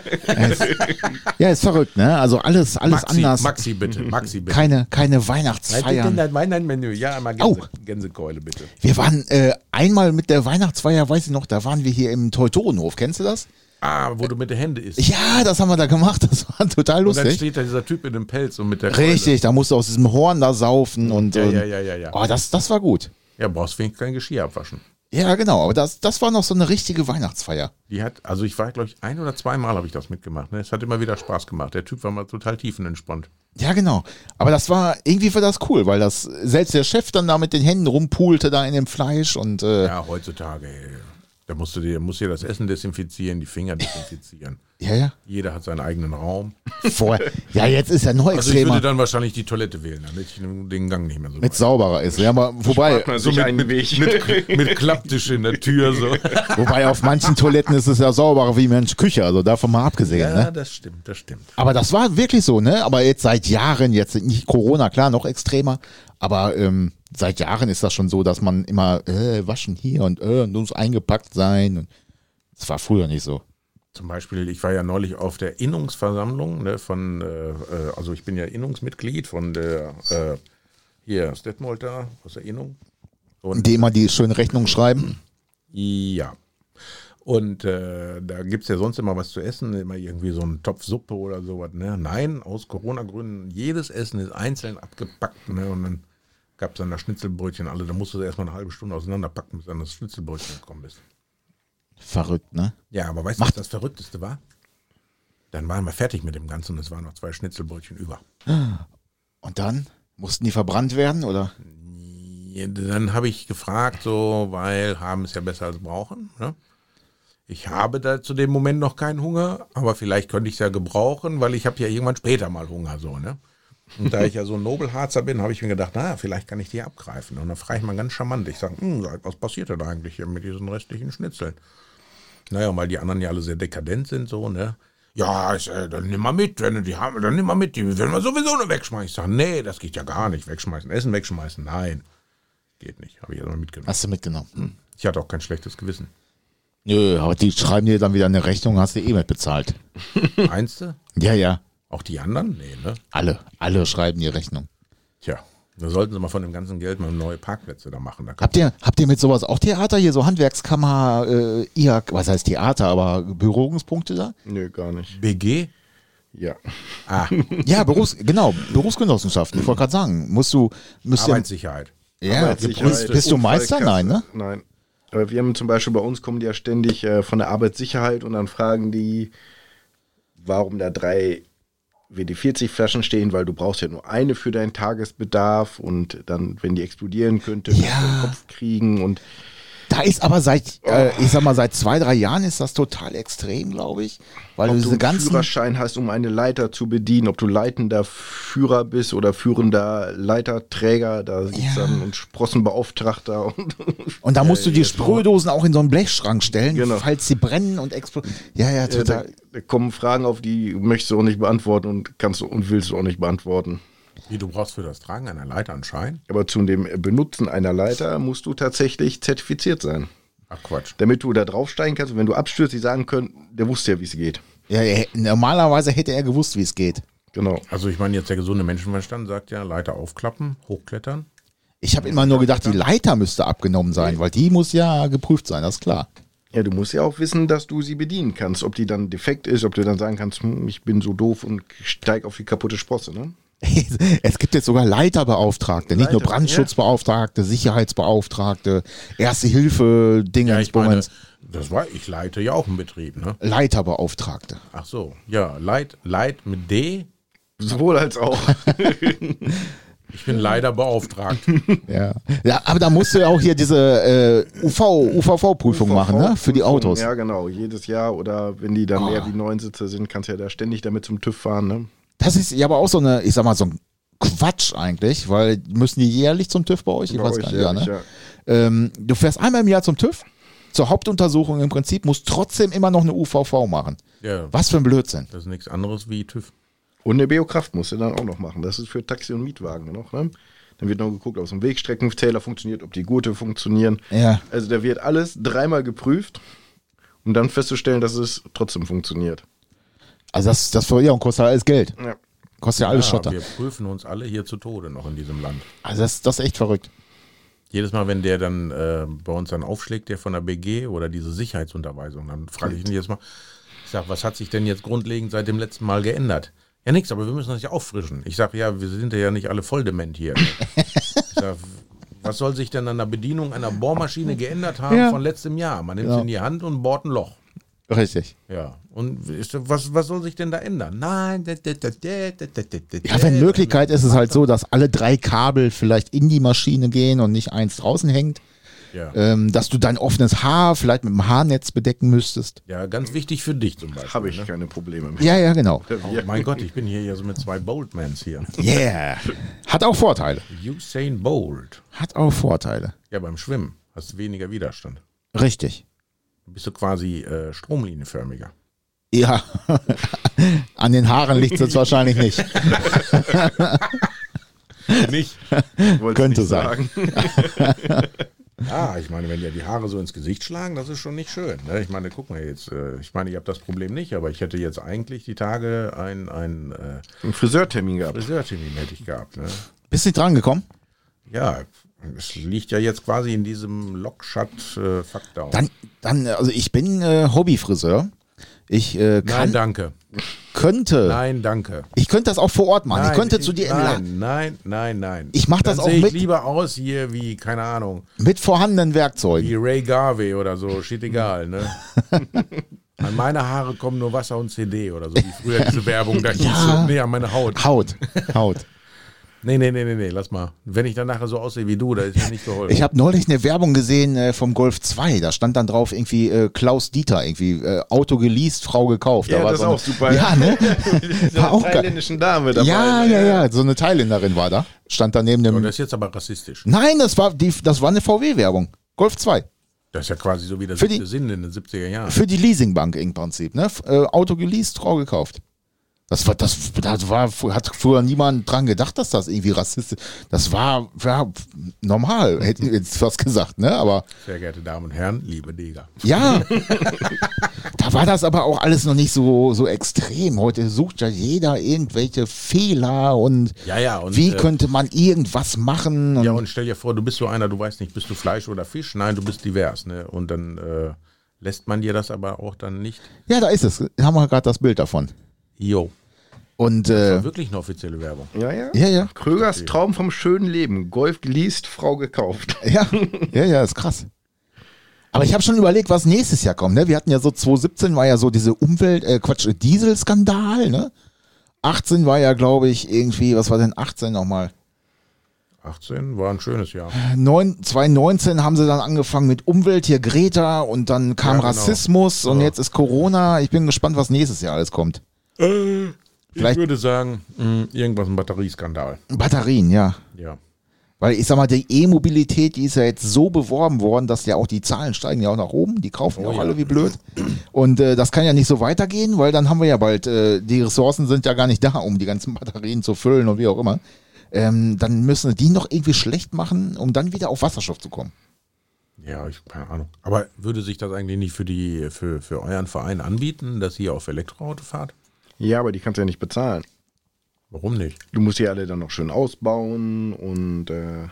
Speaker 3: Ja, ist verrückt, ne? Also alles, alles
Speaker 2: Maxi,
Speaker 3: anders.
Speaker 2: Maxi, bitte. Maxi, bitte.
Speaker 3: Keine, keine
Speaker 2: Was ist denn
Speaker 3: Weihnachtsfeiern.
Speaker 2: dein Weihnachtsmenü? Ja, einmal Gänse,
Speaker 3: Au.
Speaker 2: Gänsekeule, bitte.
Speaker 3: Wir waren äh, einmal mit der Weihnachtsfeier, weiß ich noch, da waren wir hier im Teutonenhof. Kennst du das?
Speaker 2: Ah, wo du mit den Händen isst.
Speaker 3: Ja, das haben wir da gemacht. Das war total
Speaker 2: Und dann
Speaker 3: lustig.
Speaker 2: steht da dieser Typ in dem Pelz und mit der Keule.
Speaker 3: Richtig, da musst du aus diesem Horn da saufen und.
Speaker 2: Ja,
Speaker 3: und
Speaker 2: ja, ja, ja, ja.
Speaker 3: Oh, das, das war gut.
Speaker 2: Ja, brauchst wenigstens kein Geschirr abwaschen.
Speaker 3: Ja, genau. Aber das, das war noch so eine richtige Weihnachtsfeier.
Speaker 2: Die hat, also ich war, glaube ich, ein oder zweimal habe ich das mitgemacht. Ne? Es hat immer wieder Spaß gemacht. Der Typ war mal total tiefenentspannt.
Speaker 3: Ja, genau. Aber das war, irgendwie war das cool, weil das, selbst der Chef dann da mit den Händen rumpulte da in dem Fleisch und äh, ja.
Speaker 2: Ja, heutzutage, ey, da musst du dir, musst dir das Essen desinfizieren, die Finger desinfizieren.
Speaker 3: ja, ja.
Speaker 2: Jeder hat seinen eigenen Raum.
Speaker 3: Vorher. Ja, jetzt ist ja noch
Speaker 2: Also ich
Speaker 3: extremer.
Speaker 2: würde dann wahrscheinlich die Toilette wählen, damit ich den Gang nicht mehr so
Speaker 3: mit sauberer ist. Ja, aber wobei,
Speaker 4: Hat man sich einen Weg.
Speaker 2: weit- mit Klapptisch in der Tür so.
Speaker 3: wobei auf manchen Toiletten ist es ja sauberer wie Mensch Küche, also davon mal abgesehen. Ne?
Speaker 2: Ja, das stimmt, das stimmt.
Speaker 3: Aber das war wirklich so, ne? Aber jetzt seit Jahren, jetzt nicht Corona, klar, noch extremer, aber ähm, seit Jahren ist das schon so, dass man immer äh, waschen hier und äh, und muss eingepackt sein. Und das war früher nicht so.
Speaker 2: Zum Beispiel, ich war ja neulich auf der Innungsversammlung ne, von, äh, äh, also ich bin ja Innungsmitglied von der äh, hier Stettmolter aus der Innung.
Speaker 3: Die immer die schönen Rechnungen schreiben.
Speaker 2: Ja. Und äh, da gibt es ja sonst immer was zu essen, immer irgendwie so einen Topf Suppe oder sowas. Ne? Nein, aus Corona-Gründen, jedes Essen ist einzeln abgepackt. Ne? Und dann gab es dann das Schnitzelbrötchen alle. Da musst du erstmal eine halbe Stunde auseinanderpacken, bis du an das Schnitzelbrötchen gekommen bist.
Speaker 3: Verrückt, ne?
Speaker 2: Ja, aber weißt du, was das Verrückteste war? Dann waren wir fertig mit dem Ganzen und es waren noch zwei Schnitzelbrötchen über.
Speaker 3: Und dann mussten die verbrannt werden oder?
Speaker 2: Ja, Dann habe ich gefragt, so, weil haben es ja besser als brauchen. Ne? Ich habe da zu dem Moment noch keinen Hunger, aber vielleicht könnte ich es ja gebrauchen, weil ich habe ja irgendwann später mal Hunger, so, ne? Und da ich ja so ein Nobelharzer bin, habe ich mir gedacht, na, vielleicht kann ich die abgreifen. Und dann frage ich mal ganz charmant. Ich sage, hm, was passiert denn eigentlich hier mit diesen restlichen Schnitzeln? Naja, weil die anderen ja alle sehr dekadent sind, so, ne? Ja, ich, äh, dann nimm mal mit, wenn du die haben, dann nimm mal mit, die werden wir sowieso nur wegschmeißen. Ich sag, nee, das geht ja gar nicht. Wegschmeißen, Essen wegschmeißen, nein. Geht nicht, habe ich also mitgenommen.
Speaker 3: Hast du mitgenommen?
Speaker 2: Ich hatte auch kein schlechtes Gewissen.
Speaker 3: Nö, aber die schreiben dir dann wieder eine Rechnung, hast du eh mit bezahlt.
Speaker 2: Meinst du?
Speaker 3: Ja, ja.
Speaker 2: Auch die anderen? Nee, ne?
Speaker 3: Alle, alle schreiben die Rechnung.
Speaker 2: Tja, da sollten sie mal von dem ganzen Geld mal neue Parkplätze da machen. Da kann-
Speaker 3: Habt ihr, habt ihr mit sowas auch Theater hier, so Handwerkskammer, äh, IHK, was heißt Theater, aber Berührungspunkte da?
Speaker 4: Nö, gar nicht.
Speaker 2: BG?
Speaker 4: Ja.
Speaker 2: Ah,
Speaker 3: Ja, Berufs, genau, Berufsgenossenschaften, ich wollte gerade sagen, musst du, müsst ihr,
Speaker 2: Arbeitssicherheit.
Speaker 3: ja, bist, bist du Meister? Nein, ne?
Speaker 4: Nein. Aber wir haben zum Beispiel bei uns kommen die ja ständig äh, von der Arbeitssicherheit und dann fragen die, warum da drei WD-40 Flaschen stehen, weil du brauchst ja nur eine für deinen Tagesbedarf und dann, wenn die explodieren könnte, musst du
Speaker 3: Ja.
Speaker 4: einen Kopf kriegen und
Speaker 3: Da ist aber seit, äh, ich sag mal, seit zwei, drei Jahren ist das total extrem, glaube ich, weil du
Speaker 4: ob du
Speaker 3: diese
Speaker 4: einen
Speaker 3: ganzen,
Speaker 4: Führerschein hast, um eine Leiter zu bedienen, ob du leitender Führer bist oder führender Leiterträger, da gibt es
Speaker 3: Ja.
Speaker 4: dann einen Sprossenbeauftragter und
Speaker 3: und da musst du die Sprühdosen auch in so einen Blechschrank stellen,
Speaker 4: Genau.
Speaker 3: falls sie brennen und explodieren. Ja, ja,
Speaker 4: Äh, da,
Speaker 3: total.
Speaker 4: da kommen Fragen auf, die möchtest du auch nicht beantworten und kannst du und willst du auch nicht beantworten.
Speaker 2: Wie, du brauchst für das Tragen einer Leiter einen Schein?
Speaker 4: Aber zu dem Benutzen einer Leiter musst du tatsächlich zertifiziert sein.
Speaker 2: Ach Quatsch.
Speaker 4: Damit du da draufsteigen kannst und wenn du abstürzt, die sagen können, der wusste ja, wie es geht.
Speaker 3: Ja, ja, normalerweise hätte er gewusst, wie es geht.
Speaker 4: Genau.
Speaker 2: Also ich meine, jetzt der gesunde Menschenverstand sagt ja, Leiter aufklappen, hochklettern.
Speaker 3: Ich habe immer nur gedacht, die Leiter müsste abgenommen sein, weil die muss ja geprüft sein, das ist klar.
Speaker 4: Ja, du musst ja auch wissen, dass du sie bedienen kannst. Ob die dann defekt ist, ob du dann sagen kannst, hm, ich bin so doof und steig auf die kaputte Sprosse, ne?
Speaker 3: Es gibt jetzt sogar Leiterbeauftragte, nicht nur
Speaker 4: Leiter,
Speaker 3: Brandschutzbeauftragte, Sicherheitsbeauftragte, Erste-Hilfe-Dingens, Bummens.
Speaker 2: das war, ich leite ja auch einen Betrieb, ne?
Speaker 3: Leiterbeauftragte.
Speaker 2: Ach so, ja, Leit, Leit mit D,
Speaker 4: Sowohl als auch.
Speaker 2: ich bin leider beauftragt.
Speaker 3: Ja. ja, aber da musst du ja auch hier diese äh, UV, UVV-Prüfung machen, ne? Für die Autos.
Speaker 4: Ja, genau. Jedes Jahr oder wenn die dann mehr wie neun Sitze sind, kannst du ja da ständig damit zum TÜV fahren, ne?
Speaker 3: Das ist ja aber auch so eine, ich sag mal, so ein Quatsch eigentlich, weil müssen die jährlich zum TÜV bei euch? Ich
Speaker 4: Bei
Speaker 3: weiß
Speaker 4: euch
Speaker 3: gar nicht, ja,
Speaker 4: jährlich,
Speaker 3: ne? Ähm, du fährst einmal im Jahr zum TÜV, zur Hauptuntersuchung im Prinzip, musst trotzdem immer noch eine UVV machen.
Speaker 2: Ja,
Speaker 3: Was für ein Blödsinn.
Speaker 2: das ist nichts anderes wie TÜV.
Speaker 4: Und eine Biokraft musst du dann auch noch machen. Das ist für Taxi und Mietwagen noch, ne? Dann wird noch geguckt, ob so ein Wegstreckenzähler funktioniert, ob die Gurte funktionieren.
Speaker 3: Ja.
Speaker 4: Also da wird alles dreimal geprüft, um dann festzustellen, dass es trotzdem funktioniert.
Speaker 3: Also das, das für ja, und kostet alles Geld.
Speaker 4: Ja.
Speaker 3: Kostet ja alles
Speaker 2: Ja,
Speaker 3: Schotter.
Speaker 2: Ah, wir prüfen uns alle hier zu Tode noch in diesem Land.
Speaker 3: Also das, das ist echt verrückt.
Speaker 2: Jedes Mal, wenn der dann äh, bei uns dann aufschlägt, der von der BG oder diese Sicherheitsunterweisung, dann frage ich ihn jedes Mal, ich sage, was hat sich denn jetzt grundlegend seit dem letzten Mal geändert? Ja, nichts, aber wir müssen das ja auffrischen. Ich sage, ja, wir sind ja nicht alle voll dement hier. ich sag, was soll sich denn an der Bedienung einer Bohrmaschine geändert haben
Speaker 3: Ja.
Speaker 2: von letztem Jahr? Man nimmt
Speaker 3: Ja.
Speaker 2: sie in die Hand und bohrt ein Loch.
Speaker 3: Richtig.
Speaker 2: Ja, und ich sag, was, was soll sich denn da ändern? Nein, da, da, da, da, da, da, da, da,
Speaker 3: Ja, wenn Möglichkeit ist es halt so, dass alle drei Kabel vielleicht in die Maschine gehen und nicht eins draußen hängt.
Speaker 2: Ja.
Speaker 3: Ähm, dass du dein offenes Haar vielleicht mit dem Haarnetz bedecken müsstest.
Speaker 2: ja, ganz wichtig für dich zum Beispiel.
Speaker 4: Habe ich keine Probleme mit.
Speaker 3: Ja, ja, genau.
Speaker 2: Oh mein Gott, ich bin hier ja so mit zwei Boldmans hier.
Speaker 3: Yeah. Hat auch Vorteile.
Speaker 2: Usain Bolt.
Speaker 3: Hat auch Vorteile.
Speaker 2: Ja, beim Schwimmen hast du weniger Widerstand.
Speaker 3: Richtig.
Speaker 2: Dann Bist du quasi äh, stromlinienförmiger.
Speaker 3: Ja. An den Haaren liegt es jetzt wahrscheinlich nicht.
Speaker 2: Nicht?
Speaker 4: Wollt's
Speaker 3: Könnte
Speaker 4: nicht
Speaker 3: sein.
Speaker 4: sagen.
Speaker 2: Ah, ich meine, wenn dir die Haare so ins Gesicht schlagen, das ist schon nicht schön. Ne? Ich meine, guck mal jetzt. Äh, ich meine, ich habe das Problem nicht, aber ich hätte jetzt eigentlich die Tage ein, ein äh,
Speaker 4: Ein Friseurtermin gehabt.
Speaker 2: Friseurtermin hätte ich gehabt. Ne?
Speaker 3: Bist nicht dran gekommen?
Speaker 2: Ja, es liegt ja jetzt quasi in diesem äh, Lockshut-Faktor.
Speaker 3: Dann, dann, also ich bin äh, Hobbyfriseur. Ich äh,
Speaker 2: Nein,
Speaker 3: kann,
Speaker 2: danke.
Speaker 3: könnte,
Speaker 2: Nein, danke.
Speaker 3: ich könnte das auch vor Ort machen.
Speaker 2: Nein,
Speaker 3: ich könnte zu dir im Laden.
Speaker 2: Nein, nein, nein, nein.
Speaker 3: Ich mach das
Speaker 2: Dann
Speaker 3: auch
Speaker 2: seh ich
Speaker 3: mit.
Speaker 2: lieber aus hier wie, keine Ahnung,
Speaker 3: Mit vorhandenen Werkzeugen.
Speaker 2: wie Ray Garvey oder so. Shit egal, ne? An meine Haare kommen nur Wasser und CD oder so, wie früher diese Werbung. Da hieß so, nee, an meine Haut.
Speaker 3: Haut, Haut.
Speaker 2: Nee, nee, nee, nee, nee, lass mal. Wenn ich dann nachher so aussehe wie du, da ist mir nicht geholfen.
Speaker 3: Ich habe neulich eine Werbung gesehen äh, vom Golf 2. Da stand dann drauf irgendwie äh, Klaus Dieter, irgendwie äh, Auto geleast, Frau gekauft.
Speaker 4: Ja,
Speaker 3: da war
Speaker 4: das
Speaker 3: so
Speaker 4: ist
Speaker 3: eine,
Speaker 4: auch super.
Speaker 3: Ja, ne?
Speaker 4: Diese
Speaker 3: War auch geil.
Speaker 4: thailändischen Dame dabei.
Speaker 3: ja,
Speaker 4: ne?
Speaker 3: ja, ja. So eine Thailänderin war da. Stand daneben
Speaker 2: und
Speaker 3: dem.
Speaker 2: das ist jetzt aber rassistisch.
Speaker 3: Nein, das war, die, das war eine VW-Werbung. Golf 2.
Speaker 2: Das ist ja quasi so wie der
Speaker 3: Für die-
Speaker 2: siebte Sinn in den 70er Jahren.
Speaker 3: Für die Leasingbank im Prinzip, ne? F- Äh, Auto geleast, Frau gekauft. Das war, das, das war, hat früher niemand dran gedacht, dass das irgendwie rassistisch Das war, war normal, hätte ich jetzt fast gesagt, ne? Aber
Speaker 2: Sehr geehrte Damen und Herren, liebe Neger.
Speaker 3: ja. da war das aber auch alles noch nicht so, so extrem. Heute sucht ja jeder irgendwelche Fehler und
Speaker 2: Ja, ja, und,
Speaker 3: wie
Speaker 2: äh,
Speaker 3: könnte man irgendwas machen. Und
Speaker 2: Ja, und stell dir vor, du bist so einer, du weißt nicht, bist du Fleisch oder Fisch? Nein, du bist divers, ne? Und dann äh, lässt man dir das aber auch dann nicht.
Speaker 3: ja, da ist es. Da haben wir gerade das Bild davon.
Speaker 2: Jo.
Speaker 3: Und äh,
Speaker 2: Wirklich eine offizielle Werbung.
Speaker 4: Ja, ja.
Speaker 3: ja, ja.
Speaker 4: Krögers Traum vom schönen Leben. Golf geleast, Frau gekauft.
Speaker 3: Ja, ja, ja, ist krass. Aber ich habe schon überlegt, was nächstes Jahr kommt. Ne? Wir hatten ja so 2017 war ja so diese Umwelt, äh, Quatsch, Dieselskandal, ne? 18 war ja, glaube ich, irgendwie, was war denn 18 nochmal?
Speaker 2: 18 war ein schönes Jahr.
Speaker 3: 9, 2019 haben sie dann angefangen mit Umwelt, hier Greta und dann
Speaker 2: Ja,
Speaker 3: kam
Speaker 2: genau.
Speaker 3: Rassismus und
Speaker 2: Ja.
Speaker 3: jetzt ist Corona. Ich bin gespannt, was nächstes Jahr alles kommt.
Speaker 2: Äh, ich
Speaker 3: Vielleicht-
Speaker 2: würde sagen, mh, irgendwas ein Batterieskandal.
Speaker 3: Batterien, ja.
Speaker 2: Ja.
Speaker 3: Weil ich sag mal, die E-Mobilität, die ist ja jetzt so beworben worden, dass ja auch die Zahlen steigen ja auch nach oben. Die kaufen ja auch
Speaker 2: ja.
Speaker 3: alle wie blöd. Und äh, das kann ja nicht so weitergehen, weil dann haben wir ja bald, äh, die Ressourcen sind ja gar nicht da, um die ganzen Batterien zu füllen und wie auch immer. Ähm, dann müssen die noch irgendwie schlecht machen, um dann wieder auf Wasserstoff zu kommen.
Speaker 2: Ja, ich keine Ahnung. Aber würde sich das eigentlich nicht für die für, für euren Verein anbieten, dass ihr auf Elektroauto fahrt?
Speaker 4: Ja, aber die kannst du ja nicht bezahlen.
Speaker 2: Warum nicht?
Speaker 4: Du musst die alle dann noch schön ausbauen und äh,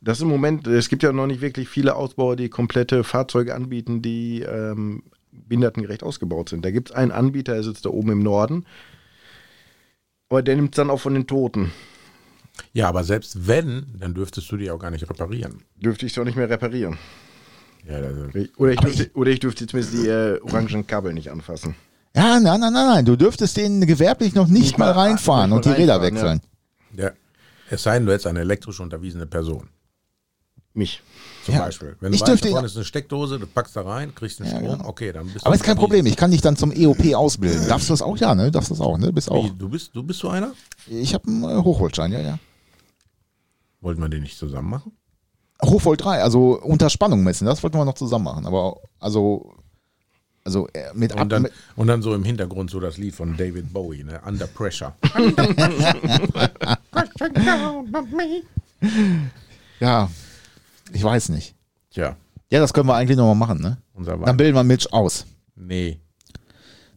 Speaker 4: das ist im Moment, es gibt ja noch nicht wirklich viele Ausbauer, die komplette Fahrzeuge anbieten, die ähm, behindertengerecht ausgebaut sind. Da gibt es einen Anbieter, der sitzt da oben im Norden, aber der nimmt es dann auch von den Toten.
Speaker 2: Ja, aber selbst wenn, dann dürftest du die auch gar nicht reparieren.
Speaker 4: Dürfte ich es auch nicht mehr reparieren.
Speaker 2: Ja, also,
Speaker 4: Oder ich dürfte, oder ich dürfte zumindest die äh, orangen Kabel nicht anfassen.
Speaker 3: Ja, nein, nein, nein, nein. Du dürftest den gewerblich noch nicht mal
Speaker 4: mal-
Speaker 3: reinfahren
Speaker 4: nicht mal
Speaker 3: und die Räder wechseln.
Speaker 4: reinfahren,
Speaker 2: ja. Es sei denn, du hättest eine elektrisch unterwiesene Person.
Speaker 4: Mich.
Speaker 2: Zum
Speaker 3: Ja.
Speaker 2: Beispiel. Wenn
Speaker 3: Ich
Speaker 2: du weißt,
Speaker 3: dürfte
Speaker 2: da
Speaker 3: ihn-
Speaker 2: vorne ist eine Steckdose, du packst da rein, kriegst einen Strom, okay, dann bist
Speaker 3: Aber
Speaker 2: du
Speaker 3: ist kein Problem, ich kann dich dann zum EOP ausbilden. Darfst du das auch? Ja, ne? Darfst du das auch, ne? Bist auch.
Speaker 2: Wie, Du bist, du bist so einer?
Speaker 3: Ich habe einen äh, Hochholtschein, ja, ja.
Speaker 2: Wollten wir den nicht zusammen machen?
Speaker 3: Hochvolt 3, also unter Spannung messen, das wollten wir noch zusammen machen, aber also also äh, mit
Speaker 2: Und dann,
Speaker 3: mit,
Speaker 2: und dann so im Hintergrund so das Lied von David Bowie, ne? Under Pressure.
Speaker 3: ja, ich weiß nicht.
Speaker 2: Tja,
Speaker 3: Ja, das können wir eigentlich nochmal machen, ne?
Speaker 2: unser
Speaker 3: Dann
Speaker 2: Wahl.
Speaker 3: bilden wir Mitch aus.
Speaker 2: Nee.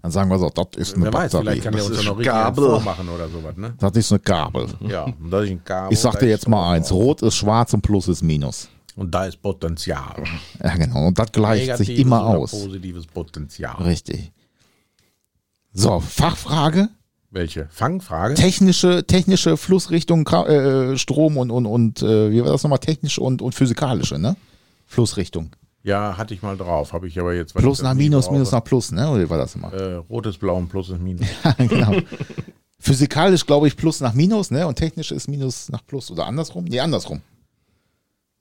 Speaker 3: Dann sagen wir so, das ist eine
Speaker 2: Wer weiß, vielleicht kann
Speaker 3: Batterie.
Speaker 2: der uns
Speaker 4: ist
Speaker 2: ja noch richtig einen
Speaker 4: Gabel.
Speaker 2: vormachen oder sowas, ne?
Speaker 3: Das ist eine Gabel.
Speaker 2: Ja, und da ist ein Kabel.
Speaker 3: Ich sag
Speaker 2: da
Speaker 3: dir
Speaker 2: ist
Speaker 3: jetzt mal
Speaker 2: Strom.
Speaker 3: eins, rot ist schwarz und plus ist minus.
Speaker 2: Und da ist Potenzial.
Speaker 3: Ja, genau, und das gleicht sich immer
Speaker 2: oder
Speaker 3: aus.
Speaker 2: positives Potenzial.
Speaker 3: Richtig. So, Fachfrage,
Speaker 2: Welche? Fangfrage?
Speaker 3: technische technische Flussrichtung Ka- äh, Strom und und und äh, wie war das nochmal technische und und physikalische, ne? Flussrichtung.
Speaker 2: ja, hatte ich mal drauf. Habe ich aber jetzt. weil
Speaker 3: Plus
Speaker 2: ich das
Speaker 3: nach
Speaker 2: nie
Speaker 3: Minus,
Speaker 2: brauche.
Speaker 3: Minus nach Plus, ne? Oder wie war das immer?
Speaker 2: Äh, rotes, blau und plus und minus.
Speaker 3: genau. Physikalisch glaube ich Plus nach Minus, ne? Und technisch ist Minus nach Plus oder andersrum? Nee, andersrum.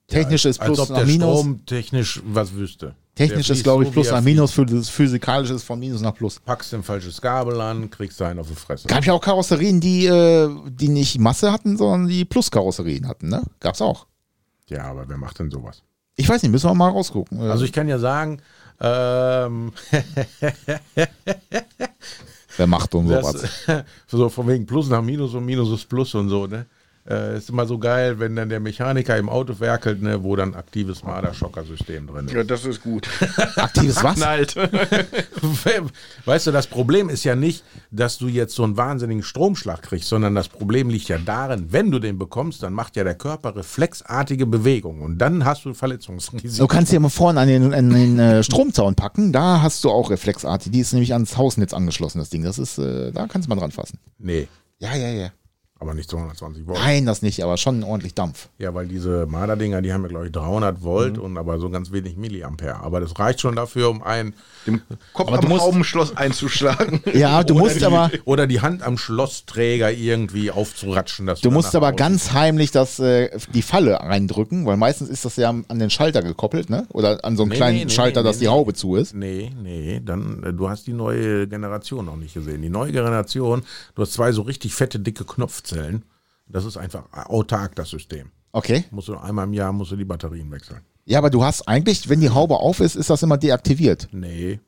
Speaker 3: Technisch ist
Speaker 2: Als
Speaker 3: Plus
Speaker 2: ob
Speaker 3: nach
Speaker 2: der
Speaker 3: Minus.
Speaker 2: Strom technisch was wüsste.
Speaker 3: technisch
Speaker 2: Der
Speaker 3: ist glaube ich
Speaker 2: fließt so,
Speaker 3: Plus
Speaker 2: wie er
Speaker 3: nach Minus, phys- physikalisch ist von Minus nach Plus.
Speaker 2: fließt. Packst ein falsches Gabel an, kriegst einen auf die Fresse.
Speaker 3: Gab ja auch Karosserien, die, äh, die nicht Masse hatten, sondern die Plus-Karosserien hatten, ne? Gab's auch.
Speaker 2: Ja, aber wer macht denn sowas?
Speaker 3: Ich weiß nicht, müssen wir mal rausgucken. äh,
Speaker 2: Also ich kann ja sagen, ähm,
Speaker 3: Wer macht und sowas?
Speaker 2: das, so von wegen Plus nach Minus und Minus ist Plus und so, ne? Äh, ist immer so geil, wenn dann der Mechaniker im Auto werkelt, ne, wo dann aktives Marder-Schocker-System drin ist.
Speaker 4: Ja, das ist gut.
Speaker 3: Aktives was?
Speaker 4: Knallt.
Speaker 2: Weißt du, das Problem ist ja nicht, dass du jetzt so einen wahnsinnigen Stromschlag kriegst, sondern das Problem liegt ja darin, wenn du den bekommst, dann macht ja der Körper reflexartige Bewegungen und dann hast du
Speaker 3: Du
Speaker 2: Verletzungsrisiko.
Speaker 3: kannst dir mal vorne an den, an den äh, Stromzaun packen, da hast du auch Reflexart. Die ist nämlich ans Hausnetz angeschlossen, das Ding. Das ist, äh, da kannst man dran fassen.
Speaker 2: Nee,
Speaker 3: Ja, ja, ja.
Speaker 2: Aber nicht 220 Volt.
Speaker 3: Nein, das nicht, aber schon ordentlich Dampf.
Speaker 2: Ja, weil diese Marderdinger, die haben ja, glaube ich, 300 Volt
Speaker 3: Mhm.
Speaker 2: und aber so ganz wenig Milliampere. Aber das reicht schon dafür, um einen.
Speaker 4: Dem Kopf
Speaker 3: Aber du
Speaker 4: am
Speaker 3: musst-
Speaker 4: Haubenschloss einzuschlagen.
Speaker 3: Ja, du
Speaker 2: oder
Speaker 3: musst
Speaker 2: die,
Speaker 3: aber,
Speaker 2: Oder die Hand am Schlossträger irgendwie aufzuratschen. Dass
Speaker 3: du musst
Speaker 2: danach
Speaker 3: aber
Speaker 2: raus-
Speaker 3: ganz heimlich das, äh, die Falle reindrücken, weil meistens ist das ja an den Schalter gekoppelt, ne? Oder an so einen
Speaker 2: Nee,
Speaker 3: kleinen
Speaker 2: nee, nee,
Speaker 3: Schalter,
Speaker 2: nee,
Speaker 3: dass
Speaker 2: nee,
Speaker 3: die
Speaker 2: nee.
Speaker 3: Haube zu ist.
Speaker 2: Nee, nee, dann, äh, du hast die neue Generation noch nicht gesehen. Die neue Generation, du hast zwei so richtig fette, dicke Knopfzellen. Das ist einfach autark, das System.
Speaker 3: Okay.
Speaker 2: Musst du einmal im Jahr musst du die Batterien wechseln.
Speaker 3: Ja, aber du hast eigentlich, wenn die Haube auf ist, ist das immer deaktiviert.
Speaker 2: Nee.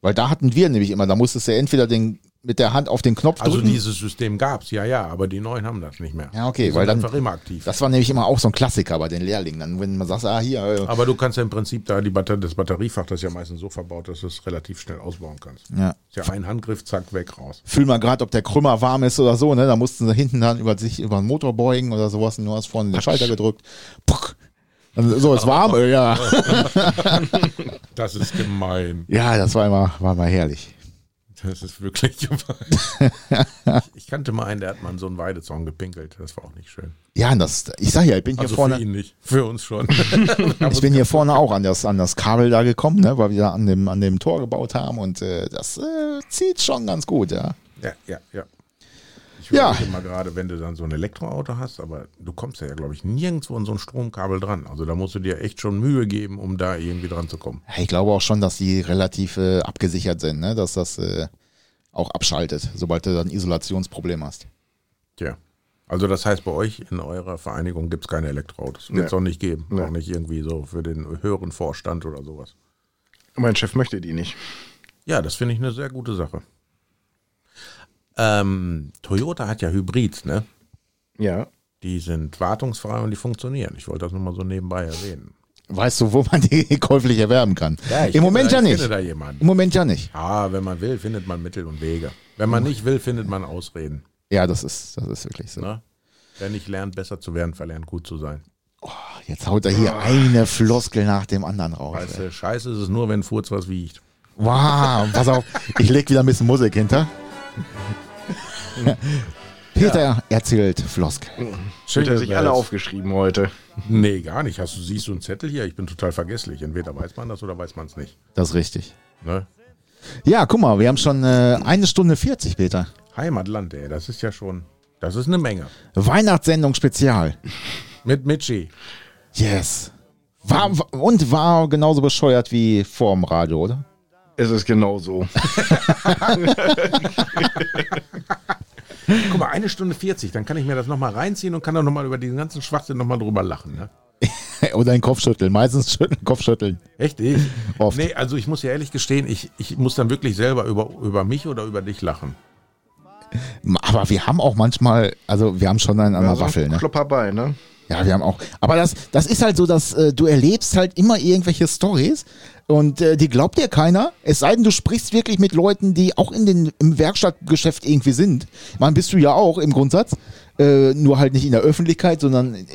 Speaker 3: Weil da hatten wir nämlich immer, da musstest du ja entweder den, mit der Hand auf den Knopf
Speaker 2: Also
Speaker 3: drücken.
Speaker 2: dieses System gab's, ja, ja, aber die neuen haben das nicht mehr.
Speaker 3: Ja, okay,
Speaker 2: die sind
Speaker 3: weil dann-
Speaker 2: einfach immer aktiv.
Speaker 3: das war nämlich immer auch so ein Klassiker bei den Lehrlingen. Dann, wenn man sagt, ah, hier, äh,
Speaker 2: aber du kannst ja im Prinzip da die Batter das Batteriefach, das ist ja meistens so verbaut, dass du es relativ schnell ausbauen kannst.
Speaker 3: Ja.
Speaker 2: Ist ja ein Handgriff, zack, weg, raus.
Speaker 3: fühl mal gerade, ob der Krümmer warm ist oder so, ne? Da mussten sie hinten dann über sich über den Motor beugen oder sowas und du hast vorne den Schalter gedrückt. Puck. Dann, so, ist warm, äh, ja.
Speaker 2: Das ist gemein.
Speaker 3: Ja, das war immer, war mal herrlich.
Speaker 2: Das ist wirklich gemein. ich, ich kannte mal einen, der hat mal in so einen Weidezaun gepinkelt. Das war auch nicht schön.
Speaker 3: Ja, und das, ich sag ja, ich bin hier
Speaker 2: Also für
Speaker 3: vorne,
Speaker 2: ihn nicht, für uns schon.
Speaker 3: ich bin hier vorne auch an das, an das Kabel da gekommen, ne? Weil wir da an dem, an dem Tor gebaut haben und äh, das äh, zieht schon ganz gut, ja.
Speaker 2: ja, ja, ja. Ich
Speaker 3: Ja.
Speaker 2: überlege immer gerade, wenn du dann so ein Elektroauto hast, aber du kommst ja, glaube ich, nirgendwo an so ein Stromkabel dran. Also da musst du dir echt schon Mühe geben, um da irgendwie dran zu kommen.
Speaker 3: Ja, Ich glaube auch schon, dass die relativ äh, abgesichert sind, ne? dass das äh, auch abschaltet, sobald du dann ein Isolationsproblem hast.
Speaker 2: Tja. Also das heißt, bei euch in eurer Vereinigung gibt es keine Elektroautos. Wird es
Speaker 4: Nee.
Speaker 2: auch nicht geben.
Speaker 4: Nee.
Speaker 2: Auch nicht irgendwie so für den höheren Vorstand oder sowas.
Speaker 4: mein Chef möchte die nicht.
Speaker 2: Ja, das finde ich eine sehr gute Sache. Ähm, Toyota hat ja Hybrids, ne?
Speaker 4: Ja.
Speaker 2: Die sind wartungsfrei und die funktionieren. Ich wollte das nur mal so nebenbei erwähnen.
Speaker 3: Weißt du, wo man die käuflich erwerben kann? Im Moment ja
Speaker 2: ich
Speaker 3: nicht.
Speaker 2: Kenne da jemanden.
Speaker 3: Im Moment ja nicht.
Speaker 2: Ja, wenn man will, findet man Mittel und Wege. Wenn man nicht will, findet man Ausreden.
Speaker 3: Ja, das ist, das ist wirklich so.
Speaker 2: Ne? Wer nicht lernt, besser zu werden, verlernt gut zu sein.
Speaker 3: Jetzt haut er hier
Speaker 2: Ah.
Speaker 3: eine Floskel nach dem anderen raus.
Speaker 2: Weißt
Speaker 3: ey.
Speaker 2: du, scheiße ist es nur, wenn Furz was wiegt.
Speaker 3: Wow, pass auf, ich leg wieder ein bisschen Musik hinter. Peter erzählt Floskel.
Speaker 2: Schön,
Speaker 4: Hat er sich
Speaker 2: dass
Speaker 4: alle
Speaker 2: das-
Speaker 4: aufgeschrieben heute.
Speaker 2: Nee, gar nicht. Hast du, siehst du einen Zettel hier? Ich bin total vergesslich. Entweder weiß man das oder weiß man es nicht.
Speaker 3: Das ist richtig.
Speaker 2: Ne?
Speaker 3: Ja, guck mal, wir haben schon äh, eine Stunde 40, Peter.
Speaker 2: Heimatland, ey, das ist ja schon, das ist eine Menge.
Speaker 3: Weihnachtssendung Spezial.
Speaker 2: Mit Mitchi.
Speaker 3: Yes. War, war- und war genauso bescheuert wie vorm Radio, oder?
Speaker 4: Es ist genau so.
Speaker 2: Guck mal, eine Stunde 40, dann kann ich mir das nochmal reinziehen und kann dann nochmal über diesen ganzen Schwachsinn nochmal drüber lachen. Ne?
Speaker 3: oder den Kopf schütteln. Meistens schütteln, Kopf schütteln.
Speaker 2: Echt? Ich?
Speaker 3: Oft.
Speaker 2: Nee, also ich muss ja ehrlich gestehen, ich, ich muss dann wirklich selber über, über mich oder über dich lachen.
Speaker 3: Aber wir haben auch manchmal, also wir haben schon einen an der
Speaker 4: Also
Speaker 3: Waffel, ne?
Speaker 4: Klopper bei, ne?
Speaker 3: Ja, wir haben auch. Aber das, das ist halt so, dass äh, du erlebst halt immer irgendwelche Stories und äh, die glaubt dir keiner. Es sei denn, du sprichst wirklich mit Leuten, die auch in den, im Werkstattgeschäft irgendwie sind. Ich meine, bist du ja auch im Grundsatz. Äh, nur halt nicht in der Öffentlichkeit, sondern in,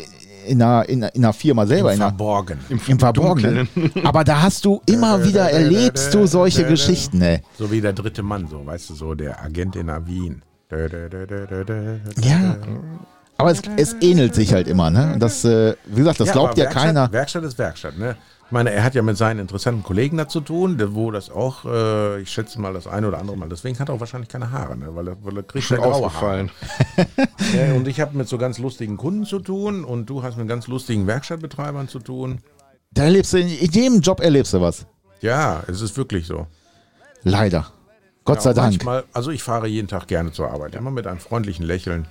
Speaker 3: in, einer, in, einer- in einer Firma selber. in einer,
Speaker 2: Verborgen.
Speaker 3: Im Verborgenen. Aber da hast du immer wieder erlebst du solche Geschichten, ey.
Speaker 2: So wie der dritte Mann, so, weißt du, so der Agent in Wien. Dö, dö, dö, dö, dö, dö.
Speaker 3: Ja. Aber es, es ähnelt sich halt immer, ne? Und Das, äh, wie gesagt, das
Speaker 2: Ja,
Speaker 3: glaubt
Speaker 2: aber
Speaker 3: ja
Speaker 2: Werkstatt,
Speaker 3: keiner.
Speaker 2: Werkstatt ist Werkstatt, ne? Ich meine, er hat ja mit seinen interessanten Kollegen da zu tun, der- wo das auch, äh, ich schätze mal, das ein oder andere Mal. Deswegen hat er auch wahrscheinlich keine Haare, ne? Weil er, weil er kriegt ja
Speaker 4: Schon
Speaker 2: graue Haare.
Speaker 4: ausgefallen.
Speaker 2: Ja, und ich habe mit so ganz lustigen Kunden zu tun und du hast mit ganz lustigen Werkstattbetreibern zu tun.
Speaker 3: Da erlebst du, in jedem Job erlebst du was.
Speaker 2: Ja, es ist wirklich so.
Speaker 3: Leider. Gott sei
Speaker 2: Ja,
Speaker 3: Dank.
Speaker 2: Manchmal, also ich fahre jeden Tag gerne zur Arbeit, immer mit einem freundlichen Lächeln.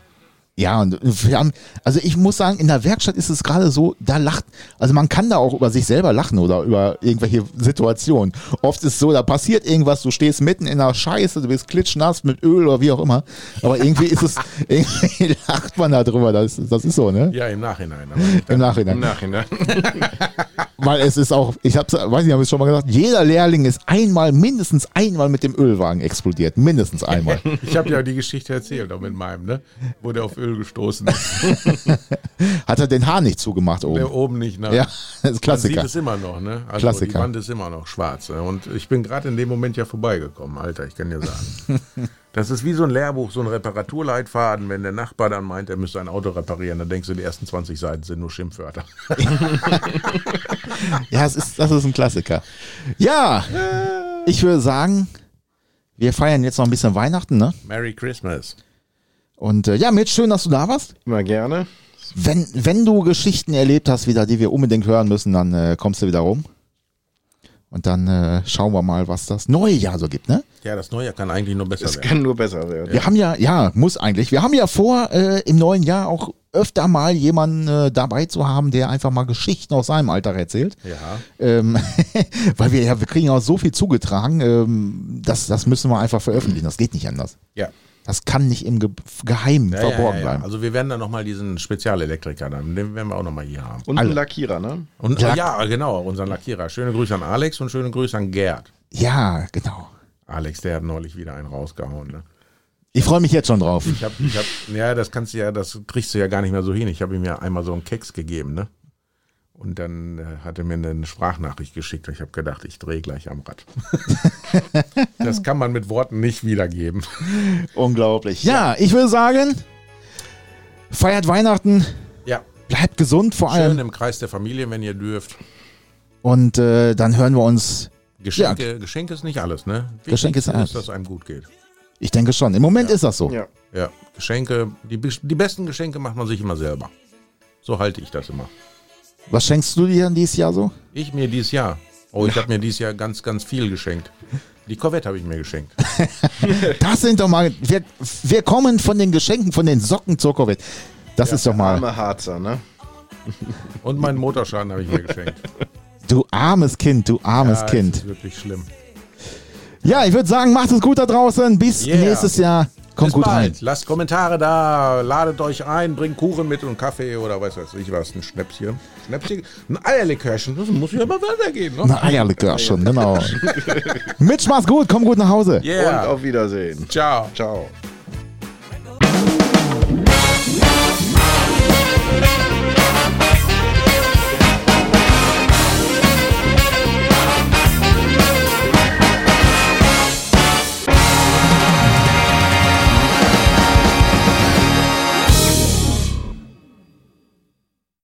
Speaker 3: Ja, und wir haben, also ich muss sagen, in der Werkstatt ist es gerade so, da lacht, also man kann da auch über sich selber lachen oder über irgendwelche Situationen. Oft ist es so, da passiert irgendwas, du stehst mitten in der Scheiße, du bist klitschnass mit Öl oder wie auch immer. Aber irgendwie ist es, irgendwie lacht man da drüber, das, das ist so, ne?
Speaker 2: Ja, im Nachhinein. Aber nicht dann.
Speaker 3: Im Nachhinein.
Speaker 4: Im Nachhinein.
Speaker 3: Weil es ist auch, ich hab's, weiß nicht, habe ich schon mal gesagt, jeder Lehrling ist einmal, mindestens einmal mit dem Ölwagen explodiert. Mindestens einmal.
Speaker 2: Ich habe ja die Geschichte erzählt, auch mit meinem, ne? Wo der auf Öl Öl gestoßen ist.
Speaker 3: Hat er den Haar nicht zugemacht oben?
Speaker 2: Der oben nicht, ne?
Speaker 3: Ja, das ist
Speaker 2: Man
Speaker 3: Klassiker.
Speaker 2: sieht es immer noch, ne? Also
Speaker 3: Klassiker.
Speaker 2: Die Wand ist immer noch schwarz. Ne? Und ich bin gerade in dem Moment ja vorbeigekommen, Alter, ich kann dir sagen. Das ist wie so ein Lehrbuch, so ein Reparaturleitfaden, wenn der Nachbar dann meint, er müsste ein Auto reparieren, dann denkst du, die ersten 20 Seiten sind nur Schimpfwörter.
Speaker 3: Ja, es ist, das ist ein Klassiker. Ja, ich würde sagen, wir feiern jetzt noch ein bisschen Weihnachten, ne?
Speaker 2: Merry Christmas.
Speaker 3: Und äh, ja, Mitch, schön, dass du da warst.
Speaker 4: Immer gerne.
Speaker 3: Wenn, wenn du Geschichten erlebt hast wieder, die wir unbedingt hören müssen, dann äh, kommst du wieder rum. Und dann äh, schauen wir mal, was das neue Jahr so gibt, ne?
Speaker 2: Ja, das Neue kann eigentlich nur besser
Speaker 4: Es
Speaker 2: werden.
Speaker 4: kann nur besser werden.
Speaker 3: Wir haben ja, ja, muss eigentlich. Wir haben ja vor, äh, im neuen Jahr auch öfter mal jemanden äh, dabei zu haben, der einfach mal Geschichten aus seinem Alltag erzählt.
Speaker 2: Ja.
Speaker 3: Ähm, weil wir ja, wir kriegen ja auch so viel zugetragen, ähm, das, das müssen wir einfach veröffentlichen. Das geht nicht anders.
Speaker 2: Ja.
Speaker 3: Das kann nicht im Ge Geheimen
Speaker 2: Ja,
Speaker 3: verborgen
Speaker 2: ja, ja, ja.
Speaker 3: bleiben.
Speaker 2: Also wir werden dann nochmal diesen Spezialelektriker, dann, den werden wir auch nochmal hier haben.
Speaker 4: Und
Speaker 3: Alle.
Speaker 4: ein Lackierer, ne?
Speaker 2: Und ja. ja, genau, unseren Lackierer. Schöne Grüße an Alex und schöne Grüße an Gerd.
Speaker 3: Ja, genau.
Speaker 2: Alex, der hat neulich wieder einen rausgehauen. Ne?
Speaker 3: Ich freue mich jetzt schon drauf.
Speaker 2: Ich hab, ich hab, ja, das kannst du ja, das kriegst du ja gar nicht mehr so hin. Ich habe ihm ja einmal so einen Keks gegeben, ne? Und dann äh, hat er mir eine Sprachnachricht geschickt und ich habe gedacht, ich drehe gleich am Rad. das kann man mit Worten nicht wiedergeben.
Speaker 3: Unglaublich. Ja, ich will sagen, feiert Weihnachten,
Speaker 2: Ja,
Speaker 3: bleibt gesund vor
Speaker 2: schön
Speaker 3: allem.
Speaker 2: im Kreis der Familie, wenn ihr dürft.
Speaker 3: Und äh, dann hören wir uns.
Speaker 2: Geschenke, Geschenke ist nicht alles, ne? Wichtig
Speaker 3: Geschenk ist alles.
Speaker 2: dass es einem gut geht.
Speaker 3: Ich denke schon. Im Moment ist das so.
Speaker 4: Ja.
Speaker 2: Ja, Geschenke, die, bes- die besten Geschenke macht man sich immer selber. So halte ich das immer.
Speaker 3: Was schenkst du dir denn dieses Jahr so?
Speaker 2: Ich mir dieses Jahr. Oh, ich habe mir dieses Jahr ganz, ganz viel geschenkt. Die Corvette habe ich mir geschenkt.
Speaker 3: Das sind doch mal. Wir, wir kommen von den Geschenken, von den Socken zur Corvette. Das ist doch mal.
Speaker 4: Arme Harzer, ne?
Speaker 2: Und meinen Motorschaden habe ich mir geschenkt.
Speaker 3: Du armes Kind, du armes
Speaker 2: Ja, es
Speaker 3: Kind.
Speaker 2: Ist wirklich schlimm.
Speaker 3: Ja, ich würde sagen, macht es gut da draußen. Bis
Speaker 2: Yeah.
Speaker 3: nächstes Jahr. Kommt
Speaker 2: Bis
Speaker 3: gut
Speaker 2: bald.
Speaker 3: rein.
Speaker 2: Lasst Kommentare da, ladet euch ein, bringt Kuchen mit und Kaffee oder was weiß ich was, ein Schnäpschen. Schnäpschen? Ein Eierlikörchen, das muss ja mal weitergehen. Ne?
Speaker 3: Na, Eierlikör schon, genau. Mitch, mach's gut. Komm gut nach Hause.
Speaker 4: Und auf Wiedersehen.
Speaker 2: Ciao.
Speaker 4: Ciao.